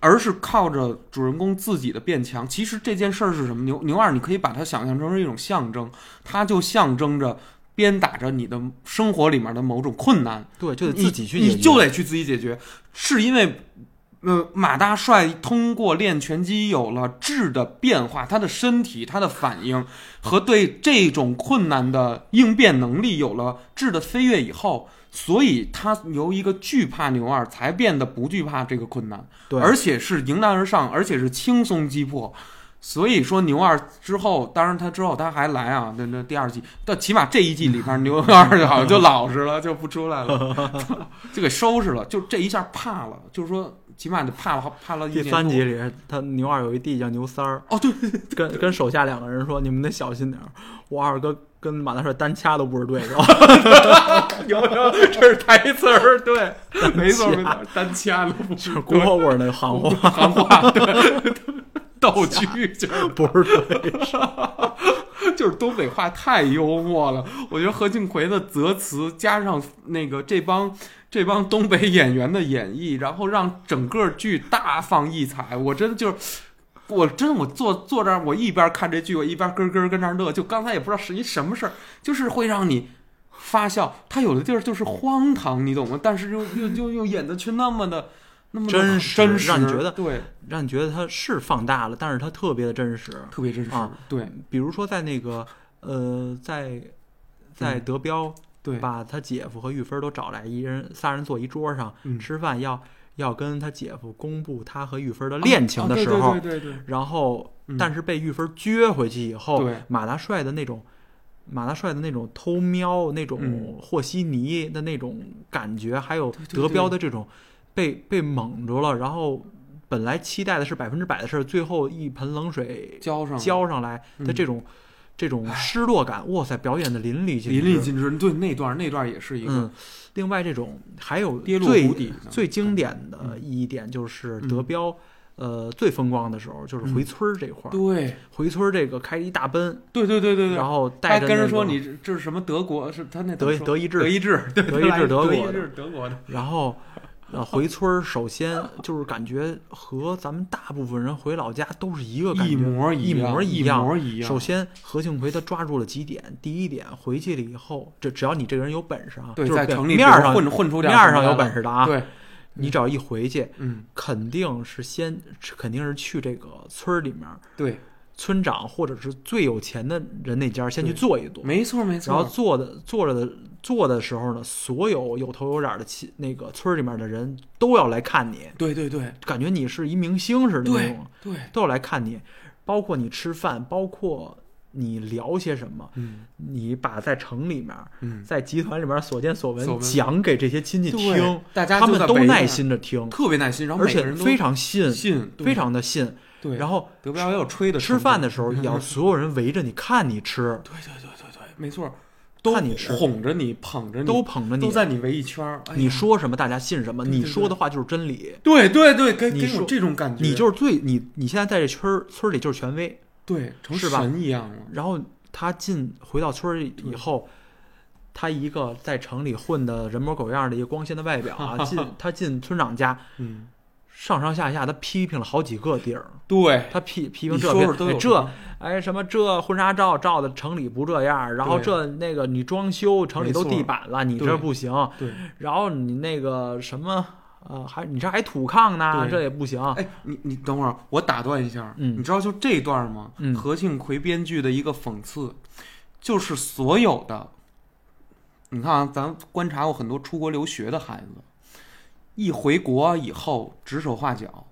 而是靠着主人公自己的变强。其实这件事儿是什么？牛牛二，你可以把它想象成是一种象征，它就象征着鞭打着你的生活里面的某种困难。
对，就得
你
自己去解决，
你就得去自己解决，是因为。呃，马大帅通过练拳击有了质的变化，他的身体、他的反应和对这种困难的应变能力有了质的飞跃以后，所以他由一个惧怕牛二才变得不惧怕这个困难，
对，
而且是迎难而上，而且是轻松击破。所以说牛二之后，当然他之后他还来啊，那那第二季，但起码这一季里边牛二就好像就老实了，就不出来了，就给收拾了，就这一下怕了，就是说起码得怕了怕了一
第
年
三
多
集里，他牛二有一弟叫牛三儿，
哦对，
跟跟手下两个人说：“你们得小心点儿，我二哥跟马大帅单掐都不是对 手。
有有这是台词儿，对，没错没错，单掐了，”
就是古惑味儿那行货，
行话，对逗剧就是
不是对手。
就是东北话太幽默了，我觉得何庆魁的择词加上那个这帮这帮东北演员的演绎，然后让整个剧大放异彩。我真就是，我真我坐坐这儿，我一边看这剧，我一边咯咯跟那儿乐。就刚才也不知道是一什么事儿，就是会让你发笑。他有的地儿就是荒唐，你懂吗？但是又又又又演的却那么的那么的
真实
真实，
让你觉得
对
让你觉得他是放大了，但是他特别的真实。
特别真实，
啊
对
比如说在那个呃，在在德彪
嗯对
把他姐夫和玉芬都找来，一人仨人坐一桌上
嗯
吃饭，要要跟他姐夫公布他和玉芬的恋情的时候，
啊对对对对对
然后
嗯
但是被玉芬撅回去以后，
对
马大帅的那种。马大帅的那种偷瞄、那种
嗯
和稀泥的那种感觉，还有
对
德彪的这种被被蒙住了，然后本来期待的是百分之百的事儿，最后一盆冷水
交上了
浇上来的
嗯
这种、这种失落感，哇塞，表演的淋漓尽致。
淋漓尽致。对，那段儿那段儿也是一个
嗯，另外这种还有
跌落
最
谷底嗯的
最经典的一点就是德彪，呃，最风光的时候就是回村儿这块儿，
嗯对
回村儿这个开一大奔，
对对对对对。
然后
他
带
还
着
跟人
那
说
个
你这这是什么德国？是他那怎么
德
说
德意志
德意志对
德意志德
德意
国的
志德国的
然后，呃，回村儿首先就是感觉和咱们大部分人回老家都是一个感觉，
一模
一
样，一
模一样
模一样。
首先，何庆魁他抓住了几点。第一点，回去了以后，这只要你这个人有本事啊，
对，
就是
在城里
面儿
比如
上
混混出点
面儿
什么来
上有
了
本事的啊，
对，
你只要一回去，
嗯，
肯定是先肯定是去这个村儿里面儿
对，
村长或者是最有钱的人那家儿先去
对
坐一坐，
没错没
然后
错。
坐的坐着的坐的时候呢，所有有头有脸的亲那个村儿里面的人都要来看你，
对对对
感觉你是一明星似的那
对
种，
对，
都要来看你，包括你吃饭，包括你聊些什么，
嗯
你把在城里面儿。
嗯，
在集团里面所见所闻
所闻
讲给这些亲戚
对
听，
大家
他
就
们
在
都
围着
耐
呢
心着听，
特别耐心，然后
而
每个
且
人都
非常信，
信，对
非常的信。
对。
然
后
后
德彪也有吹的成
吃
分，
饭的时候也要所有人围着你看你吃，
对对对对对，没错，都
看你吃
哄着你，捧着你，
都捧着
都
你，
在你围一圈儿。哎
你
呀
说什么大家信什么，
对对
你说的话就是真理。
对对对，给
你
给我
说
这种感觉，
你就是最你你现在在这村儿村儿里就是权威，
对成
是吧
神一样了。
然后他进回到村儿以后，他一个在城里混的人模狗样的一个光鲜的外 表啊，进他进村长家，
嗯，
上上下下他批评了好几个地儿，
对，
他批批评
你
这
说
边
哎说都
哎
有什
这
么
哎什么这婚纱照照的城里不这样，然后
对
这那个你装修城里都
没错
地板了，你
对
这不行，
对。
然后你那个什么呃还你这还土炕呢，
对
这也不行。
哎，你你等会儿，我打断一下。
嗯
你知道就这段吗？
嗯
何庆魁编剧的一个讽刺，就是所有的，你看啊，咱观察过很多出国留学的孩子，一回国以后指手画脚，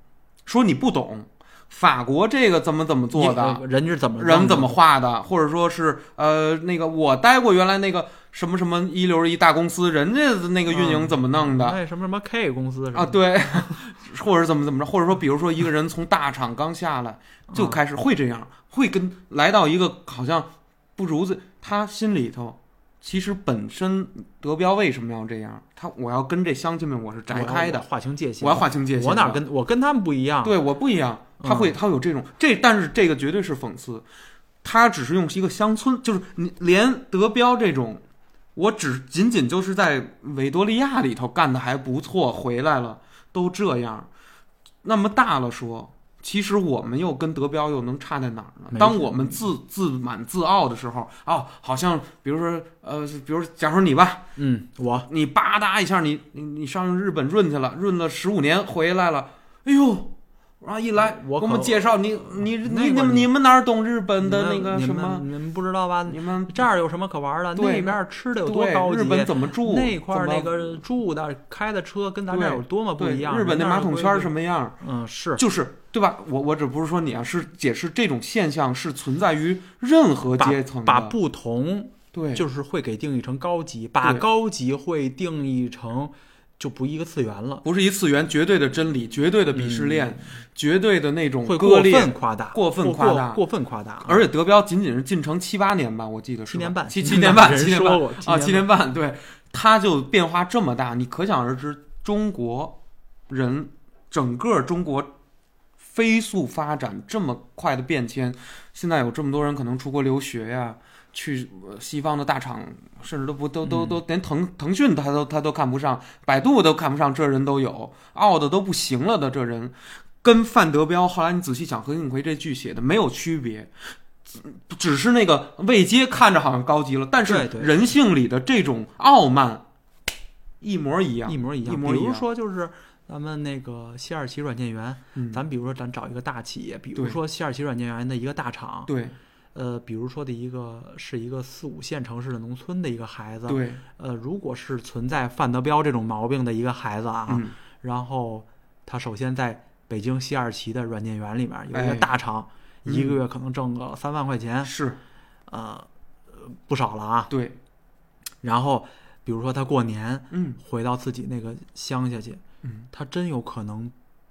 说你不懂法国这个怎么怎么做的，
你呃人是怎么弄
人
的
怎么画的，或者说是呃那个我待过原来那个什么什么一流一大公司，人家那个运营怎么弄的、
哎什么什么 K 公司什么
啊？对，或者怎么怎么着，或者说比如说一个
嗯
人从大厂刚下来就开始会这样，会跟来到一个好像不如自他心里头，其实本身德彪为什么要这样？他我要跟这乡亲们我是
我
摘
要
开的，
划清界限，
我要划清界限。
我哪？跟我跟他们不一样？嗯
对我不一样，他会他会有这种这，但是这个绝对是讽刺。他只是用一个乡村，就是你连德彪这种，我只仅仅就是在维多利亚里头干的还不错，回来了都这样，那么大了说，其实我们又跟德彪又能差在哪儿
没
呢？当
错
我们自自满自傲的时候，哦，好像比如说呃，比如假如你吧，
嗯，我
你吧嗒一下，你你你上日本润去了，润了十五年回来了，哎呦，然后一来
我
给我们
可
介绍你你
那
你你
会儿
们你们哪儿懂日本的那
你们
个
你
什
们
么？
你们不知道吧？
你们
这儿有什么可玩的？
对
那边吃的有多高
对
级？
日本怎么住？
那块儿
怎
那
么
个住的、开的车跟咱这儿
对
有多么不
对
一样？
日本那
那
马桶圈儿
是
什么样？
嗯是
就是对吧？我我只不是说你啊，是解释这种现象是存在于任何阶层
把
的，
不同
对
就是会给定义成高级，把
对
高级会定义成就不一个次元了，
不是一次元，绝对的真理，绝对的鄙视链，绝对的那种
嗯会
嗯割
过
裂，
分夸大，
过分夸大嗯
过过分夸大，
而且德彪仅仅是进城七八年吧，我记得是吧
七年半
七
七
七年
半
半，
人
七年
说
半
我
啊，
七
七
年
年半，对，他就变化这么大，你可想而知，中国人整个中国飞速发展这么快的变迁，现在有这么多人可能出国留学呀、去呃西方的大厂，甚至都不都
嗯
都都连腾腾讯他都他都看不上，百度都看不上，这人都有，傲的都不行了的这人，跟范德彪后来你仔细想何应奎这剧写的没有区别，只只是那个位阶看着好像高级了，但
对
是
对
人性里的这种傲慢一模一样
一。模一样。
一模一
比
样
如说就是咱们那个西二旗软件园，
嗯，
咱比如说咱找一个大企业，比如
对
说西二旗软件园的一个大厂，
对
呃，比如说的一个是一个四五线城市的农村的一个孩子，
对，
呃，如果是存在范德彪这种毛病的一个孩子啊，
嗯，
然后他首先在北京西二旗的软件园里面有一个
哎
大厂，
嗯
一个月可能挣个三万块钱，
是
呃，呃不少了啊。
对，
然后比如说他过年
嗯
回到自己那个乡下去，
嗯，
他真有可能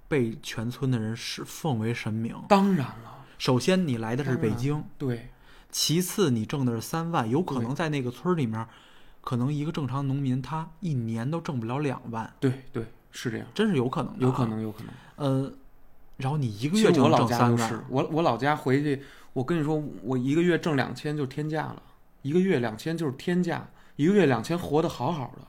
被全村的人是奉为神明。
当然了，
首先你来的是
当然
北京，
对
其次你挣的是三万，有可
对
能在那个村里面，可能一个正常农民他一年都挣不了两万，
对对，是这样，
真是有可能的、
有可。能有可能。
呃，然后你一个
其
月
实
就
我老
能挣
家
三
就
万，
是我我老家回去，我跟你说，我一个月挣两千就天价了，一个月两千就是天价，一个月两千活得好好的，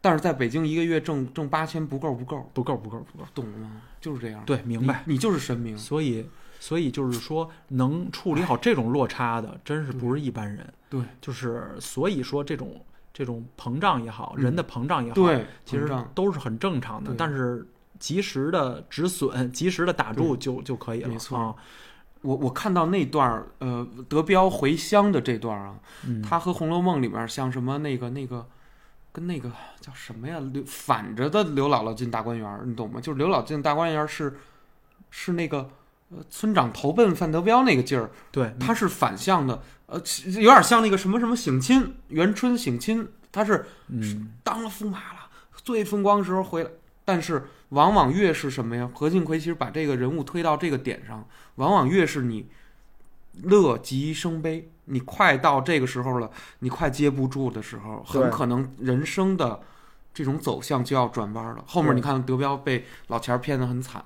但是在北京一个月挣挣八千不够不够，
不够，不够，不够。
懂了吗？就是这样，
对，明白。
你，你就是神明，
所以，所以就是说，能处理好这种落差的，真是不是一般人。
对
就是所以说，这种这种膨胀也好，
嗯
人的膨胀也好，
对，
其实
膨胀
都是很正常的。
对
但是及时的止损，及时的打住就就可以了。
没错
啊，
我我看到那段儿呃德彪回乡的这段儿啊，
嗯，
他和《红楼梦》里面像什么那个那个，跟那个叫什么呀，刘反着的刘姥姥进大观园儿，你懂吗？就是刘姥姥进大观园儿是是那个呃村长投奔范德彪那个劲儿，
对，
他是反向的，呃，其有点像那个什么什么省亲，元春省亲，他是
嗯，
当了驸马了，最风光时候回来。但是往往越是什么呀？何庆魁其实把这个人物推到这个点上，往往越是你乐极生悲，你快到这个时候了，你快接不住的时候，
对
很可能人生的这种走向就要转弯了。后面
对
你看德彪被老钱儿骗得很惨，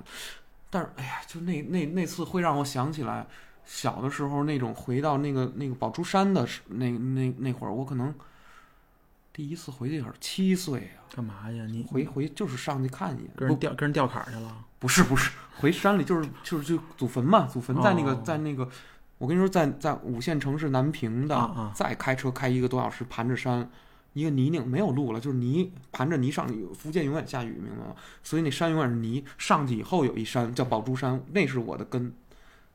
但是哎呀，就那那那次会让我想起来小的时候那种回到那个那个宝珠山的时那那那会儿，我可能第一次回去也是七岁啊，
干嘛呀？你
回回就是上去看一眼，
跟人调跟人调坎儿去了？
不是不是，回山里就是就是就祖坟嘛，祖坟在那个、
哦
在那个，我跟你说在在五线城市南平的，
啊啊
再开车开一个多小时，盘着山，一个泥泞没有路了，就是泥盘着泥上去，福建永远下雨，明白吗？所以那山永远是泥，上去以后有一山叫宝珠山，那是我的根，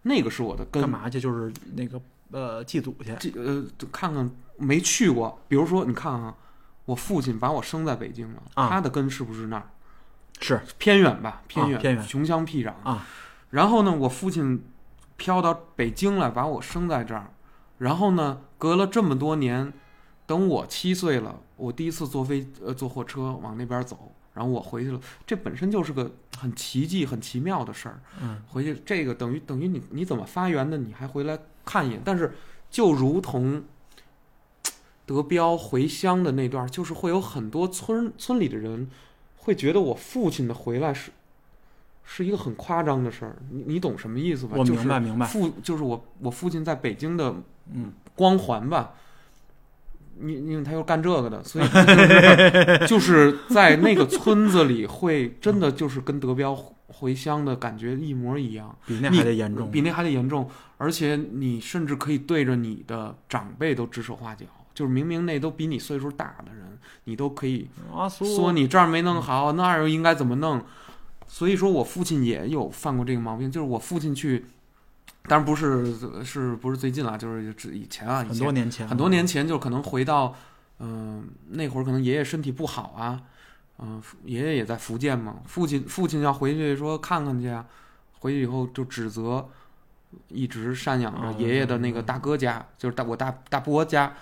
那个是我的根
干。嘛去？就是那个呃祭祖去。
这呃，就看看没去过，比如说你看啊，我父亲把我生在北京了，
啊
他的根是不是那儿？
是
偏远吧，偏
啊
远，
偏远
穷乡僻壤
啊。
然后呢，我父亲飘到北京来，把我生在这儿。然后呢，隔了这么多年，等我七岁了，我第一次坐飞呃坐火车往那边走，然后我回去了。这本身就是个很奇迹、很奇妙的事儿。
嗯，
回去这个等于等于你你怎么发源的，你还回来看一眼。但是就如同德彪回乡的那段，就是会有很多村村里的人会觉得我父亲的回来是是一个很夸张的事儿，你你懂什么意思吧？
我明白明
就是
白，
父就是我我父亲在北京的
嗯，
光环吧。你你他又干这个的，所以 就是就是在那个村子里，会真的就是跟德彪回乡的感觉一模一样。
比那
你
还得严重。
比那还得严重。而且你甚至可以对着你的长辈都指手画脚，就是明明那都比你岁数大的人，你都可以
阿苏
说你这儿没弄好，那儿又应该怎么弄。所以说我父亲也有犯过这个毛病，就是我父亲去，当然不是是不是最近了，就是之以前啊，以
很
前
多年前，
很多年前就可能回到，嗯、那会儿可能爷爷身体不好啊，嗯、爷爷也在福建嘛，父亲父亲要回去说看看去啊，回去以后就指责，一直赡养
哦
着爷爷的那个大哥家，就是大我大大伯家，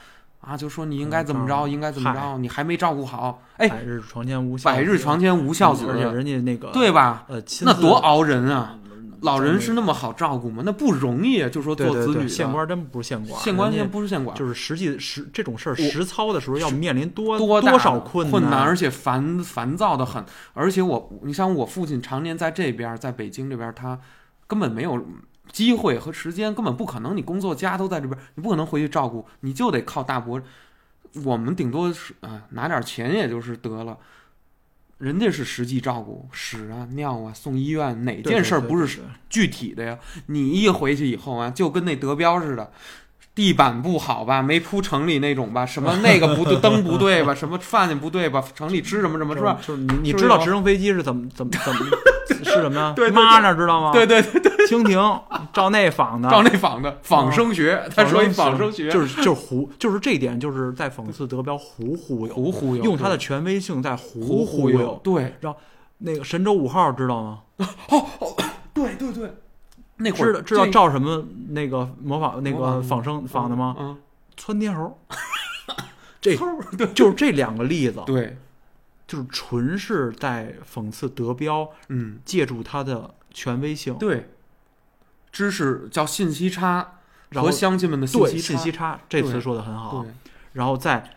啊，就说你应该怎么
嗯
着，
嗯
应该怎么着，你还没照顾好，哎，
百日床前无孝子，嗯
百日床前无孝
而且
子，
人家那个
对吧？
呃，亲
那
自
多熬人啊！老人是
那
那么好照顾吗？那不容易啊！就说
对
做
对
子女
对
的，
县官真不是县官，
县官
人
现
家
在不是县官，
就是实际实这种事儿
我
实操的时候要面临多
多大
多少
困
难，
而且烦烦躁的很。而且我，你像我父亲常年在这边，在北京这边，他根本没有机会和时间，根本不可能。你工作家都在这边，你不可能回去照顾，你就得靠大伯。我们顶多是啊、拿点钱，也就是得了。人家是实际照顾，屎啊、尿啊、送医院，哪
对
件事儿不是
对对对
具体的呀。你一回去以后啊，就跟那德彪似的，地板不好吧，没铺城里那 种吧，什么那个不对，灯不对吧，什么饭也不对吧，城里吃什么什么是
就
吧？
就是你你
是不
知道
是
直升飞机是怎么怎么怎么是什么呀？
对对对
妈那知道吗？
对，对对，
蜻蜓照那仿的，
照那仿
啊
的仿生学，他说一仿生学，
就是就是胡，就是这一点就是在讽刺德彪胡忽悠，
胡忽悠，
用他的权威性在胡
胡
忽
悠，。对
那个神舟五号知道吗？
对对对，那会儿
知道知道
这
照什么那个模仿那
模
个
仿
仿生仿的吗？
嗯，
窜天猴，这
嗖儿对
就是这两个例子，
对，
就是纯是在讽刺德彪，
嗯
借助他的权威性，
对，知识叫信息差
然后
和乡亲们的信
对
息
信息
差，
差，这
对
词说的很好，
对，
然后再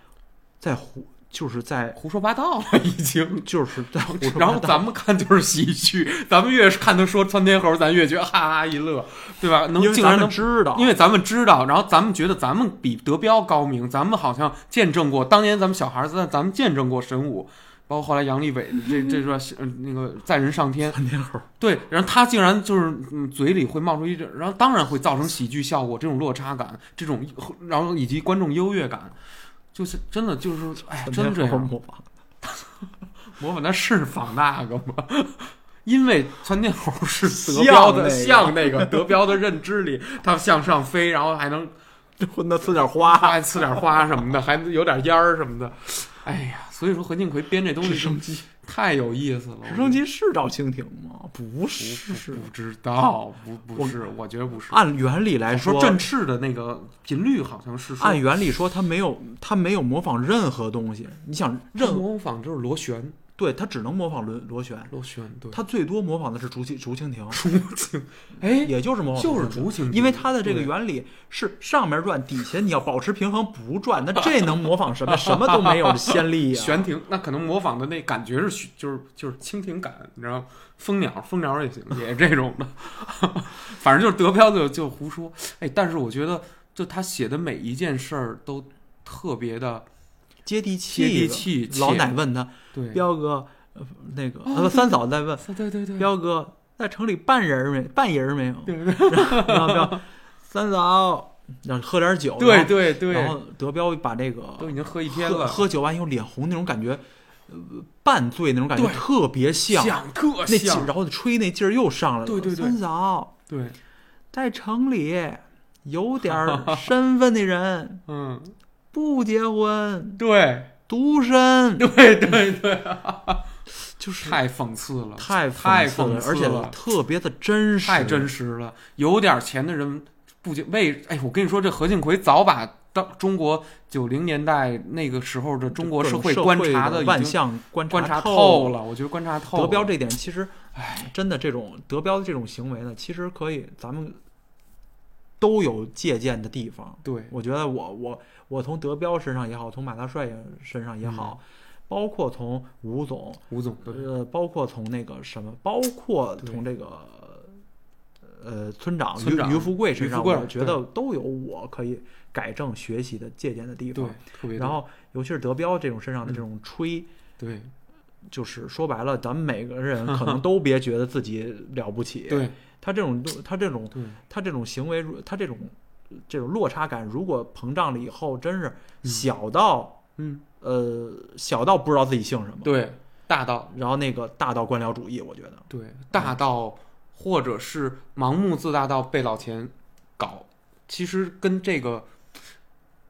再胡，就是在
胡说八道了已经。
就是 在胡说八道，
然后咱们看就是喜剧，咱们越是看他说窜天猴，咱越觉得哈哈一乐，对吧？能
因为
竟
咱
然
们
能，
知道，
因为咱们知道，然后咱们觉得咱们比德彪高明，咱们好像见证过当年咱们小孩儿在咱们见证过神武，包括后来杨利伟这这段呃那个载人上天，
窜天猴，
对，然后他竟然就是嗯嘴里会冒出一阵，然后当然会造成喜剧效果这种落差感，这种呃然后以及观众优越感，就是真的就是哎，
窜
真这
天猴
样。
模仿，
模仿那是仿那个吗？ 因为窜天猴是德彪的
像
像那个德彪的认知里，它向上飞，然后还能
这混的呲点花，
还呲点花什么的，还有点烟儿什么的。哎呀，所以说何庆魁编这东
直
西
升机，
太有意思了。
直升机是照蜻蜓吗？不
嗯不
是
不，不知道，不不
我
是，我觉得不是。
按原理来
说振翅的那个频率好像是说
按原理说，他没有，他没有模仿任何东西。你想，任何
模仿就是螺旋，
对他只能模仿轮螺旋，
螺旋 对。
他最多模仿的是竹蜻竹蜻蜓，
竹蜻，哎，
也就是模仿
就是
蜻蜓
竹蜻蜓，
因为它的这个
嗯对
原理是上面转，底下你要保持平衡不 转，那这能模仿什么？什么都没有先例啊呀、
悬停，那可能模仿的那感觉是悬就是就是蜻蜓感，你知道吗，蜂鸟蜂鸟也行， 也是这种的，反正就是德彪就就胡说。哎，但是我觉得就他写的每一件事儿都特别的
接地气
接
的。
地气，
老
且
奶问他，
对，
彪哥，呃那个、
哦
呃三嫂在问
对对对，
彪哥，在城里半人儿没半人儿没有？
嗯对对
然后彪，三嫂，然后喝点酒，
对对对，
然后德彪把这个
都已经喝一天了，
喝喝酒完以后脸红那种感觉，呃，半醉那种感觉
对
特别像，
想特
那劲儿，
像，
然后吹那劲儿又上来了。
对对对
三嫂
对，
在城里有点儿身份的人
嗯，
不结婚，
对
独身，
对对对，
就是
太讽刺了，
太
太
讽
讽
了，而
刺了
且特别的真实，
太真实了。有点钱的人不仅为哎，我跟你说，这何庆魁早把当中国九零年代那个时候的中国
各
社
种
会
社
观察
的
的已
万
经
象观
观察
透
透。了，我觉得观察透了。
德彪这点其实，哎，真的这种德彪的这种行为呢，其实可以咱们都有借鉴的地方。
对，
我觉得我我我从德彪身上也好，从马大帅也身上也好，包括从吴总，
吴总对，
呃，包括从那个什么，包括从这个呃村长
村长
于于富贵身
于
上，
富贵
我觉得都有我可以改正、学习的、借鉴的地
对嗯
方。，
特别
然
后
后，尤其是德彪这种身上的这种吹，
对
就是说白了，咱们每个 人可能都别觉得自己了不起。
对
他这种东，他这种
对，
他这种行为，如他这种这种落差感，如果膨胀了以后，真是小到、
嗯，
呃小到不知道自己姓什么，，
对，大到
然后那个大到官僚主义，我觉得，
对
嗯
大到或者是盲目自大到被老钱搞，其实跟这个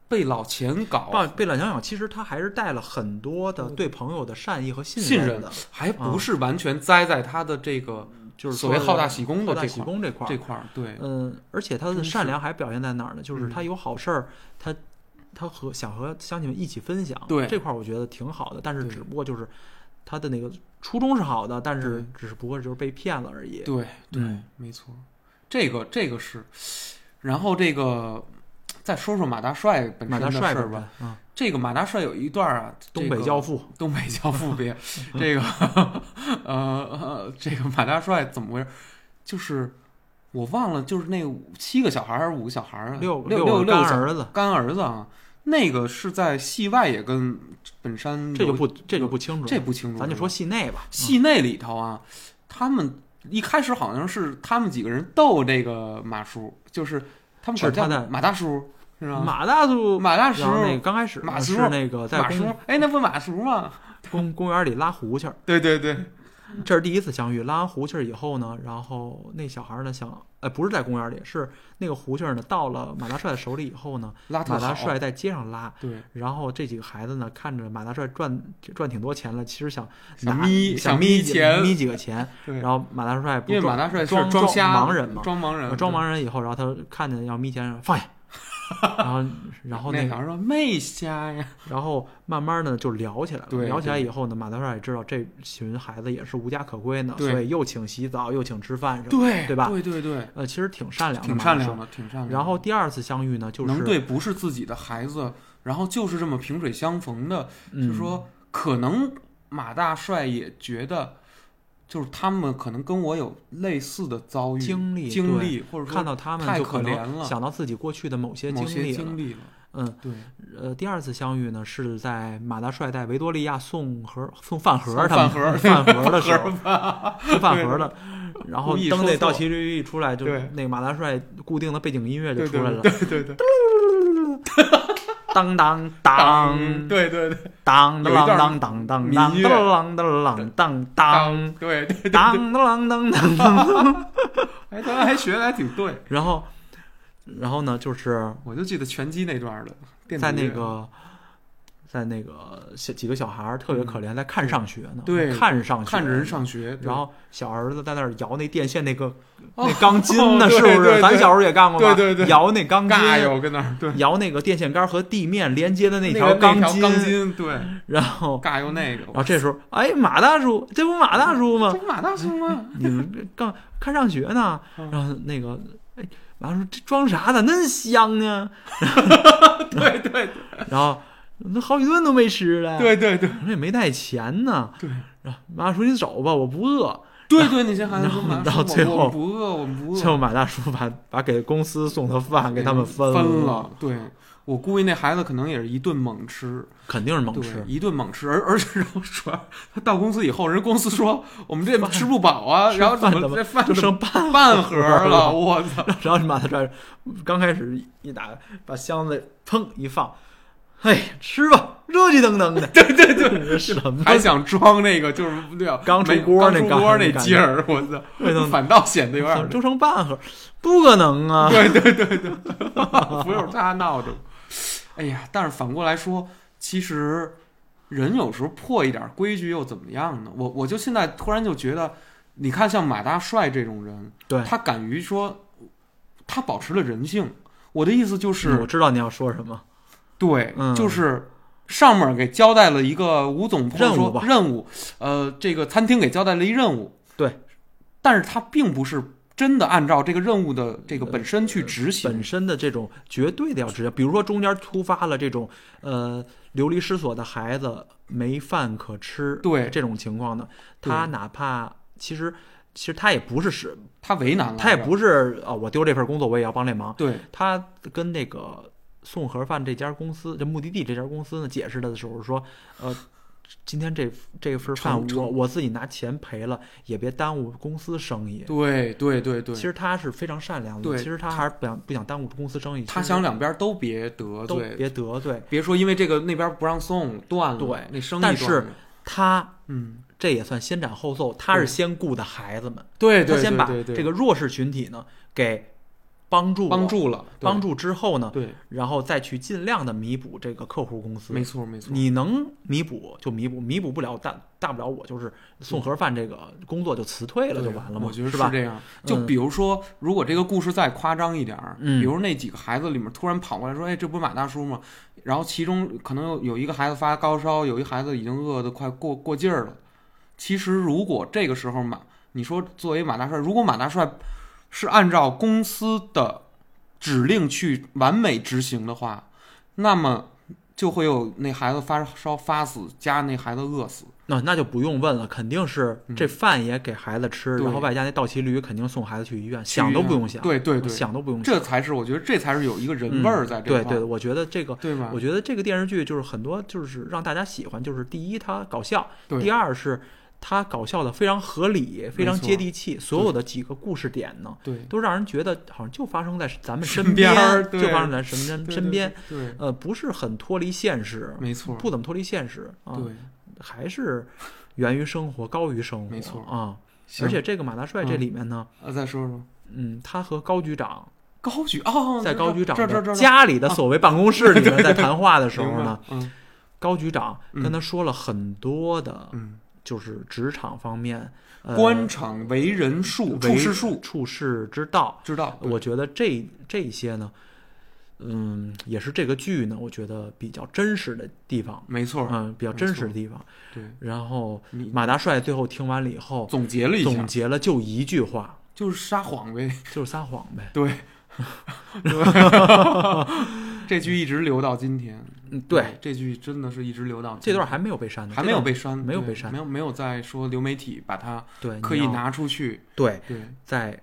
被老钱搞
被被冷想想，其实他还是带了很多的对朋友的善意和
信
任
任
的，
还不是完全栽在他的这个
啊就是
所谓
说
好大喜功的
好大
这
喜
块儿
功这块儿
这块儿，对，
嗯，而且他的
真是
善良还表现在哪儿呢？就是
嗯
他有好事儿，他他和想和乡亲们一起分享，
对
这块儿我觉得挺好的。但是
对
只不过就是他的那个初衷是好的，但是
对
只是不过就是被骗了而已。
对对，
嗯
没错，这个这个是，然后这个再说说马大帅本
马
身
大
的事
帅
儿
本
吧。
吧，啊，
这个马大帅有一段儿啊，
东
这
北
个
教父，
东北教父 别这个呃呃，这个马大帅怎么回事？就是我忘了，就是那五七个小孩儿还是五个小孩儿啊，
六
六
个
六
干
个小
儿子，
干儿子啊，那个是在戏外也跟本山
这就
有
不这就不清楚，
嗯这不清楚，
咱就说戏内吧。
戏内里头啊，他们一开始好像是他们几个人斗这个马叔，就是他们管
是
叫
他的
马大叔是
嗯
吧？
马大叔，
马大叔
然，后那个刚开始
马叔
是那个在
马叔
公，
哎，那不马叔吗？
公公园里拉胡去儿，
对对对，
这是第一次相遇。拉完胡琴儿以后呢，然后那小孩儿呢想，呃，不是在公园里，是那个胡琴儿呢到了马大帅的手里以后呢，
拉特
马大
好
帅在街上拉，
对，
然后这几个孩子呢看着马大帅赚赚挺多钱了，其实想
想
拿
眯
想
想眯
几
钱
眯几个钱，
对
然后马大帅不
因为
装
马大帅是
装
装瞎
盲人嘛，
装盲人，
装盲人以后，然后他看见要眯钱，放下，然后然后
那小
那个
孩说没瞎呀，
然后慢慢的就聊起来了。
对
聊起来以后呢，马大帅也知道这群孩子也是无家可归呢，
对
所以又请洗澡，又请吃饭什么的。
对
对吧
对对对，
呃，其实挺善良的，
挺善良
的。
的，挺善良的。
然后第二次相遇呢，就是
能对不是自己的孩子，然后就是这么萍水相逢的，
嗯、
就说可能马大帅也觉得，就是他们可能跟我有类似的遭遇、
经历
经历，或者说
看到他们
太
就
可
能
怜了
想到自己过去的某些
某些
历了。
经历了。
嗯，
对，
呃，第二次相遇呢是在马大帅在维多利亚送盒送饭盒 儿
送
他们
饭
饭盒儿的时候，吃饭
对
盒的，然后
故意
灯
说
那
错
倒骑驴一出来，就
对
那个马大帅固定的背景音乐就
对
出
对
来了，
对对对，
当当当
对对对，
当
有
当
一段
当当当当
民
当
乐
当当当当
当对对，
当当当当当，
哎，咱们还学的还挺对，
然后，然后呢，就是
我就记得拳击那段儿的，电子
在那
乐
个。在那个小几个小孩儿特别可怜，在看上学呢，
嗯对
看上学，
看着人上学，对
然后小儿子在那儿摇那电线那个
哦
那钢筋 呢，
哦
是不
对
是？
对
咱
对
小时候也干过吧？
对对对
摇那钢筋，
尬哟跟那 儿，对，
摇那个电线杆和地面连接的
那
条
个那条
筋，
钢筋，对，
然后
尬哟那 个，
然后这时候，哎，马大叔，这不马大叔吗
这？不马大叔 吗？
你们这刚看上学呢，
嗯
然后那个。哎，马大叔，这装啥呢？恁香呢？
对对
然后那好几顿都没吃了，，
对对对
也没带钱呢。
对。
然后马大叔，你走吧，我不饿。
对对，那些孩子说
然后
马
到
叔，
最
我我
后
们不饿，我们不饿，
最后马大叔把把给公司送的饭给他们分
分。对我估计那孩子可能也是一顿猛吃，
肯定是猛
对，
吃。
一顿猛吃，而而且然后主要他到公司以后，人公司说我们这吃不饱啊，然后
吃饭
怎
怎
么这
么
饭
就
怎么
剩半
半盒
儿
了？我操！
然后马大帅刚开始一打把箱子砰一放，嘿，吃吧，热气腾 腾的。对对 对，什么
还想装那个就是对啊，
刚出
没
锅那
刚出
感
锅那
感觉
劲儿，我操
对对对，
反倒显得有点
怎么就剩半盒？不可能啊！
对对对 对，不是他闹的。哎呀，但是反过来说，其实人有时候破一点规矩又怎么样呢？我我就现在突然就觉得，你看像马大帅这种人，
对，
他敢于说，他保持了人性。我的意思就是，
我知道你要说什么。
对，
嗯
就是上面给交代了一个吴总或者
任务
说
吧
任务，呃，这个餐厅给交代了一任务，
对，
但是他并不是真的按照这个任务的这个本身去执行。
呃本身的这种绝对的要直接，比如说中间突发了这种呃流离失所的孩子没饭可吃，
对
这种情况呢，
对
他哪怕其实其实他也不是使，
他为难了，
他也不是啊、我丢这份工作我也要帮这忙，
对
他跟那个送盒饭这家公司，这目的地这家公司呢解释的时候说，呃，今天这这份饭
成成
我我自己拿钱赔了，也别耽误公司生意。
对对对对
其，实他是非常善良的，
对
其实他还是不想不想耽误公司生意，
他
其实
想两边都别得
都
罪，
别得罪
别说因为这个那边不让送断了，
对
那生意
但
断
是
了
他，
嗯，
这也算先斩后奏，他
对
是先顾的孩子们，
对对，
他先把
对对
这个弱势群体呢给帮助
帮
了
助了，
帮
助
助之后呢，
对，
然后再去尽量的弥补这个客户公司，
没错没错，
你能弥补就弥补，弥补不了大大不了我就是送盒饭这个工作就辞退了就
对
完了嘛，
我觉得
是吧？
这样。就
嗯
比如说，如果这个故事再夸张一点儿，
嗯
比如那几个孩子里面突然跑过来说：“哎，这不是马大叔吗？”然后其中可能有有一个孩子发高烧，有一孩子已经饿得快过过劲儿了。其实如果这个时候马，你说作为马大帅，如果马大帅是按照公司的指令去完美执行的话，那么就会有那孩子发烧发死加那孩子饿死。
那那就不用问了，肯定是
嗯
这饭也给孩子吃，
对
然后外加那倒骑驴肯定送孩子去医院，
去
想都
医院
不用想，
对对对，
想都不用想，
这才是我觉得这才是有一个啊人味儿在这
嗯对
块儿、
对，我觉得这个。
对吧
我？觉得这个电视剧就是很多，就是让大家喜欢，就是第一它搞笑，
对
第二是它搞笑的非常合理，非常
没错
接地气。所有的几个故事点呢，
对，
都让人觉得好像就发生在咱们
身
身
边儿对
就发生在身边身边。
对，对，
呃，不是很脱离现实
对，没错，
不怎么脱离现实啊，
对，
还是源于生活，高于生活，
没错
啊。
行
而且这个马大帅这
嗯
里面呢，
呃，再说说
嗯，他和高局长
高举哦，
在高局长
这这
的
这
家里的所谓办公室里面在谈话的时候呢，，
这明白
高局长跟
嗯
他说了很多的，
嗯
就是职场方面、
嗯，
呃、
官场为人术、处
为
世术，
处世之道。
知道？对
我觉得这这些呢，嗯，也是这个剧呢，我觉得比较真实的地方，
没错，
嗯，比较
没
真
错
实的地方。
对
然后
你
马大帅最后听完了以后，
总结了一
总
下，
结了就一句话，
就是撒谎呗，
就是撒谎呗。
对。对这句一直留到今天，
嗯，对，，
这句真的是一直留到
这
今
段还没有被删呢，
还没有被删，
没有
对
被删
没有没有再说流媒体把它
这段对
刻
你
意
要
拿出去，
对，
对，
在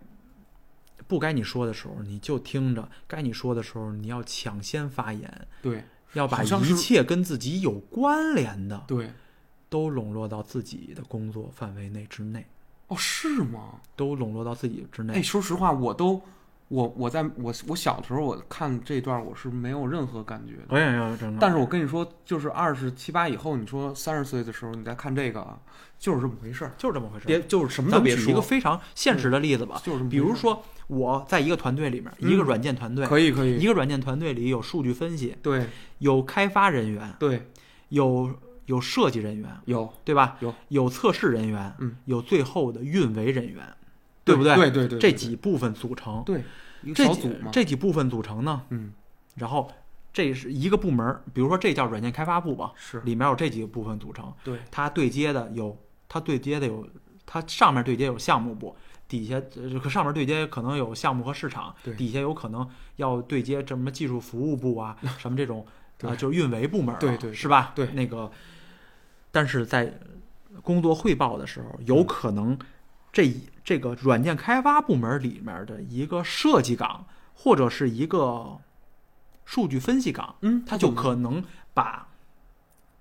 不该你说的时候你就听着，该你说的时候你要抢先发言，
对
要把
好像是
一切跟自己有关联的
对，
都笼络到自己的工作范围内之内，
哦，是吗？
都笼络到自己之内。
哎，说实话，我都我我在我我小的时候，我看这段我是没有任何感觉的。
我也要这么
但是我跟你说，就是二十七八以后，你说三十岁的时候，你再看这个，啊，就是这么回事儿，
就是这么回事。
别就是什么
咱
都
们
别
举一个
说，
非常现实的例子吧，
就是这么
比如
回事
说我在一个团队里面，
嗯
一个软件团队
儿，可以可以，
一个软件团队里有数据分析，
对
有开发人员，
对
有有设计人员，
有
对吧？
有
有测试人员，
嗯，
有最后的运维人员，不
对？
对？
对对，
这几部分组成，
对一个
这
小
几
组嘛，
这几部分组成呢，
嗯
然后这是一个部门儿，比如说这叫软件开发部吧，
是
里面有这几个部分组成，
对
它对接的有，它对接的有，它上面对接有项目部，底下呃上面对接可能有项目和市场
对，
底下有可能要对接什么技术服务 部啊，什么这种
对
啊、就是运维部门、啊，
对对
是吧？
对
那个，但是在工作汇报的时
嗯
候，有可能这一这个软件开发部门里面的一个设计岗或者是一个数据分析岗，
嗯，
他就
怎么
可能把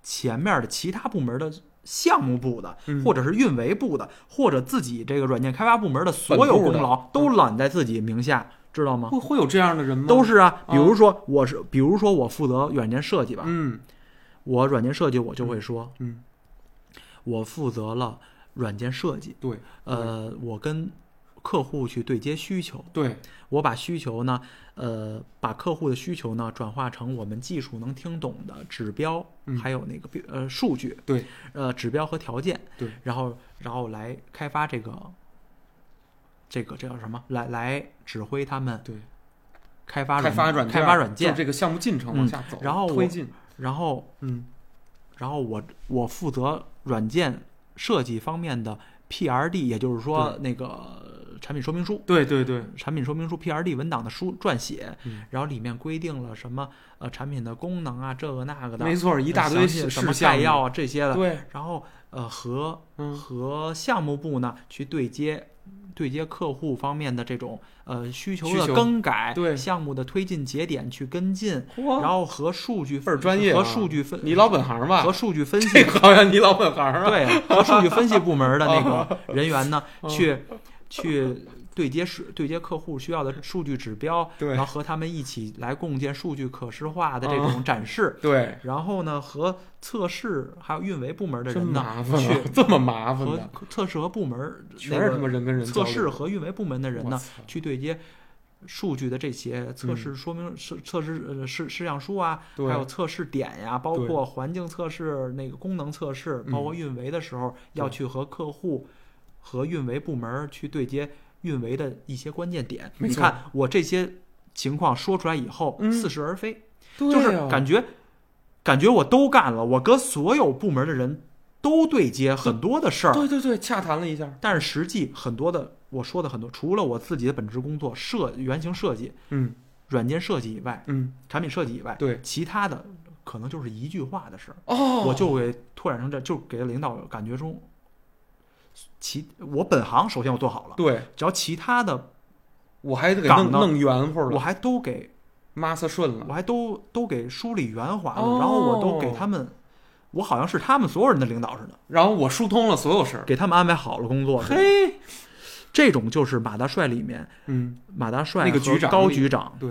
前面的其他部门的项目部的，
嗯
或者是运维部的，或者自己这个软件开发部门的所有
本部
功
的
劳都揽在自己名下，知道吗？
会会有这样的人吗？
啊都是啊，
啊
比如说我是，比如说我负责软件设计吧，
嗯
我软件设计我就会说，
嗯
我负责了软件设计，
对
呃，我跟客户去对接需求，
对
我把需求呢，呃，把客户的需求呢转化成我们技术能听懂的指标，
嗯
还有那个比呃数据，
对，
呃指标和条件，
对，
然后然后来开发这个，这个这叫什么？来来指挥他们
对，
开发
开发软
开发软
件，
件
就，这个项目进程往下走，
嗯然后我
推进，
然后
嗯
然后我我负责软件设计方面的 PRD，也就是说那个产品说明书，
对对对，
产品说明书 PRD 文档的书撰写
嗯，
然后里面规定了什么呃产品的功能啊，这个那个的，
没错，一大堆
详细
事
什么
事
概
项
要
目，
啊这些的，
对，
然后呃和
嗯，
和项目部呢去对接。对接客户方面的这种呃需求
需
的
求
更改，
对
项目的推进节点去跟进，
嚯
然后和数据
倍儿专业啊
和数据分
你老本行吧
和？数据分析
这个好像你老本行啊，哦
对，和数据分析部门的那个人 员呢，去去对接数对接客户需要的数据指标，
对
然后和他们一起来共建数据可视化的这
哦
种展示，
对，
然后呢和测试还有运维部门的
真
人呢，
麻烦啊
去，
这么麻烦
和
的，
测试和部门
全
那
是他妈
个
人跟人交
测
流
试和运维部门的人
我
呢，
操
去对接。数据的这些测
嗯
试说明、测测试呃试试样书啊，还有
对，
测试点呀，包括环境测试、那个功能测试，
嗯
包括运维的时候，要去和客户和运维部门去对接运维的一些关键点。
没
你
错
看我这些情况说出来以后，
嗯
似是而非，
对
就是
啊
感觉感觉我都干了，我跟所有部门的人都对接很多的事儿，
对对对，洽谈了一下，
但是实际很多的我说的很多，除了我自己的本职工作设原型设计、
嗯
软件设计以外，
嗯，
产品设计以外，
对，
其他的可能就是一句话的事儿，
哦，
我就给拓展成这，就给领导感觉中，其我本行首先我做好了，
对
只要其他的
我还得给
港
弄
呢
弄圆乎
我
了，
还都给
妈色顺了，
我还都都给梳理圆滑了，
哦
然后我都给他们，我好像是他们所有人的领导似的，
然后我疏通了所有事儿，
给他们安排好了工作。
嘿，
这种就是马大帅里面
嗯，
马大帅
那个
和
局长
高
里
局长
对，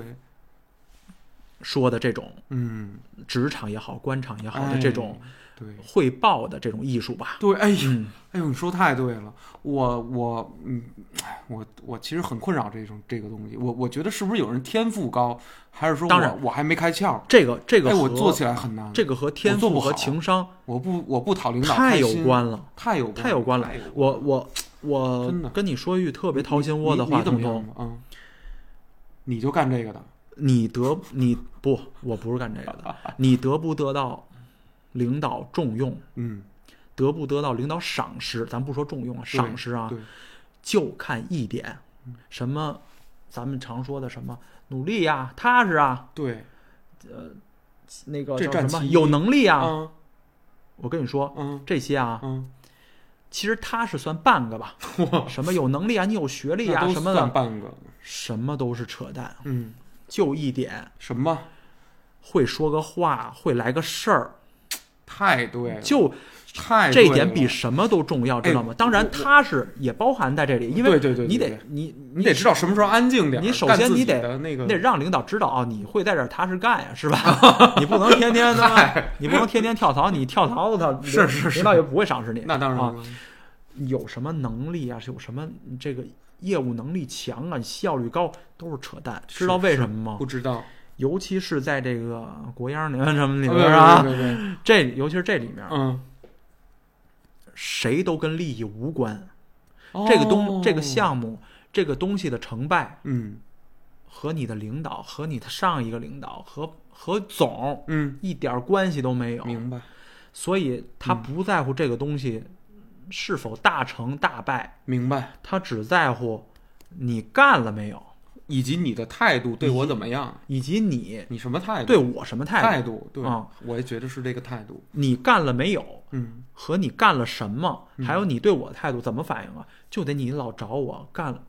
说的这种
嗯，
职场也好，官场也好的这种
哎，对。
汇报的这种艺术吧。
对，哎呦，
嗯
哎呦，你说太对了，我我嗯，哎，我我其实很困扰这种这个东西，我我觉得是不是有人天赋高，还是说
当
我
然
我还没开窍？
这个这个
哎，我
和
做起来很难，
这个和天
我做
赋
不
和
好
情商
我不我不讨领导
太
开
有
心，
关了，
太有关
太有关了
太有。
我我我
真的
跟你说一句特别掏心窝的
你
话，
你怎么
彤
样
彤？？
嗯，你就干这个的，
你得你不，我不是干这个 的。你得不得到领导重用，
嗯，
得不得到领导赏识？咱不说重用啊，
对
赏识啊
对，，嗯
就看一点，什么？咱们常说的什么努力呀、踏实啊，
对，
那个
这
叫
占
什么
其一
有能力啊？
嗯
我跟你说，
嗯
这些啊，
嗯，
其实踏实算 半个吧。什么有能力啊，你有学历
那
啊，
都
什么的
算，半个，
什么都是扯淡，
嗯，
就一点
什么？
会说个话，会来个事儿，
太对了，
就
太
这
对
一点
了
比什么都重要，知道吗
哎？
当然，
我
踏实也包含在这里，因为
对对对对嗯
你得
对
你
你得知道什么时候安静点儿。
你首
干
先
自
你
己
得
的那个
你得让领导知道啊，你会在这儿踏实干呀，是吧？你不能天天的，你不能天天跳槽，你跳槽了 他
是是是
领导也不会赏识你。
那当然
啊，
了，
有什么能力啊，是有什么这个业务能力强啊，效率高都是扯淡，知道为什么吗
不？知道
尤其是在这个国央里面什么里
啊
面啊，
对对对对
这尤其是这里面，
嗯，
谁都跟利益无关。哦这个东这个
项，
项目这个东西的成败
嗯
和你的领导和你的上一个领导和和总
嗯，
一点关系都没有，
明白嗯
所以他不在乎这个东西是否大成大败，
明白，
他只在乎你干了没有，
以及你的态度对我怎么样，
以及你
你什么态度？
对我什么态
态
度，
度，对
啊，
我也觉得是这个态度。
你干了没有。
嗯，
和你干了什么，还有你对我的态度怎么反应啊？就得你老找我干了，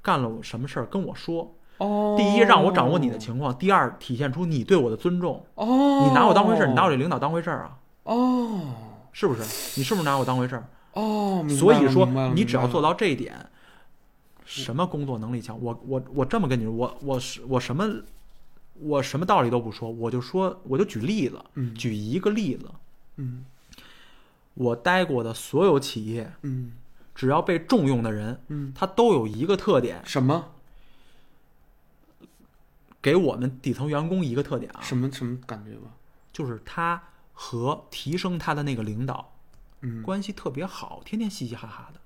干了我什么事儿跟我说。
哦，
第一，让我掌握你的情况；第二，体现出你对我的尊重。
哦，
你拿我当回事儿，你拿我这领导当回事儿啊？
哦
是不是？你是不是拿我当回事儿？
哦，明白了
所以说
明白了，
你只要
明白
做
了
到这一点，什么工作能力强？我我我这么跟你说，我我是我什么我什么道理都不说，我就说我就举例子，
嗯
举一个例子，
嗯
我待过的所有企业，
嗯
只要被重用的人，
嗯，
他都有一个特点，
什么
给我们底层员工一个特点啊，
什么什么感觉吧？
就是他和提升他的那个领导
嗯，
关系特别好，天天嘻嘻哈哈的。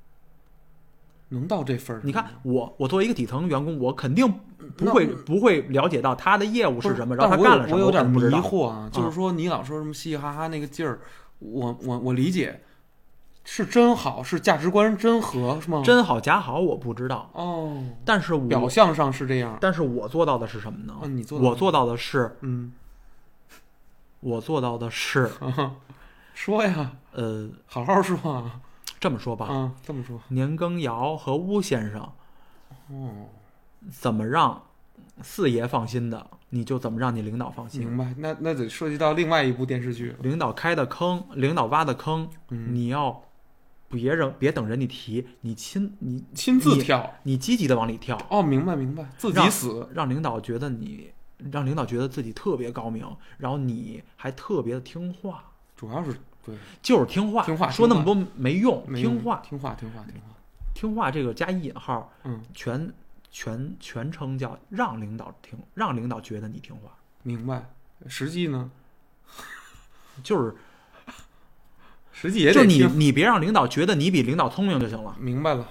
能到这份儿上吗，
你看我，我作为一个底层员工，我肯定不
嗯那
会不会了解到他的业务
不
是什么，
但
然后他
我有
干了什么，
我
我
有点
可能不
迷
知道。
惑啊，就
嗯
是说你老说什么嘻嘻哈哈那个劲儿，我我我理解，是真好，是价值观真合，是吗？
真好假好我不知道，
哦，
但是
表
我
象上是这样，
但是我做到的是什么呢？
啊你做到
我做到的是
嗯，
我做到的是
说呀，
呃，
好好说啊，
这么说吧，
啊，这么说，
年羹尧和巫先生
哦，
怎么让四爷放心的，你就怎么让你领导放心。
明白，那那得涉及到另外一部电视剧，
领导开的坑，领导挖的坑，
嗯
你要别人别等人家提，你亲你
亲自
你
跳，
你积极的往里跳，
哦，明白明白，自己
让
死，
让领导觉得你让领导觉得自己特别高明，然后你还特别的听话，
主要是对，
就是听话，
听话
说那么
听
多没用，
没用
听话，
听话听话听话，
听话这个加一引号，
嗯，
全全全称叫让领导听，让领导觉得你听话，
明白，实际呢，
就是
实际也
就
得
你
听，
你别让领导觉得你比领导聪明就行了，
明白了，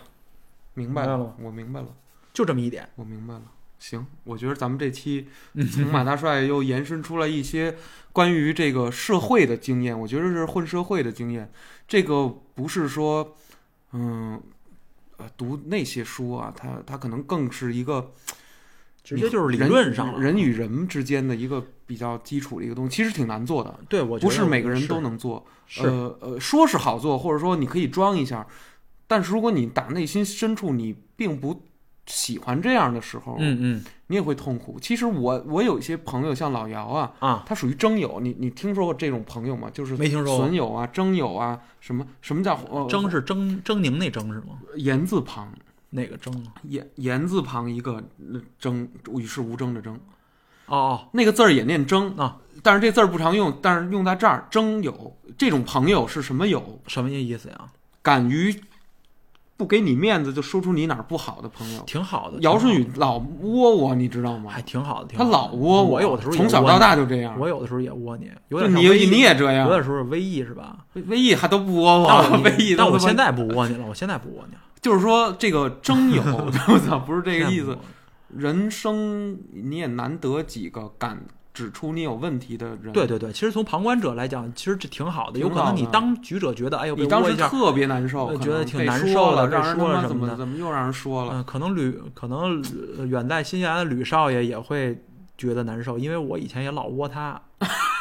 明白
明白了
了
吗，
我明白了。
就这么一点。
我明白了。行，我觉得咱们这期从马大帅又延伸出来一些关于这个社会的经验，我觉得是混社会的经验。这个不是说，嗯，呃，读那些书啊，它它可能更是一个
直接就是理
人
论上了啊
人与人之间的一个比较基础的一个东西，其实挺难做的，
对，我觉
不
得
是每个人
是
都能做。
是
呃呃，说是好做，或者说你可以装一下，但是如果你打内心深处你并不喜欢这样的时候，
嗯嗯
你也会痛苦。其实我我有一些朋友，像老姚啊，
啊，
他属于征友。你你听说过这种朋友吗？就是
没听说过
损友啊、征友啊，什么什么叫呃
狰是狰狰狞那狰是吗？
言字旁，
哪个狰啊？
言言字旁一个呃征，与世无争的争，
哦
那个字儿也念征
啊，
但是这字儿不常用，但是用在这儿征友这种朋友是什么友
哦？，什么意思呀？
敢于不给你面子就说出你哪儿不好的朋友。
挺好的，
姚
挺
顺
好
宇老窝窝，你知道
的
吗
还？挺好的，挺
他
好
老
的
窝窝，
嗯我有的时候也
从小
窝
到
你，
大就这样。
我有的时候也窝你，有
就
点像
你
微
你也这样
有，的时候是微意是吧？
微易还都不窝
但
我，
我
微易
但
都
我
他妈
现在不窝你了，我现在不窝你了，
就是说这个 征友，我操，不是这
现
个
在
意
不
思
窝。你
人生你也难得几个敢指出你有问题的人，
对，对对，其实从旁观者来讲，其实这挺好的，有
挺
可能
好
你
的
当局者觉得，哎呦，被
你当
窝
时
一下，
特别难受，可
呃
能
觉得挺
被
难
说
受的
了，让人他
被说
妈
了
怎
什么
么
的
怎么又让人说了，
嗯，可能吕，可能呃远在新西兰的吕少爷也会觉得难受，因为我以前也老窝 他，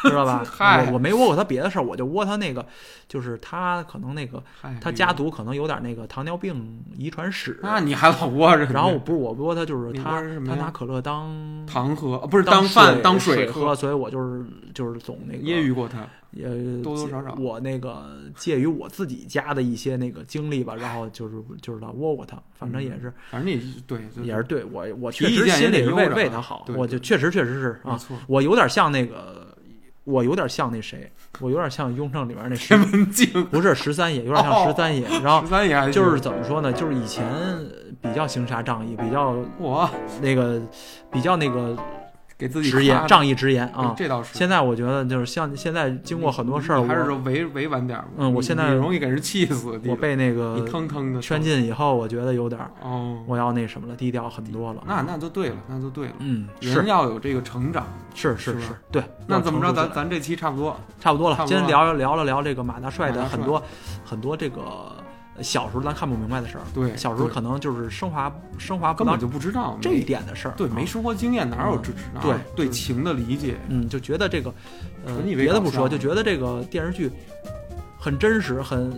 知道吧？
嗨
我我没窝过他别的事儿，我就窝他那个，就是他可能那个
嗨，
嗯他
这个
家，族可能有点那个糖尿病遗传史，
那你还老窝着，
然后不是我窝他，就是
你
他
窝着什么
他
呀
拿可乐当
糖喝啊不是当饭当
水
水喝，
所以我就是就是总那个
揶揄过他，
呃
多多
介
少少
我那个介于我自己家的一些那个经历吧，然后就是就是老窝过他，反正也是。
反正你对就
也是对我，我
提
确
意
实
见也
心里
得
是
悠
为
着
为
啊
他好，
对嗯
我就确实确实是
没
啊，
错，
我有点像那个，我有点像那谁，我有点像《雍正》里面那谁
天，文镜
不是十三爷，有点像十三爷。然后
十三爷还
就是怎么说呢，就是以前比较行侠仗义，比较
我
那个，比较那个
给自己
直言
夸的
仗义直言啊。
这倒是。
现在我觉得就是像现在经过很多事儿，
你还是
我
说委委婉点儿吧。
嗯我
你
现在
你容易给人气死，弟弟
我被那
你
个
腾腾的
圈进以后，我觉得有点儿
哦，
我要那什么了，低调很多了。
那那就对了，那就对了。
嗯，
人
是
要有这个成长，
是
是
是
吧
是，对。
那
要
怎么着？
成熟
咱
起来
咱这期差不多，
差不多
差
了，
不
今
多
天聊聊了聊这个马大帅
马
的
大帅
很多很多这个小时候咱看不明白的事儿，
对
小时候
对
可能就是升华升华不
根
到
本就不知道
这
没
一点的事儿，
对
啊嗯
没生活经验，哪有支持？哪有
对
对
就是
情的理解，
嗯，就觉得这个呃
纯以为
别的不
搞笑
说，就觉得这个电视剧很真实，很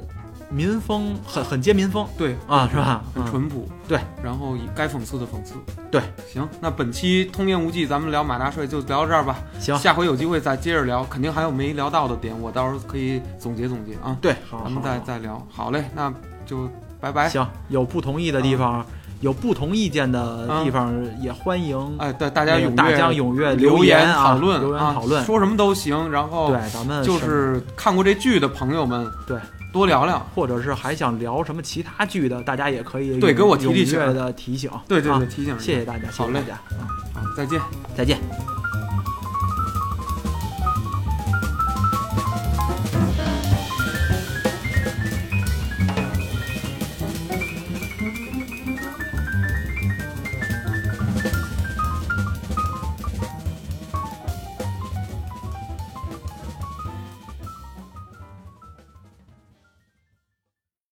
民风，很很接民风
对，
啊，是吧？
很
嗯，
淳朴。
对，
然后以该讽刺的讽刺。
对，
行，那本期《通言无忌》咱们聊马大帅就聊到这儿吧。
行，
下回有机会再接着聊，肯定还有没聊到的点，我到时候可以总结总结啊。
对，好，
咱们
好
再
好
再聊。好嘞，那就拜拜。
行，有不同意的地方，有不同意见的
嗯
地方，也欢迎
哎，大大家踊跃
大家踊跃
留
言啊
讨论，
留言
啊
讨论，
说什么都行。然后
对，咱们
就
什么
是看过这剧的朋友们，
对，
多聊聊。
或者是还想聊什么其他剧的，大家也可以
对
踊
给我提提
踊
醒
跃的提醒。
对对
啊
对，提醒一下
谢谢大家，谢
好
谢
嘞
大家，啊
好，再见。
再见。